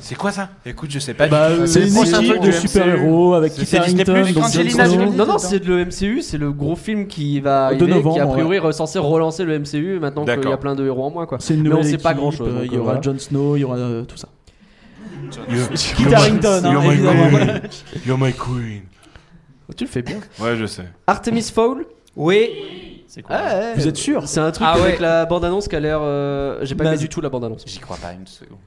[SPEAKER 9] C'est quoi ça Écoute, je sais pas
[SPEAKER 1] Bah,
[SPEAKER 9] du tout.
[SPEAKER 1] C'est
[SPEAKER 9] le
[SPEAKER 1] une
[SPEAKER 9] prochain
[SPEAKER 1] équipe
[SPEAKER 9] truc
[SPEAKER 1] de
[SPEAKER 9] du MCU.
[SPEAKER 1] super-héros avec
[SPEAKER 9] C'est-
[SPEAKER 1] Kit
[SPEAKER 9] c'est Disney+,
[SPEAKER 1] Harington,
[SPEAKER 9] avec
[SPEAKER 1] dans
[SPEAKER 9] Angelina
[SPEAKER 1] Johnson.
[SPEAKER 9] Jolie.
[SPEAKER 2] Non, non, c'est de l'MCU, c'est le gros film qui va
[SPEAKER 1] De
[SPEAKER 2] arriver, qui a
[SPEAKER 1] novembre,
[SPEAKER 2] priori est censé relancer le MCU maintenant qu'il y a
[SPEAKER 8] D'accord.
[SPEAKER 2] plein de héros en moins quoi.
[SPEAKER 1] C'est une
[SPEAKER 2] Mais
[SPEAKER 1] nouvelle
[SPEAKER 2] on sait pas
[SPEAKER 1] équipe,
[SPEAKER 2] grand-chose,
[SPEAKER 1] euh,
[SPEAKER 2] donc,
[SPEAKER 1] Il y aura
[SPEAKER 2] voilà.
[SPEAKER 1] Jon Snow, il y aura euh, tout ça.
[SPEAKER 8] You're my-
[SPEAKER 1] Harington, hein,
[SPEAKER 8] You're my
[SPEAKER 1] évidemment.
[SPEAKER 8] queen. You're my queen.
[SPEAKER 2] Tu le fais bien.
[SPEAKER 8] Ouais, je sais.
[SPEAKER 2] Artemis Fowl
[SPEAKER 7] Oui,
[SPEAKER 4] C'est quoi
[SPEAKER 2] Ah, ouais.
[SPEAKER 1] Vous êtes sûr
[SPEAKER 2] C'est un truc
[SPEAKER 7] Ah
[SPEAKER 2] avec
[SPEAKER 7] ouais.
[SPEAKER 2] la bande-annonce qui a l'air. euh, J'ai pas
[SPEAKER 1] Naze.
[SPEAKER 2] aimé du tout la bande-annonce.
[SPEAKER 9] J'y crois pas une seconde.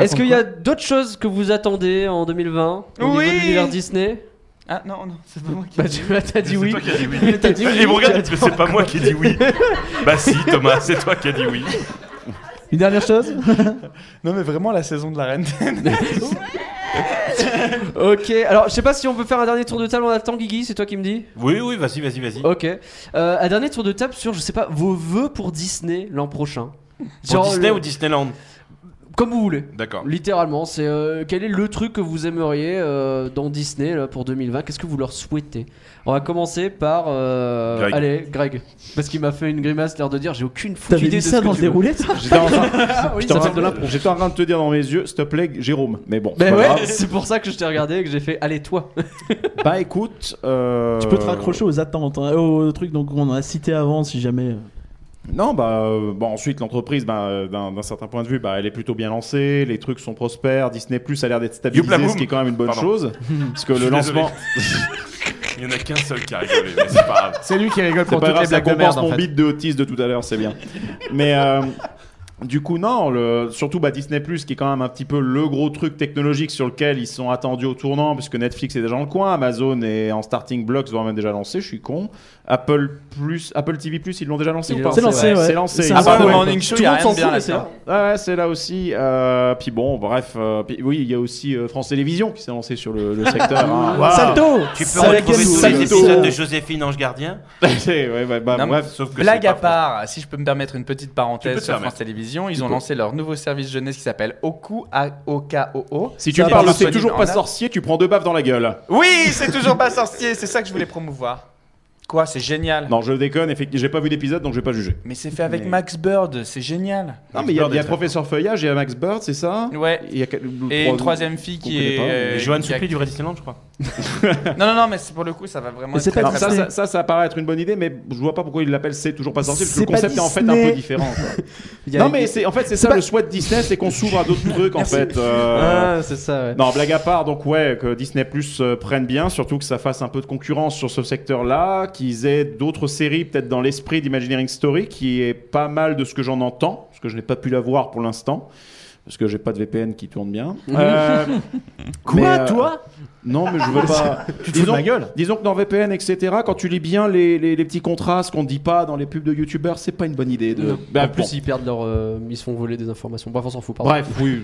[SPEAKER 2] Est-ce qu'il y a d'autres choses que vous attendez en 2020 au niveau de
[SPEAKER 9] Oui.
[SPEAKER 2] l'univers Disney
[SPEAKER 9] Ah non, non, c'est pas moi qui.
[SPEAKER 2] Bah tu t'as dit
[SPEAKER 8] C'est
[SPEAKER 2] oui.
[SPEAKER 8] toi qui as dit oui.
[SPEAKER 2] T'as dit oui,
[SPEAKER 8] Et vous regardez,
[SPEAKER 2] t'as dit
[SPEAKER 8] c'est pas moi qui ai dit oui. Bah si, Thomas, c'est toi qui as dit oui.
[SPEAKER 1] Une dernière chose
[SPEAKER 9] Non, mais vraiment la saison de la reine.
[SPEAKER 2] Ok, alors je sais pas si on peut faire un dernier tour de table, on attend Guigui, c'est toi qui me dis
[SPEAKER 8] Oui, oui, vas-y, vas-y, vas-y.
[SPEAKER 2] Ok. Euh, un dernier tour de table sur, je sais pas, vos vœux pour Disney l'an prochain.
[SPEAKER 8] Pour
[SPEAKER 2] Genre
[SPEAKER 8] Disney
[SPEAKER 2] le-
[SPEAKER 8] ou Disneyland
[SPEAKER 2] Comme vous voulez.
[SPEAKER 8] D'accord.
[SPEAKER 2] Littéralement, c'est euh, quel est le truc que vous aimeriez euh, dans Disney là, pour 2020 Qu'est-ce que vous leur souhaitez On va commencer par euh,
[SPEAKER 8] Greg.
[SPEAKER 2] allez Greg, parce qu'il m'a fait une grimace l'air de dire j'ai aucune foutue
[SPEAKER 1] T'avais
[SPEAKER 2] idée
[SPEAKER 1] dit
[SPEAKER 2] de
[SPEAKER 1] ça
[SPEAKER 2] ce que
[SPEAKER 1] dans le
[SPEAKER 2] tu veux.
[SPEAKER 1] déroulé ça
[SPEAKER 6] J'étais en, train-
[SPEAKER 2] Ah oui,
[SPEAKER 6] j'étais
[SPEAKER 2] ça
[SPEAKER 6] en
[SPEAKER 2] fait de
[SPEAKER 6] train-
[SPEAKER 2] l'impro.
[SPEAKER 6] j'étais en train de te dire dans mes yeux, s'il te plaît, Jérôme. Mais bon, c'est
[SPEAKER 2] Ben
[SPEAKER 6] pas
[SPEAKER 2] ouais,
[SPEAKER 6] grave.
[SPEAKER 2] c'est pour ça que je t'ai regardé et que j'ai fait allez toi.
[SPEAKER 6] Bah écoute, euh,
[SPEAKER 1] Tu peux te raccrocher aux attentes, hein, aux trucs donc on a cité avant si jamais.
[SPEAKER 6] Non, bah, euh, bon, ensuite, l'entreprise, bah, euh, d'un d'un certain point de vue, bah, elle est plutôt bien lancée, les trucs sont prospères, Disney Plus a l'air d'être
[SPEAKER 8] Youpla
[SPEAKER 6] stabilisé,
[SPEAKER 8] boum.
[SPEAKER 6] ce qui est quand même une bonne
[SPEAKER 8] Pardon.
[SPEAKER 6] chose. Parce que
[SPEAKER 8] Je
[SPEAKER 6] le
[SPEAKER 8] suis
[SPEAKER 6] lancement,
[SPEAKER 8] Il y en a qu'un seul qui a rigolé, mais c'est pas grave.
[SPEAKER 5] C'est lui qui rigole
[SPEAKER 6] c'est
[SPEAKER 5] pour
[SPEAKER 6] pas
[SPEAKER 5] toutes
[SPEAKER 6] grave,
[SPEAKER 5] les
[SPEAKER 6] ça
[SPEAKER 5] blagues de
[SPEAKER 6] compense
[SPEAKER 5] merde.
[SPEAKER 6] mon
[SPEAKER 5] En fait.
[SPEAKER 6] beat de Otis de tout à l'heure, c'est bien. Mais euh, du coup, non, le, surtout bah, Disney Plus, qui est quand même un petit peu le gros truc technologique sur lequel ils sont attendus au tournant, puisque Netflix est déjà dans le coin, Amazon est en starting blocks, voire même déjà lancé, je suis con. Apple Plus, Apple TV Plus, ils l'ont déjà lancé
[SPEAKER 2] Il est
[SPEAKER 6] ou pas
[SPEAKER 2] lancé,
[SPEAKER 1] C'est lancé, ouais.
[SPEAKER 6] C'est lancé.
[SPEAKER 1] C'est
[SPEAKER 6] ils
[SPEAKER 9] À
[SPEAKER 1] Ah,
[SPEAKER 9] part
[SPEAKER 1] bah,
[SPEAKER 9] le
[SPEAKER 1] ouais.
[SPEAKER 9] morning show,
[SPEAKER 1] Tout
[SPEAKER 9] il y
[SPEAKER 1] le
[SPEAKER 9] a
[SPEAKER 1] monde
[SPEAKER 9] rien
[SPEAKER 1] s'en
[SPEAKER 9] de bien
[SPEAKER 1] fout, mais c'est
[SPEAKER 9] là-dedans.
[SPEAKER 6] Ouais, ouais, c'est là aussi. Euh, puis bon, bref. euh, puis oui, il y a aussi euh, France Télévisions qui s'est lancé sur le, le secteur. hein.
[SPEAKER 5] Wow.
[SPEAKER 1] Salto
[SPEAKER 8] Tu peux
[SPEAKER 1] Avec
[SPEAKER 8] retrouver tous
[SPEAKER 1] Salto.
[SPEAKER 8] les épisodes de Joséphine Ange Gardien
[SPEAKER 6] Ouais, ouais, bah,
[SPEAKER 9] Non, mais-
[SPEAKER 6] bref.
[SPEAKER 8] Sauf que
[SPEAKER 9] Blague
[SPEAKER 8] c'est
[SPEAKER 9] à
[SPEAKER 8] pas France.
[SPEAKER 9] part, si je peux me permettre une petite
[SPEAKER 8] Tu peux
[SPEAKER 9] parenthèse
[SPEAKER 8] te
[SPEAKER 9] sur
[SPEAKER 8] permettre.
[SPEAKER 9] France Télévisions, ils ont
[SPEAKER 6] peux.
[SPEAKER 9] lancé leur nouveau service jeunesse qui s'appelle Oku O-K-O-O.
[SPEAKER 6] Si tu
[SPEAKER 9] Ça
[SPEAKER 6] parles,
[SPEAKER 9] marche
[SPEAKER 6] c'est
[SPEAKER 9] pas
[SPEAKER 6] toujours
[SPEAKER 9] du-
[SPEAKER 6] pas
[SPEAKER 9] en a-
[SPEAKER 6] sorcier, tu prends deux baffes dans la gueule.
[SPEAKER 9] Oui, c'est toujours pas sorcier, c'est ça que je voulais promouvoir. Quoi, c'est génial.
[SPEAKER 6] Non, je déconne, effectivement, j'ai pas vu d'épisode donc je vais pas juger.
[SPEAKER 9] Mais c'est fait avec
[SPEAKER 6] Mais-
[SPEAKER 9] Max Bird, c'est génial.
[SPEAKER 6] Non, mais il y a,
[SPEAKER 8] Bird
[SPEAKER 6] il y a
[SPEAKER 8] est
[SPEAKER 6] Professeur Feuillage, il y a Max Bird, c'est ça
[SPEAKER 9] Ouais.
[SPEAKER 6] Il y a quel- ou
[SPEAKER 9] Et
[SPEAKER 6] trois-
[SPEAKER 9] une troisième fille
[SPEAKER 6] qu'on
[SPEAKER 9] qui
[SPEAKER 6] connaît
[SPEAKER 9] est.
[SPEAKER 6] pas,
[SPEAKER 8] Et
[SPEAKER 9] euh,
[SPEAKER 8] Johan
[SPEAKER 9] qui a-
[SPEAKER 8] Soupli du vrai Disneyland, je crois.
[SPEAKER 9] Non, non, non, mais c'est pour le coup, ça va vraiment.
[SPEAKER 1] Mais
[SPEAKER 9] être
[SPEAKER 1] c'est
[SPEAKER 9] très,
[SPEAKER 1] pas
[SPEAKER 6] Alors
[SPEAKER 9] très
[SPEAKER 6] ça,
[SPEAKER 9] bien.
[SPEAKER 6] ça, ça, ça paraît être une bonne idée, mais je vois pas pourquoi il l'appelle C'est toujours pas sorcier, parce que le
[SPEAKER 1] C'est pas
[SPEAKER 6] concept est en fait un
[SPEAKER 1] Disney.
[SPEAKER 6] peu différent. quoi.
[SPEAKER 2] Il y a-
[SPEAKER 6] non, mais c'est en fait c'est ça
[SPEAKER 1] pas-
[SPEAKER 6] le souhait de Disney, c'est qu'on s'ouvre à d'autres trucs en fait. euh,
[SPEAKER 2] Ah, c'est ça. Ouais.
[SPEAKER 6] Non, blague à part, donc ouais, que Disney Plus euh, prenne bien, surtout que ça fasse un peu de concurrence sur ce secteur-là, qu'ils aient d'autres séries peut-être dans l'esprit d'Imagineering Story, qui est pas mal de ce que j'en entends, parce que je n'ai pas pu la voir pour l'instant, parce que j'ai pas de VPN qui tourne bien. Euh, mais, euh, Non, mais je veux pas.
[SPEAKER 5] Tu te fous de
[SPEAKER 6] Disons-
[SPEAKER 5] ma gueule
[SPEAKER 6] Disons que dans VPN, etc., quand tu lis bien les, les- les petits contrastes qu'on dit pas dans les pubs de YouTubers, c'est pas une bonne idée de. Bah,
[SPEAKER 2] en plus,
[SPEAKER 6] bon.
[SPEAKER 2] ils perdent leur. euh, ils se font voler des informations. Bref, on s'en fout. Pardon.
[SPEAKER 6] Bref, oui,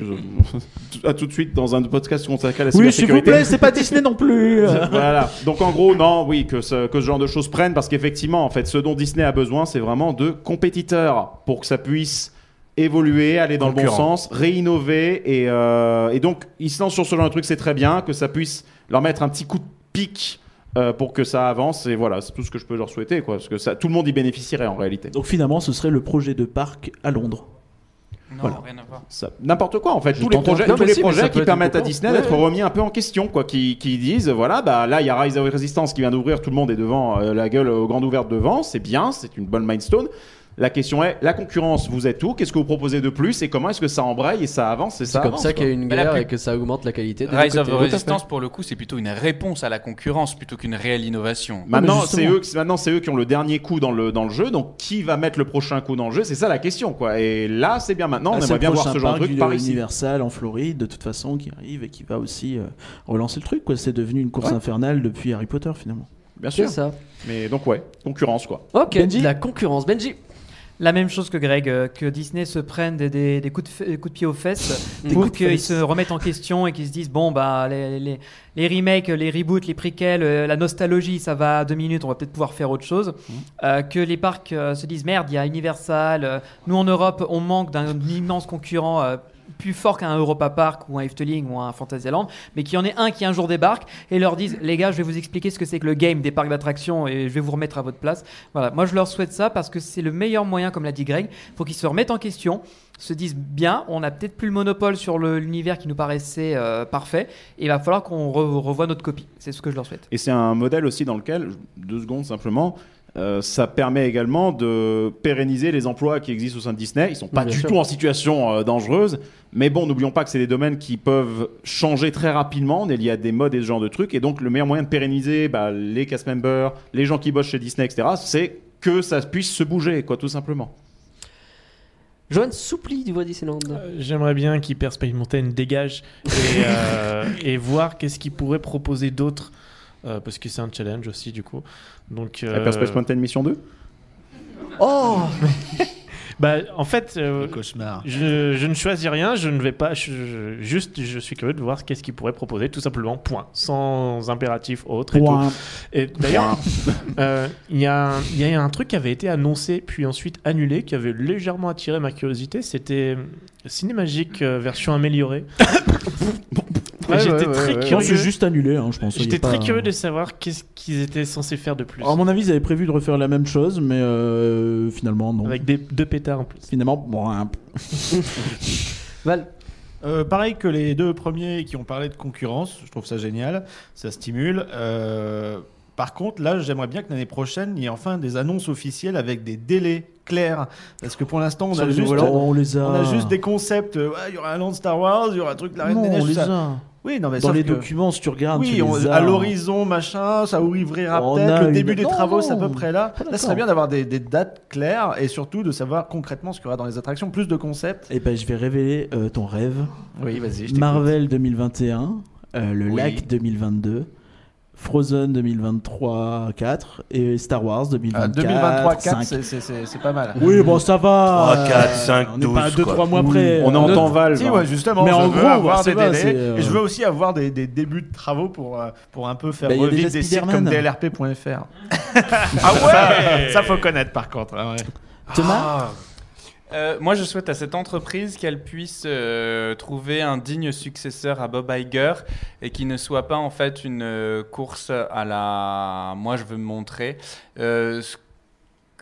[SPEAKER 6] je- à tout de suite dans un podcast qu'on s'attaque à la
[SPEAKER 1] Oui, s'il vous
[SPEAKER 6] cybersécurité.
[SPEAKER 1] plaît, c'est pas Disney non plus
[SPEAKER 6] voilà. Donc en gros, non, oui, que ce, que ce genre de choses prennent, parce qu'effectivement, en fait, ce dont Disney a besoin, c'est vraiment de compétiteurs pour que ça puisse évoluer, aller dans le bon
[SPEAKER 8] Concurrents.
[SPEAKER 6] sens, réinnover. Et, euh, et donc, ils se lancent sur ce genre de truc, c'est très bien, que ça puisse leur mettre un petit coup de pic. euh, pour que ça avance et voilà c'est tout ce que je peux leur souhaiter quoi parce que ça tout le monde y bénéficierait en réalité
[SPEAKER 1] Donc finalement, ce serait le projet de parc à Londres.
[SPEAKER 9] Non,
[SPEAKER 6] Voilà.
[SPEAKER 9] rien à voir.
[SPEAKER 6] Ça- n'importe quoi en fait
[SPEAKER 1] Je
[SPEAKER 6] tous les
[SPEAKER 1] t'entends.
[SPEAKER 6] projets
[SPEAKER 2] Non,
[SPEAKER 6] tous
[SPEAKER 2] mais
[SPEAKER 6] les
[SPEAKER 2] si, mais ça
[SPEAKER 6] projets
[SPEAKER 2] peut
[SPEAKER 6] qui
[SPEAKER 2] être
[SPEAKER 6] permettent à
[SPEAKER 2] important.
[SPEAKER 6] Disney
[SPEAKER 2] Ouais,
[SPEAKER 6] d'être
[SPEAKER 2] ouais.
[SPEAKER 6] remis un peu en question quoi qui, qui disent voilà bah là il y a Rise of Resistance qui vient d'ouvrir tout le monde est devant euh, la gueule euh, grande ouverte devant c'est bien c'est une bonne milestone la question est la concurrence vous êtes où qu'est-ce que vous proposez de plus et comment est-ce que ça embraye et ça avance et ça
[SPEAKER 2] C'est comme
[SPEAKER 6] avance,
[SPEAKER 2] ça
[SPEAKER 6] quoi.
[SPEAKER 2] qu'il y a une
[SPEAKER 9] Bah, la
[SPEAKER 2] guerre
[SPEAKER 9] pub-
[SPEAKER 2] et que ça augmente la qualité. des deux
[SPEAKER 9] Rise of
[SPEAKER 2] côtés. Tout à fait.
[SPEAKER 9] Resistance, pour le coup, c'est plutôt une réponse à la concurrence plutôt qu'une réelle innovation.
[SPEAKER 1] Non,
[SPEAKER 6] Maintenant,
[SPEAKER 1] mais
[SPEAKER 6] c'est
[SPEAKER 1] justement.
[SPEAKER 6] eux, qui- maintenant, c'est eux qui ont le dernier coup dans le, dans le jeu. Donc, qui va mettre le prochain coup dans le jeu C'est ça la question, quoi. Et là, c'est bien maintenant.
[SPEAKER 1] Ah,
[SPEAKER 6] on
[SPEAKER 1] c'est
[SPEAKER 6] aimerait
[SPEAKER 1] le
[SPEAKER 6] bien voir
[SPEAKER 1] prochain
[SPEAKER 6] ce genre de
[SPEAKER 1] parc
[SPEAKER 6] truc
[SPEAKER 1] du-
[SPEAKER 6] par ici.
[SPEAKER 1] Universal en Floride, de toute façon, qui arrive et qui va aussi euh, relancer le truc. quoi. C'est devenu une course infernale depuis Harry Potter finalement.
[SPEAKER 6] Bien
[SPEAKER 2] C'est
[SPEAKER 6] sûr.
[SPEAKER 2] ça.
[SPEAKER 6] Mais donc, ouais, concurrence, quoi.
[SPEAKER 2] Ok,
[SPEAKER 1] Benji
[SPEAKER 2] la concurrence. Benji
[SPEAKER 7] La même chose que Greg, euh, que Disney se prenne des, des- des coups, de, fe- des coups de pied aux fesses
[SPEAKER 2] Des
[SPEAKER 7] pour
[SPEAKER 2] coups de
[SPEAKER 7] qu'ils
[SPEAKER 2] fesses.
[SPEAKER 7] se remettent en question et qu'ils se disent bon, bah, les, les- les remakes, les reboots, les préquels, euh, la nostalgie, ça va à deux minutes, on va peut-être pouvoir faire autre chose.
[SPEAKER 2] Mmh.
[SPEAKER 7] Euh, que les parcs euh, se disent merde, il y a Universal, euh, nous en Europe, on manque d'un immense concurrent. euh, plus fort qu'un Europa Park ou un Efteling ou un Fantasyland, mais qu'il y en ait un qui un jour débarque et leur dise les gars, je vais vous expliquer ce que c'est que le game des parcs d'attractions et je vais vous remettre à votre place. Voilà, moi je leur souhaite ça parce que c'est le meilleur moyen, comme l'a dit Greg, pour qu'ils se remettent en question, se disent bien, on n'a peut-être plus le monopole sur le- l'univers qui nous paraissait euh, parfait et il va falloir qu'on re- revoie notre copie. C'est ce que je leur souhaite.
[SPEAKER 6] Et c'est un modèle aussi dans lequel, deux secondes simplement, euh, ça permet également de pérenniser les emplois qui existent au sein de Disney. Ils sont pas
[SPEAKER 4] Bien
[SPEAKER 6] du
[SPEAKER 4] sûr.
[SPEAKER 6] tout en situation euh, dangereuse. Mais bon, n'oublions pas que c'est des domaines qui peuvent changer très rapidement. On est lié à des modes et ce genre de trucs. Et donc, le meilleur moyen de pérenniser bah, les cast members, les gens qui bossent chez Disney, etc., c'est que ça puisse se bouger, quoi, tout simplement.
[SPEAKER 2] Johan Soupli du Voix Disneyland.
[SPEAKER 4] Euh, J'aimerais bien qu'Hyper Space Mountain dégage et, euh, et voir qu'est-ce qu'il pourrait proposer d'autre. euh, parce que c'est un challenge aussi, du coup. Donc, euh,
[SPEAKER 6] Hyperspace Mountain Mission 2
[SPEAKER 2] Oh
[SPEAKER 4] bah, en fait, euh,
[SPEAKER 5] Cauchemar.
[SPEAKER 4] je, je ne choisis rien, je ne vais pas. je- je- juste, je suis curieux de voir qu'est-ce qu'il pourrait proposer, tout simplement, point. Sans impératif autre. et tout. Et d'ailleurs, euh, il y, a un- il y a un truc qui avait été annoncé puis ensuite annulé, qui avait légèrement attiré ma curiosité. C'était euh, Cinémagique euh, version améliorée. Et
[SPEAKER 5] Ouais,
[SPEAKER 4] J'étais
[SPEAKER 5] ouais, ouais,
[SPEAKER 4] très
[SPEAKER 5] ouais.
[SPEAKER 1] Je pense que
[SPEAKER 4] curieux.
[SPEAKER 1] c'est juste annulé, hein, je pense. il y
[SPEAKER 4] J'étais
[SPEAKER 1] a pas-
[SPEAKER 4] très curieux de savoir qu'est-ce qu'ils étaient censés faire de plus.
[SPEAKER 1] Alors, À mon avis, ils avaient prévu de refaire la même chose, mais euh, finalement, non.
[SPEAKER 4] Avec des, deux pétards en plus.
[SPEAKER 1] Finalement, bon, un-
[SPEAKER 2] Val.
[SPEAKER 5] Euh, pareil que les deux premiers qui ont parlé de concurrence, je trouve ça génial, ça stimule. Euh, par contre, là, j'aimerais bien que l'année prochaine, il y ait enfin des annonces officielles avec des délais clairs. Parce que pour l'instant, on,
[SPEAKER 1] sur
[SPEAKER 5] a
[SPEAKER 1] les
[SPEAKER 5] juste-
[SPEAKER 1] nouveaux, on les a.
[SPEAKER 5] on a juste des concepts. euh, Ouais, Il y aura un land Star Wars, il y aura un truc de la Reine
[SPEAKER 1] Non,
[SPEAKER 5] des Neiges.
[SPEAKER 1] on
[SPEAKER 5] tout
[SPEAKER 1] les
[SPEAKER 5] ça.
[SPEAKER 1] a.
[SPEAKER 5] Oui, non, mais
[SPEAKER 1] Dans
[SPEAKER 5] sauf
[SPEAKER 1] les
[SPEAKER 5] que-
[SPEAKER 1] documents, si tu regardes,
[SPEAKER 5] Oui,
[SPEAKER 1] Ah, tu
[SPEAKER 5] on-
[SPEAKER 1] les as. hein.
[SPEAKER 5] à l'horizon, machin, ça ouvrira
[SPEAKER 1] On a
[SPEAKER 5] peut-être le
[SPEAKER 1] une-
[SPEAKER 5] début des
[SPEAKER 1] Non,
[SPEAKER 5] travaux, c'est à
[SPEAKER 1] non.
[SPEAKER 5] peu près là.
[SPEAKER 1] Ah,
[SPEAKER 5] Là, ce
[SPEAKER 1] d'accord.
[SPEAKER 5] serait bien d'avoir des, des dates claires et surtout de savoir concrètement ce qu'il y aura dans les attractions, plus de concepts.
[SPEAKER 1] Eh ben, je vais révéler euh, ton rêve.
[SPEAKER 5] Oui, vas-y.
[SPEAKER 1] Marvel 2021, euh, le
[SPEAKER 9] Oui.
[SPEAKER 1] lac 2022, Frozen 2023-4 et Star Wars
[SPEAKER 5] Ah, 2023-4,
[SPEAKER 1] 2023-5.
[SPEAKER 5] c'est- c'est- c'est c'est pas mal.
[SPEAKER 1] Oui, bon, ça va.
[SPEAKER 8] 3, 4, 5,
[SPEAKER 1] on est pas
[SPEAKER 8] 12,
[SPEAKER 1] 2-3
[SPEAKER 8] quoi.
[SPEAKER 1] mois près.
[SPEAKER 6] Mmh. On est en
[SPEAKER 1] Euh,
[SPEAKER 6] temps Valve.
[SPEAKER 5] Si,
[SPEAKER 6] hein.
[SPEAKER 5] ouais, justement,
[SPEAKER 1] Mais
[SPEAKER 5] je
[SPEAKER 1] en
[SPEAKER 5] veux
[SPEAKER 1] gros,
[SPEAKER 5] avoir
[SPEAKER 1] c'est
[SPEAKER 5] des
[SPEAKER 1] pas, c'est,
[SPEAKER 5] délais
[SPEAKER 1] euh,
[SPEAKER 5] et je veux aussi avoir des, des débuts de travaux pour, euh, pour un peu faire
[SPEAKER 1] Bah, il y a
[SPEAKER 5] revivre
[SPEAKER 1] déjà
[SPEAKER 5] des sites
[SPEAKER 1] Spider-Man.
[SPEAKER 5] comme dlrp.fr. ah ouais Ça, faut connaître par contre. hein, ouais. Ah.
[SPEAKER 1] Thomas
[SPEAKER 9] Euh, moi, je souhaite à cette entreprise qu'elle puisse euh, trouver un digne successeur à Bob Iger et qui ne soit pas en fait une euh, course à la. Moi, je veux me montrer. Euh, ce-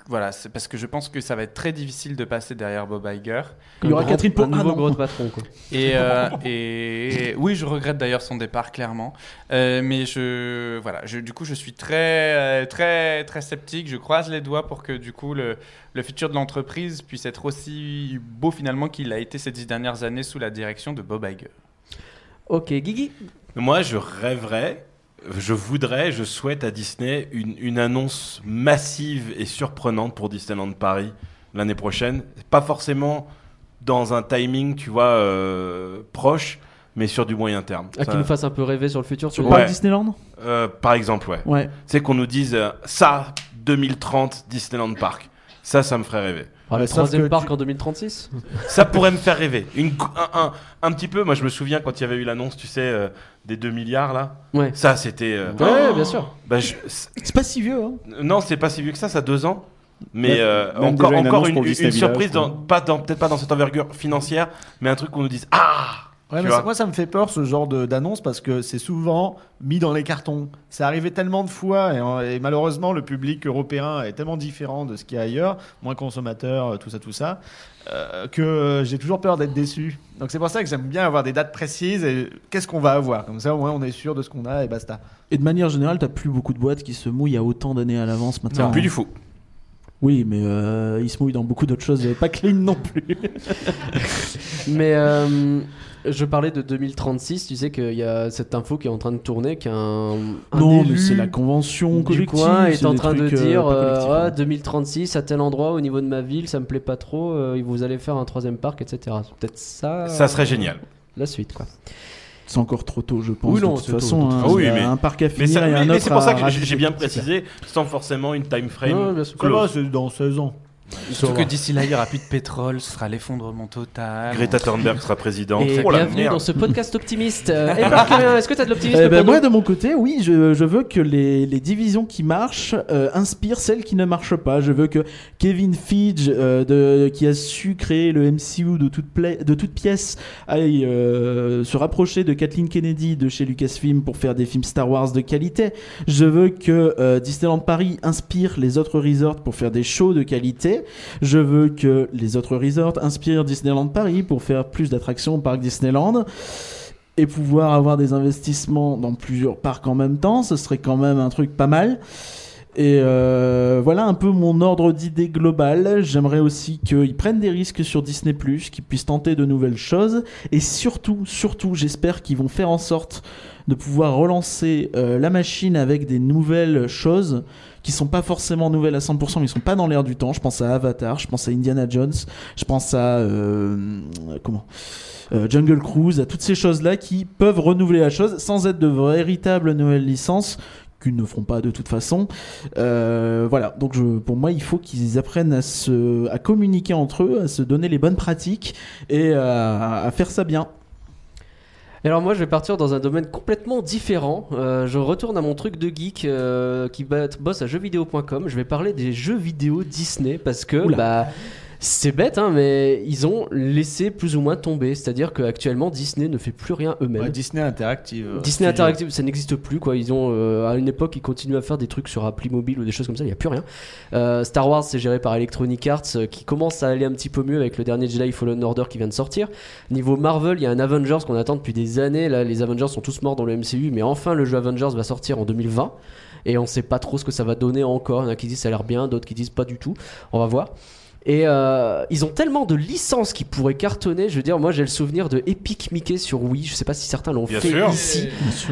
[SPEAKER 9] Voilà, c'est parce que je pense que ça va être très difficile de passer derrière Bob Iger.
[SPEAKER 1] Il y aura Catherine pour
[SPEAKER 2] un
[SPEAKER 1] ah,
[SPEAKER 2] nouveau
[SPEAKER 1] non.
[SPEAKER 2] gros patron. Quoi.
[SPEAKER 9] Et, euh, et oui, je regrette d'ailleurs son départ clairement, Euh, mais je voilà, je, du coup, je suis très euh, très très sceptique. Je croise les doigts pour que du coup le, le futur de l'entreprise puisse être aussi beau finalement qu'il a été ces dix dernières années sous la direction de Bob Iger.
[SPEAKER 2] Ok, Guigui.
[SPEAKER 8] Moi, je rêverais, je voudrais, je souhaite à Disney une, une annonce massive et surprenante pour Disneyland Paris l'année prochaine. Pas forcément dans un timing, tu vois, euh, proche, mais sur du moyen terme.
[SPEAKER 2] Ah,
[SPEAKER 8] Ça-
[SPEAKER 2] qui nous fasse un peu rêver sur le futur. tu
[SPEAKER 1] Sur
[SPEAKER 2] veux
[SPEAKER 1] Parc
[SPEAKER 8] Ouais.
[SPEAKER 1] Disneyland
[SPEAKER 8] Euh, par exemple, ouais.
[SPEAKER 1] Ouais.
[SPEAKER 8] C'est qu'on nous dise euh, ça, 2030, Disneyland Park. Ça, ça me ferait rêver.
[SPEAKER 2] Ah, le
[SPEAKER 5] Ouais, sauf
[SPEAKER 2] troisième
[SPEAKER 5] que
[SPEAKER 2] parc
[SPEAKER 5] tu-
[SPEAKER 2] en 2036
[SPEAKER 8] Ça pourrait me faire rêver. Une, cou- un, un- un petit peu, moi je me souviens quand il y avait eu l'annonce, tu sais, euh, des 2 milliards là.
[SPEAKER 2] Ouais.
[SPEAKER 8] Ça, c'était. euh,
[SPEAKER 2] Ouais, bien sûr.
[SPEAKER 8] bah, je-
[SPEAKER 1] C'est pas si vieux, hein.
[SPEAKER 8] Non, c'est pas si vieux que ça, ça a deux ans. Mais
[SPEAKER 6] Même-
[SPEAKER 8] euh,
[SPEAKER 6] même
[SPEAKER 8] encore,
[SPEAKER 6] déjà une
[SPEAKER 8] encore
[SPEAKER 6] annonce
[SPEAKER 8] une,
[SPEAKER 6] pour
[SPEAKER 8] une
[SPEAKER 6] Disney Village,
[SPEAKER 8] surprise,
[SPEAKER 6] quoi.
[SPEAKER 8] dans, pas dans, peut-être pas dans cette envergure financière, mais un truc qu'on nous dise Ah
[SPEAKER 5] Ouais,
[SPEAKER 8] Tu
[SPEAKER 5] mais
[SPEAKER 8] vois.
[SPEAKER 5] ça- moi, ça me fait peur ce genre de- d'annonce parce que c'est souvent mis dans les cartons. C'est arrivé tellement de fois et, en- et malheureusement, le public européen est tellement différent de ce qu'il y a ailleurs, moins consommateur, euh, tout ça, tout ça, euh, que euh, j'ai toujours peur d'être déçu. Donc, c'est pour ça que j'aime bien avoir des dates précises et qu'est-ce qu'on va avoir. Comme ça, au moins, on est sûr de ce qu'on a et basta.
[SPEAKER 1] Et de manière générale, t'as plus beaucoup de boîtes qui se mouillent à autant d'années à l'avance maintenant.
[SPEAKER 8] Plus du fou.
[SPEAKER 1] Oui, mais euh, ils se mouillent dans beaucoup d'autres choses, et pas Clean non plus.
[SPEAKER 2] Mais euh, je parlais de 2036. Tu sais qu'il y a cette info qui est en train de tourner, qu'un un
[SPEAKER 1] non, mais
[SPEAKER 2] élu
[SPEAKER 1] c'est la convention
[SPEAKER 2] du
[SPEAKER 1] collective.
[SPEAKER 2] coin est
[SPEAKER 1] c'est
[SPEAKER 2] en
[SPEAKER 1] des
[SPEAKER 2] train de
[SPEAKER 1] trucs, euh,
[SPEAKER 2] dire
[SPEAKER 1] pas
[SPEAKER 2] euh,
[SPEAKER 1] collectifs,
[SPEAKER 2] Ah,
[SPEAKER 1] hein.
[SPEAKER 2] 2036 à tel endroit au niveau de ma ville, ça me plaît pas trop. euh, vous allez faire un troisième parc, etc. C'est peut-être ça.
[SPEAKER 8] Ça serait génial.
[SPEAKER 2] la suite quoi.
[SPEAKER 1] C'est encore trop tôt, je pense.
[SPEAKER 2] Oui, non,
[SPEAKER 1] de toute
[SPEAKER 2] c'est tôt,
[SPEAKER 1] façon,
[SPEAKER 2] de toute
[SPEAKER 1] hein,
[SPEAKER 8] façon. Ah
[SPEAKER 1] il y a
[SPEAKER 8] Oui, mais-
[SPEAKER 1] un parc à
[SPEAKER 8] Mais,
[SPEAKER 1] finir
[SPEAKER 8] ça-
[SPEAKER 1] et
[SPEAKER 8] mais-
[SPEAKER 1] un
[SPEAKER 8] mais
[SPEAKER 1] autre
[SPEAKER 8] c'est pour ça
[SPEAKER 1] à
[SPEAKER 8] que j'ai-
[SPEAKER 1] rajouter,
[SPEAKER 8] j'ai bien
[SPEAKER 1] c'est clair.
[SPEAKER 8] précisé, sans forcément une time
[SPEAKER 2] Ouais, ouais,
[SPEAKER 8] frame
[SPEAKER 2] bien sûr.
[SPEAKER 5] Ça va,
[SPEAKER 8] close.
[SPEAKER 5] c'est dans 16 ans.
[SPEAKER 9] Surtout que d'ici là, il n'y aura plus de pétrole, ce sera l'effondrement total.
[SPEAKER 8] Greta Thunberg sera présidente.
[SPEAKER 2] Et
[SPEAKER 8] Oh la
[SPEAKER 2] bienvenue
[SPEAKER 8] merde.
[SPEAKER 2] dans ce podcast optimiste. Euh, et Marc, Aurélien, est-ce que t'as de l'optimisme
[SPEAKER 1] Eh ben,
[SPEAKER 2] pour
[SPEAKER 1] moi, de
[SPEAKER 2] nous
[SPEAKER 1] mon côté, oui, je, je veux que les, les divisions qui marchent euh, inspirent celles qui ne marchent pas. Je veux que Kevin Feige, euh, de, qui a su créer le MCU de toute, pla- de toute pièce, aille euh, se rapprocher de Kathleen Kennedy de chez Lucasfilm pour faire des films Star Wars de qualité. Je veux que euh, Disneyland Paris inspire les autres resorts pour faire des shows de qualité. Je veux que les autres resorts inspirent Disneyland Paris pour faire plus d'attractions au parc Disneyland et pouvoir avoir des investissements dans plusieurs parcs en même temps, ce serait quand même un truc pas mal. Et euh, voilà un peu mon ordre d'idée global. J'aimerais aussi qu'ils prennent des risques sur Disney ⁇ qu'ils puissent tenter de nouvelles choses. Et surtout, surtout, j'espère qu'ils vont faire en sorte de pouvoir relancer euh, la machine avec des nouvelles choses qui sont pas forcément nouvelles à 100%, mais qui sont pas dans l'air du temps. Je pense à Avatar, je pense à Indiana Jones, je pense à... euh, comment euh, Jungle Cruise, à toutes ces choses-là qui peuvent renouveler la chose sans être de véritables nouvelles licences qu'ils ne feront pas de toute façon. Euh, voilà, donc je, pour moi, il faut qu'ils apprennent à, se, à communiquer entre eux, à se donner les bonnes pratiques et euh, à, à faire ça bien.
[SPEAKER 2] Alors moi je vais partir dans un domaine complètement différent. Euh, je retourne à mon truc de geek euh, qui bat- bosse à jeuxvideo.com. Je vais parler des jeux vidéo Disney parce que
[SPEAKER 1] Oula.
[SPEAKER 2] bah c'est bête hein, mais ils ont laissé plus ou moins tomber. C'est-à-dire qu'actuellement Disney ne fait plus rien eux-mêmes.
[SPEAKER 5] Ouais, Disney Interactive. euh,
[SPEAKER 2] Disney
[SPEAKER 5] studio.
[SPEAKER 2] Interactive, ça n'existe plus quoi. Ils ont euh, à une époque, ils continuent à faire des trucs sur appli mobile ou des choses comme ça. Il n'y a plus rien. Euh, Star Wars, c'est géré par Electronic Arts, euh, qui commence à aller un petit peu mieux avec le dernier Jedi Fallen Order qui vient de sortir. Niveau Marvel, il y a un Avengers qu'on attend depuis des années. Là, les Avengers sont tous morts dans le MCU, mais enfin le jeu Avengers va sortir en 2020. Et on sait pas trop ce que ça va donner encore. Il y en a qui disent ça a l'air bien, d'autres qui disent pas du tout. On va voir. Et euh, ils ont tellement de licences qui pourraient cartonner. Je veux dire, moi j'ai le souvenir de Epic Mickey sur Wii. Je sais pas si certains l'ont
[SPEAKER 8] Bien
[SPEAKER 2] fait
[SPEAKER 8] sûr.
[SPEAKER 2] ici.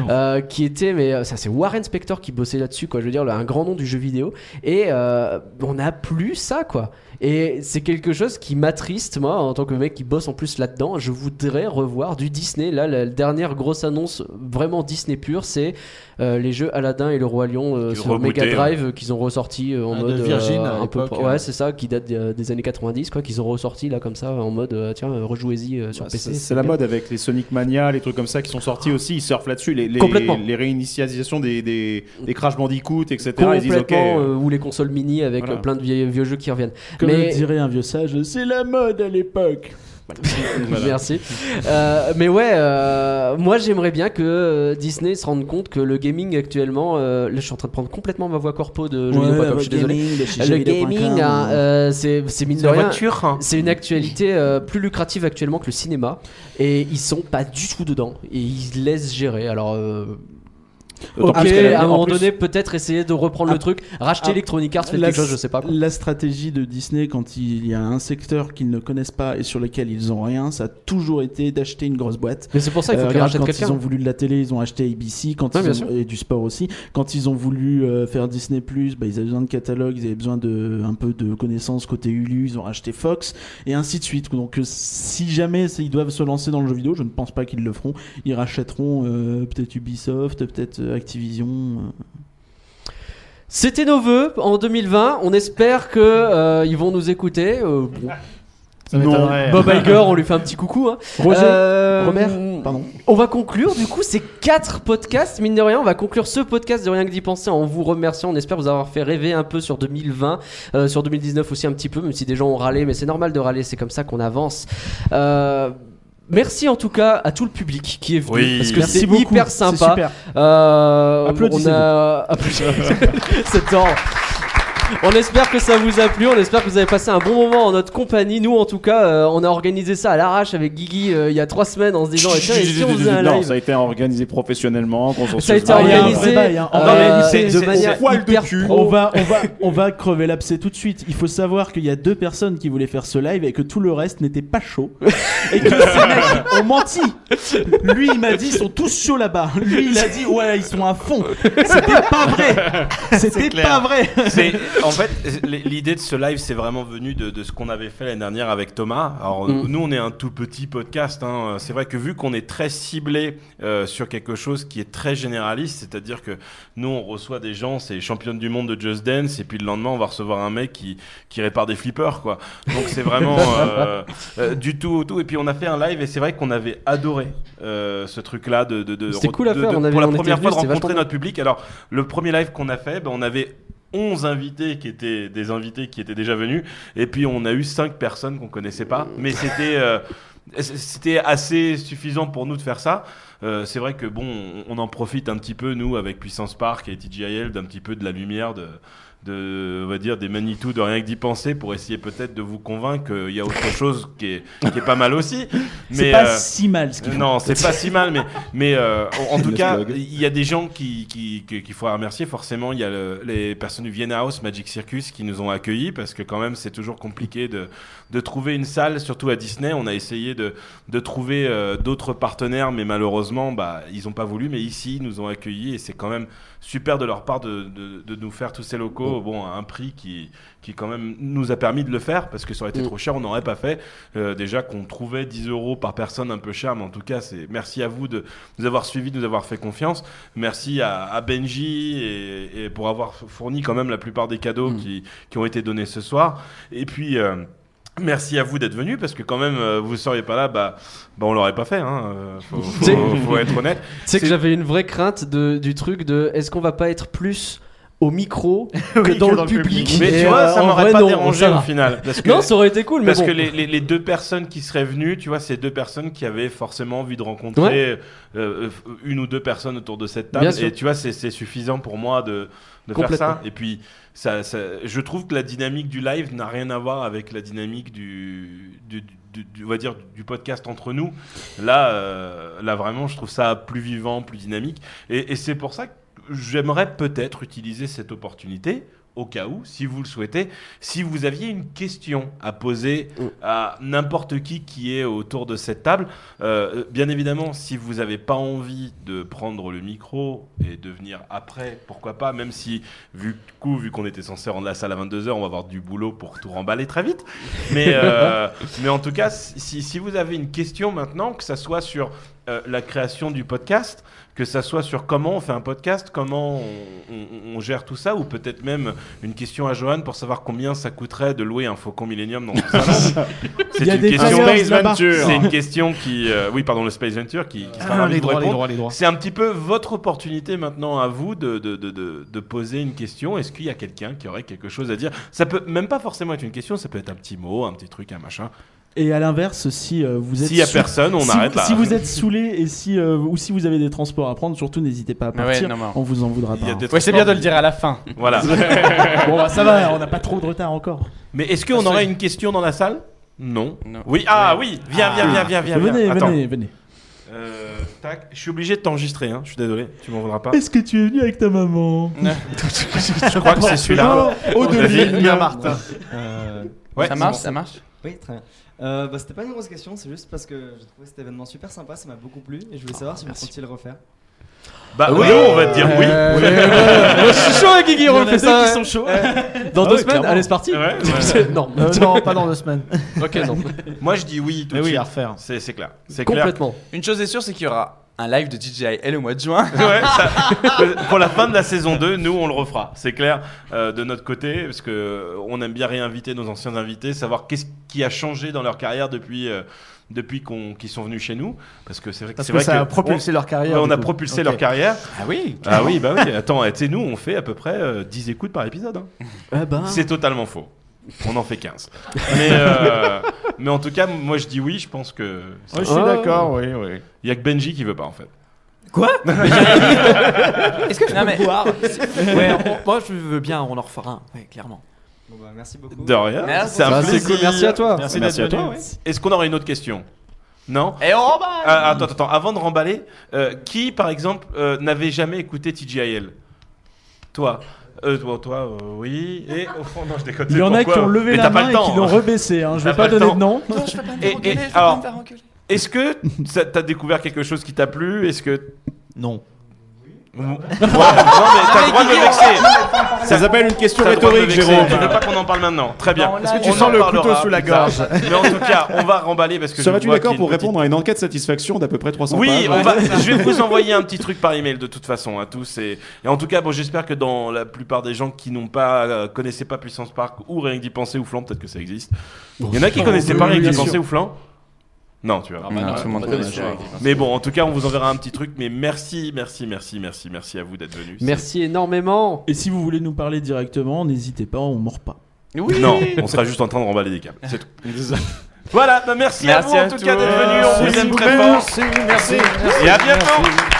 [SPEAKER 2] Euh, qui était, mais euh, ça c'est Warren Spector qui bossait là-dessus, quoi. Je veux dire, le- un grand nom du jeu vidéo. Et euh, on n'a plus ça, quoi. Et c'est quelque chose qui m'attriste, moi, en tant que mec qui bosse en plus là-dedans. Je voudrais revoir du Disney. Là, la dernière grosse annonce vraiment Disney pure, c'est euh, les jeux Aladdin et le Roi Lion euh,
[SPEAKER 8] Qui
[SPEAKER 2] sur
[SPEAKER 8] rebootaient,
[SPEAKER 6] hein.
[SPEAKER 2] Mega Drive euh, qu'ils ont ressorti euh, en
[SPEAKER 5] Ah, de
[SPEAKER 2] mode. euh,
[SPEAKER 5] Virgin, à
[SPEAKER 2] un peu
[SPEAKER 5] l'époque,
[SPEAKER 2] pro- Ouais,
[SPEAKER 5] hein.
[SPEAKER 2] c'est ça, qui date euh, des, des années 90, quoi, qu'ils ont ressorti là comme ça en mode euh, tiens, euh, rejouez-y euh, sur
[SPEAKER 6] Bah,
[SPEAKER 2] PC.
[SPEAKER 6] c'est- C'est la mode avec les Sonic Mania, les trucs comme ça qui sont sortis aussi. Ils surfent là-dessus. Les, les,
[SPEAKER 2] Complètement.
[SPEAKER 6] les réinitialisations des, des, des Crash Bandicoot, etc. Ils disent OK.
[SPEAKER 2] complètement
[SPEAKER 6] euh,
[SPEAKER 2] euh, ou les consoles mini avec
[SPEAKER 6] Voilà.
[SPEAKER 2] euh, plein de vieilles- vieux jeux qui reviennent.
[SPEAKER 1] Comme
[SPEAKER 2] Mais-
[SPEAKER 1] le dirait un vieux sage, c'est la mode à l'époque.
[SPEAKER 6] voilà.
[SPEAKER 2] Merci. Euh, mais ouais, euh, moi j'aimerais bien que euh, Disney se rende compte que le gaming actuellement, euh, là je suis en train de prendre complètement ma voix corpo de jeuxvideo.com, je suis désolé. Le gaming, hein, euh, c'est c'est mine de
[SPEAKER 9] La
[SPEAKER 2] rien.
[SPEAKER 9] voiture hein.
[SPEAKER 2] C'est une actualité euh, plus lucrative actuellement que le cinéma et ils sont pas du tout dedans et ils laissent gérer. Alors euh,
[SPEAKER 6] D'autant
[SPEAKER 2] ok,
[SPEAKER 6] plus qu'elle a-
[SPEAKER 2] à un
[SPEAKER 6] en
[SPEAKER 2] moment
[SPEAKER 6] plus-
[SPEAKER 2] donner peut-être essayer de reprendre le truc, racheter
[SPEAKER 1] ah,
[SPEAKER 2] Electronic Arts, faites
[SPEAKER 1] la-
[SPEAKER 2] quelque chose, je sais pas. quoi.
[SPEAKER 1] La stratégie de Disney quand il y a un secteur qu'ils ne connaissent pas et sur lequel ils ont rien, ça a toujours été d'acheter une grosse boîte.
[SPEAKER 2] Mais c'est pour ça qu'il faut
[SPEAKER 1] Euh,
[SPEAKER 2] qu'ils
[SPEAKER 1] regarde,
[SPEAKER 2] rachètent
[SPEAKER 1] quand
[SPEAKER 2] quelqu'un. hein.
[SPEAKER 1] ils ont voulu de la télé, ils ont acheté ABC. Quand
[SPEAKER 2] Ouais,
[SPEAKER 1] ils
[SPEAKER 2] bien
[SPEAKER 1] ont-
[SPEAKER 2] sûr.
[SPEAKER 1] et du sport aussi. Quand ils ont voulu euh, faire Disney bah, ils avaient besoin de catalogue, ils avaient besoin de un peu de connaissances côté Hulu. Ils ont acheté Fox et ainsi de suite. Donc euh, si jamais c'est- ils doivent se lancer dans le jeu vidéo, je ne pense pas qu'ils le feront. Ils rachèteront euh, peut-être Ubisoft, peut-être euh, Activision. euh.
[SPEAKER 2] C'était nos vœux en 2020. On espère que euh, ils vont nous écouter. Euh, bon,
[SPEAKER 6] euh,
[SPEAKER 4] Ça m'étonnerait.
[SPEAKER 2] Bob Iger, on lui fait un petit coucou. hein.
[SPEAKER 1] Roger,
[SPEAKER 2] Euh,
[SPEAKER 1] Robert, pardon.
[SPEAKER 2] On va conclure du coup ces quatre podcasts. Mine de rien, on va conclure ce podcast de Rien que d'y penser en vous remerciant. On espère vous avoir fait rêver un peu sur 2020, euh, sur 2019 aussi un petit peu, même si des gens ont râlé. Mais c'est normal de râler, c'est comme ça qu'on avance. Euh, Merci en tout cas à tout le public qui est venu
[SPEAKER 8] Oui.
[SPEAKER 2] parce que
[SPEAKER 1] Merci
[SPEAKER 2] c'est
[SPEAKER 1] beaucoup,
[SPEAKER 2] hyper
[SPEAKER 1] c'est
[SPEAKER 2] sympa.
[SPEAKER 1] super.
[SPEAKER 2] Euh, on
[SPEAKER 1] Applaudissez-vous.
[SPEAKER 2] a c'est temps. On espère que ça vous a plu, on espère que vous avez passé un bon moment en notre compagnie. Nous, en tout cas, euh, on a organisé ça à l'arrache avec Guigui euh, il y a trois semaines en se disant eh, tiens, et si on faisait un
[SPEAKER 6] Non, ça
[SPEAKER 2] live
[SPEAKER 6] a été organisé professionnellement, consensuel.
[SPEAKER 2] Ça a été
[SPEAKER 1] Ah, il y a un
[SPEAKER 2] organisé
[SPEAKER 1] vrai bail, hein.
[SPEAKER 2] euh,
[SPEAKER 1] Non, mais
[SPEAKER 2] de
[SPEAKER 1] c'est- c'est-
[SPEAKER 2] manière
[SPEAKER 1] au poil
[SPEAKER 2] hyper
[SPEAKER 6] de cul.
[SPEAKER 2] pro.
[SPEAKER 1] On va, on va, on va crever l'abcès tout de suite. Il faut savoir qu'il y a deux personnes qui voulaient faire ce live et que tout le reste n'était pas chaud. Et que ces mecs ont menti. Lui, il m'a dit, ils sont tous chauds là-bas. Lui, il a dit, ouais, ils sont à fond. C'était pas vrai. C'était pas vrai.
[SPEAKER 8] C'est
[SPEAKER 5] en fait, l- l'idée de ce live, c'est vraiment venu de, de ce qu'on avait fait l'année dernière avec Thomas. Alors,
[SPEAKER 2] Mm.
[SPEAKER 5] nous, on est un tout petit podcast. hein. C'est vrai que vu qu'on est très ciblé euh, sur quelque chose qui est très généraliste, c'est-à-dire que nous, on reçoit des gens, c'est championne du monde de Just Dance, et puis le lendemain, on va recevoir un mec qui, qui répare des flippers, quoi. Donc, c'est vraiment euh, euh, du tout au tout. Et puis, on a fait un live, et c'est vrai qu'on avait adoré euh, ce truc-là de, de, de-
[SPEAKER 2] C'était
[SPEAKER 5] de-
[SPEAKER 2] cool à
[SPEAKER 5] de-
[SPEAKER 2] faire,
[SPEAKER 5] de-
[SPEAKER 2] on avait-
[SPEAKER 5] pour la
[SPEAKER 2] on était
[SPEAKER 5] première
[SPEAKER 2] venus,
[SPEAKER 5] fois de
[SPEAKER 2] c'était
[SPEAKER 5] rencontrer
[SPEAKER 2] vachement
[SPEAKER 5] notre public. Alors, le premier live qu'on a fait, ben, on avait 11 invités qui étaient des invités qui étaient déjà venus et puis on a eu 5 personnes qu'on connaissait pas mais c'était euh, c- c'était assez suffisant pour nous de faire ça. Euh, c'est vrai que bon, on on en profite un petit peu nous avec Puissance Park et TGIL d'un petit peu de la lumière de de on va dire des Manitou de rien que d'y penser pour essayer peut-être de vous convaincre qu'il y a autre chose qui est, qui est pas mal aussi.
[SPEAKER 1] C'est
[SPEAKER 5] Mais,
[SPEAKER 1] pas
[SPEAKER 5] euh,
[SPEAKER 1] si mal ce qu'ils font.
[SPEAKER 5] non, c'est pas si mal, mais, mais euh, en en tout
[SPEAKER 6] Le
[SPEAKER 5] cas,
[SPEAKER 6] slog.
[SPEAKER 5] il y a des gens qui, qui, qui- qu'il faut remercier. Forcément, il y a le- les personnes du Vienna House Magic Circus qui nous ont accueillis parce que quand même, c'est toujours compliqué de, de trouver une salle, surtout à Disney. On a essayé de, de trouver euh, d'autres partenaires, mais malheureusement, bah, ils ont pas voulu. Mais ici, ils nous ont accueillis et c'est quand même super de leur part de, de, de nous faire tous ces locaux, bon, à un prix qui, qui quand même nous a permis de le faire parce que ça aurait été
[SPEAKER 2] Mm.
[SPEAKER 5] trop cher, on n'aurait pas fait. Euh, déjà qu'on trouvait 10 euros par personne un peu cher, mais en tout cas, c'est merci à vous de nous avoir suivis, de nous avoir fait confiance. Merci à, à Benji et, et pour avoir fourni quand même la plupart des cadeaux
[SPEAKER 2] Mm.
[SPEAKER 5] qui, qui ont été donnés ce soir. Et puis. euh, Merci à vous d'être venus parce que quand même euh, vous seriez pas là bah, bah on l'aurait pas fait hein euh, faut,
[SPEAKER 2] Tu sais-
[SPEAKER 5] faut- faut être honnête
[SPEAKER 2] Tu sais que j'avais une vraie crainte de, du truc de est-ce qu'on va pas être plus au micro que dans le public,
[SPEAKER 5] mais
[SPEAKER 2] Et,
[SPEAKER 5] tu vois
[SPEAKER 2] euh,
[SPEAKER 5] ça
[SPEAKER 2] en
[SPEAKER 5] m'aurait
[SPEAKER 2] vrai,
[SPEAKER 5] pas
[SPEAKER 2] non,
[SPEAKER 5] dérangé
[SPEAKER 2] ça va.
[SPEAKER 5] au final parce que
[SPEAKER 2] Non, ça aurait été cool, mais
[SPEAKER 5] Parce
[SPEAKER 2] bon.
[SPEAKER 5] que les, les- les deux personnes qui seraient venues, tu vois, c'est deux personnes qui avaient forcément envie de rencontrer euh, euh, une ou deux personnes autour de cette table.
[SPEAKER 2] Bien sûr.
[SPEAKER 5] Et tu vois, c'est c'est suffisant pour moi de, de faire
[SPEAKER 2] Complètement.
[SPEAKER 5] ça. Et puis, ça, ça- je trouve que la dynamique du live n'a rien à voir avec la dynamique du, du- du- du- on va dire, du podcast entre nous. Là, euh, là vraiment, je trouve ça plus vivant, plus dynamique. Et, et c'est pour ça que j'aimerais peut-être utiliser cette opportunité. Au cas où, si vous le souhaitez, si vous aviez une question à poser à n'importe qui qui est autour de cette table. Euh, bien évidemment, si vous n'avez pas envie de prendre le micro et de venir après, pourquoi pas, même si, vu, du coup, vu qu'on était censé rendre la salle à 22h, on va avoir du boulot pour tout remballer très vite. Mais, euh, mais en tout cas, si, si vous avez une question maintenant, que ça soit sur euh, la création du podcast, que ça soit sur comment on fait un podcast, comment on, on- on gère tout ça, ou peut-être même une question à Johan pour savoir combien ça coûterait de louer un Faucon Millenium dans son salon. C'est
[SPEAKER 1] Il y a
[SPEAKER 5] une
[SPEAKER 1] des
[SPEAKER 5] question.
[SPEAKER 1] faillances
[SPEAKER 6] Space
[SPEAKER 1] là-bas.
[SPEAKER 6] Venture.
[SPEAKER 5] C'est une question qui, euh, oui, pardon, le Space Venture qui, qui sera ravi de répondre.
[SPEAKER 4] Ah, les droits.
[SPEAKER 5] C'est un petit peu votre opportunité maintenant à vous de, de, de, de, de poser une question. Est-ce qu'il y a quelqu'un qui aurait quelque chose à dire Ça peut même pas forcément être une question, ça peut être un petit mot, un petit truc, un machin.
[SPEAKER 1] Et à l'inverse, si euh, vous êtes
[SPEAKER 5] S'il y a
[SPEAKER 1] sous-
[SPEAKER 5] personne, on
[SPEAKER 1] si
[SPEAKER 5] arrête
[SPEAKER 1] vous,
[SPEAKER 5] là.
[SPEAKER 1] si vous êtes saoulé et si euh, ou si vous avez des transports à prendre, surtout n'hésitez pas à
[SPEAKER 9] Ah ouais,
[SPEAKER 1] partir.
[SPEAKER 9] non, mais-
[SPEAKER 1] on vous en voudra
[SPEAKER 5] Il y
[SPEAKER 1] pas.
[SPEAKER 5] a des
[SPEAKER 9] Ouais, c'est bien de le dire à la fin.
[SPEAKER 5] Voilà.
[SPEAKER 1] Bon, bah, ça va, on n'a pas trop de retard encore.
[SPEAKER 5] Mais est-ce qu'on aurait une question dans la salle Non.
[SPEAKER 9] Non.
[SPEAKER 5] Oui, ah oui, viens, viens, viens, viens, viens.
[SPEAKER 1] venez,
[SPEAKER 5] viens. Attends.
[SPEAKER 1] venez, venez.
[SPEAKER 5] Euh, tac, je suis obligé de t'enregistrer, hein. je suis désolé, tu m'en voudras pas.
[SPEAKER 1] Est-ce que tu es venu avec ta maman
[SPEAKER 5] Je crois que c'est celui-là.
[SPEAKER 4] Odeline, Martin.
[SPEAKER 9] ça marche, ça marche.
[SPEAKER 7] Oui, très bien. Euh, bah, c'était pas une grosse question, c'est juste parce que j'ai trouvé cet événement super sympa, ça m'a beaucoup plu et je voulais savoir si vous comptiez le refaire.
[SPEAKER 5] Bah oui, on va te dire oui.
[SPEAKER 2] Euh, Moi, je suis chaud avec Guigui,
[SPEAKER 1] Il y en
[SPEAKER 2] on
[SPEAKER 1] a
[SPEAKER 2] fait
[SPEAKER 1] deux
[SPEAKER 2] ça. hein.
[SPEAKER 1] qui sont chauds.
[SPEAKER 2] Dans
[SPEAKER 4] Ah
[SPEAKER 2] deux
[SPEAKER 4] oui,
[SPEAKER 2] semaines,
[SPEAKER 4] clairement.
[SPEAKER 2] allez, c'est parti.
[SPEAKER 5] Ouais, ouais.
[SPEAKER 2] non,
[SPEAKER 4] Euh, non, pas dans deux semaines.
[SPEAKER 2] ok, non.
[SPEAKER 5] Moi je dis oui tout
[SPEAKER 4] Mais
[SPEAKER 5] de
[SPEAKER 4] oui,
[SPEAKER 5] suite.
[SPEAKER 4] à refaire.
[SPEAKER 5] C'est c'est clair. C'est clair.
[SPEAKER 2] Complètement.
[SPEAKER 9] Une chose est sûre, c'est qu'il y aura un live de DJIL au mois de juin.
[SPEAKER 5] Ouais, ça- euh, pour la fin de la saison 2, nous on le refera, c'est clair, euh, de notre côté, parce que euh, on aime bien réinviter nos anciens invités, savoir qu'est-ce qui a changé dans leur carrière depuis, euh, depuis qu'on- qu'ils sont venus chez nous, parce que c'est vrai que
[SPEAKER 4] Parce
[SPEAKER 5] c'est
[SPEAKER 4] que
[SPEAKER 5] vrai
[SPEAKER 4] ça a
[SPEAKER 5] que
[SPEAKER 4] propulsé leur
[SPEAKER 5] on,
[SPEAKER 4] carrière.
[SPEAKER 5] on
[SPEAKER 4] du
[SPEAKER 5] a
[SPEAKER 4] coup.
[SPEAKER 5] propulsé
[SPEAKER 4] Ok.
[SPEAKER 5] leur carrière.
[SPEAKER 9] Ah oui
[SPEAKER 5] Ah oui, bah oui. Attends, tu sais, nous on fait à peu près euh, 10 écoutes par épisode. hein.
[SPEAKER 2] Ah, bah.
[SPEAKER 5] C'est totalement faux. On en fait 15. Mais, euh, mais en tout cas, moi je dis oui, je pense que.
[SPEAKER 4] Ouais, Ah, je suis
[SPEAKER 5] Oh.
[SPEAKER 4] d'accord, oui, oui.
[SPEAKER 5] Il y a que Benji qui veut pas en fait.
[SPEAKER 11] Est-ce que je
[SPEAKER 9] Non,
[SPEAKER 11] peux
[SPEAKER 9] mais-
[SPEAKER 11] boire Ouais, on- moi je veux bien, on en refera un, ouais, clairement.
[SPEAKER 7] Bon, bah, merci beaucoup.
[SPEAKER 5] De rien.
[SPEAKER 9] Merci.
[SPEAKER 5] C'est un
[SPEAKER 2] Bah, c'est
[SPEAKER 5] plaisir.
[SPEAKER 2] cool, merci à toi.
[SPEAKER 4] Merci,
[SPEAKER 6] Merci
[SPEAKER 4] d'être
[SPEAKER 6] à toi,
[SPEAKER 4] venu.
[SPEAKER 5] Est-ce qu'on aurait une autre question Non
[SPEAKER 9] Et on remballe
[SPEAKER 5] Ah, Attends, attends, avant de remballer, euh, qui par exemple euh, n'avait jamais écouté TGIL Toi Euh, toi, toi, euh, oui. Et au fond, non, je déconne.
[SPEAKER 1] Il y en a
[SPEAKER 5] Pourquoi
[SPEAKER 1] qui ont levé
[SPEAKER 5] Mais
[SPEAKER 1] la
[SPEAKER 5] t'as pas
[SPEAKER 1] main
[SPEAKER 5] le
[SPEAKER 1] et
[SPEAKER 5] temps,
[SPEAKER 1] qui l'ont
[SPEAKER 5] hein.
[SPEAKER 1] rebaissé. hein, Je
[SPEAKER 5] T'as
[SPEAKER 1] vais pas
[SPEAKER 5] pas le
[SPEAKER 1] donner
[SPEAKER 5] temps.
[SPEAKER 1] de nom.
[SPEAKER 9] Non, je peux pas me
[SPEAKER 5] Et-
[SPEAKER 9] faire engueuler,
[SPEAKER 5] et-
[SPEAKER 9] je peux pas
[SPEAKER 5] alors-
[SPEAKER 9] me faire engueuler.
[SPEAKER 5] Est-ce que ça- t'as découvert quelque chose qui t'a plu Est-ce que
[SPEAKER 4] Non.
[SPEAKER 8] Ouais, non, mais t'as le droit de me vexer.
[SPEAKER 6] Ça s'appelle une question
[SPEAKER 8] T'as le droit de me
[SPEAKER 6] rhétorique,
[SPEAKER 8] vexer.
[SPEAKER 6] Jérôme.
[SPEAKER 8] Tu veux pas qu'on en parle maintenant Très bien.
[SPEAKER 6] Non, là, Est-ce que tu
[SPEAKER 8] On
[SPEAKER 6] sens
[SPEAKER 8] en
[SPEAKER 6] le
[SPEAKER 8] parlera
[SPEAKER 6] couteau sous la
[SPEAKER 8] plus tard.
[SPEAKER 6] gorge
[SPEAKER 8] Mais en tout cas, on va remballer parce que je
[SPEAKER 6] Serais-tu
[SPEAKER 8] vois
[SPEAKER 6] d'accord
[SPEAKER 8] qu'il y a
[SPEAKER 6] pour
[SPEAKER 8] une petite-
[SPEAKER 6] répondre à une enquête satisfaction d'à peu près 300
[SPEAKER 8] Oui,
[SPEAKER 6] pages
[SPEAKER 8] on
[SPEAKER 2] Bah,
[SPEAKER 8] va- je vais vous envoyer un petit truc par email de toute façon à tous. Et, et en tout cas, bon, j'espère que dans la plupart des gens qui n'ont pas euh, connaissaient pas Puissance Park ou Rien que d'y penser ou Flan, peut-être que ça existe. Il y en a qui
[SPEAKER 6] Oh,
[SPEAKER 8] connaissaient
[SPEAKER 6] oui,
[SPEAKER 8] pas Rien que
[SPEAKER 6] bien
[SPEAKER 8] d'y
[SPEAKER 6] sûr.
[SPEAKER 8] penser ou Flan. Non, tu vois.
[SPEAKER 9] Ah bah non, tout le monde connaît pas.
[SPEAKER 8] Mais bah, bon, en tout cas, on vous enverra un petit truc. Mais merci, merci, merci, merci, merci à vous d'être venus.
[SPEAKER 1] Merci énormément. Et si vous voulez nous parler directement, n'hésitez pas, on mord pas.
[SPEAKER 8] Oui. Non, on sera juste en train de remballer des câbles. C'est tout. Voilà, bah merci, à
[SPEAKER 1] Merci
[SPEAKER 8] vous
[SPEAKER 1] à
[SPEAKER 8] en tout cas
[SPEAKER 1] tous.
[SPEAKER 8] d'être venus. On vous
[SPEAKER 1] Merci
[SPEAKER 8] aime très
[SPEAKER 1] beaucoup.
[SPEAKER 8] fort.
[SPEAKER 1] Merci, merci,
[SPEAKER 8] Et à
[SPEAKER 1] merci.
[SPEAKER 8] bientôt.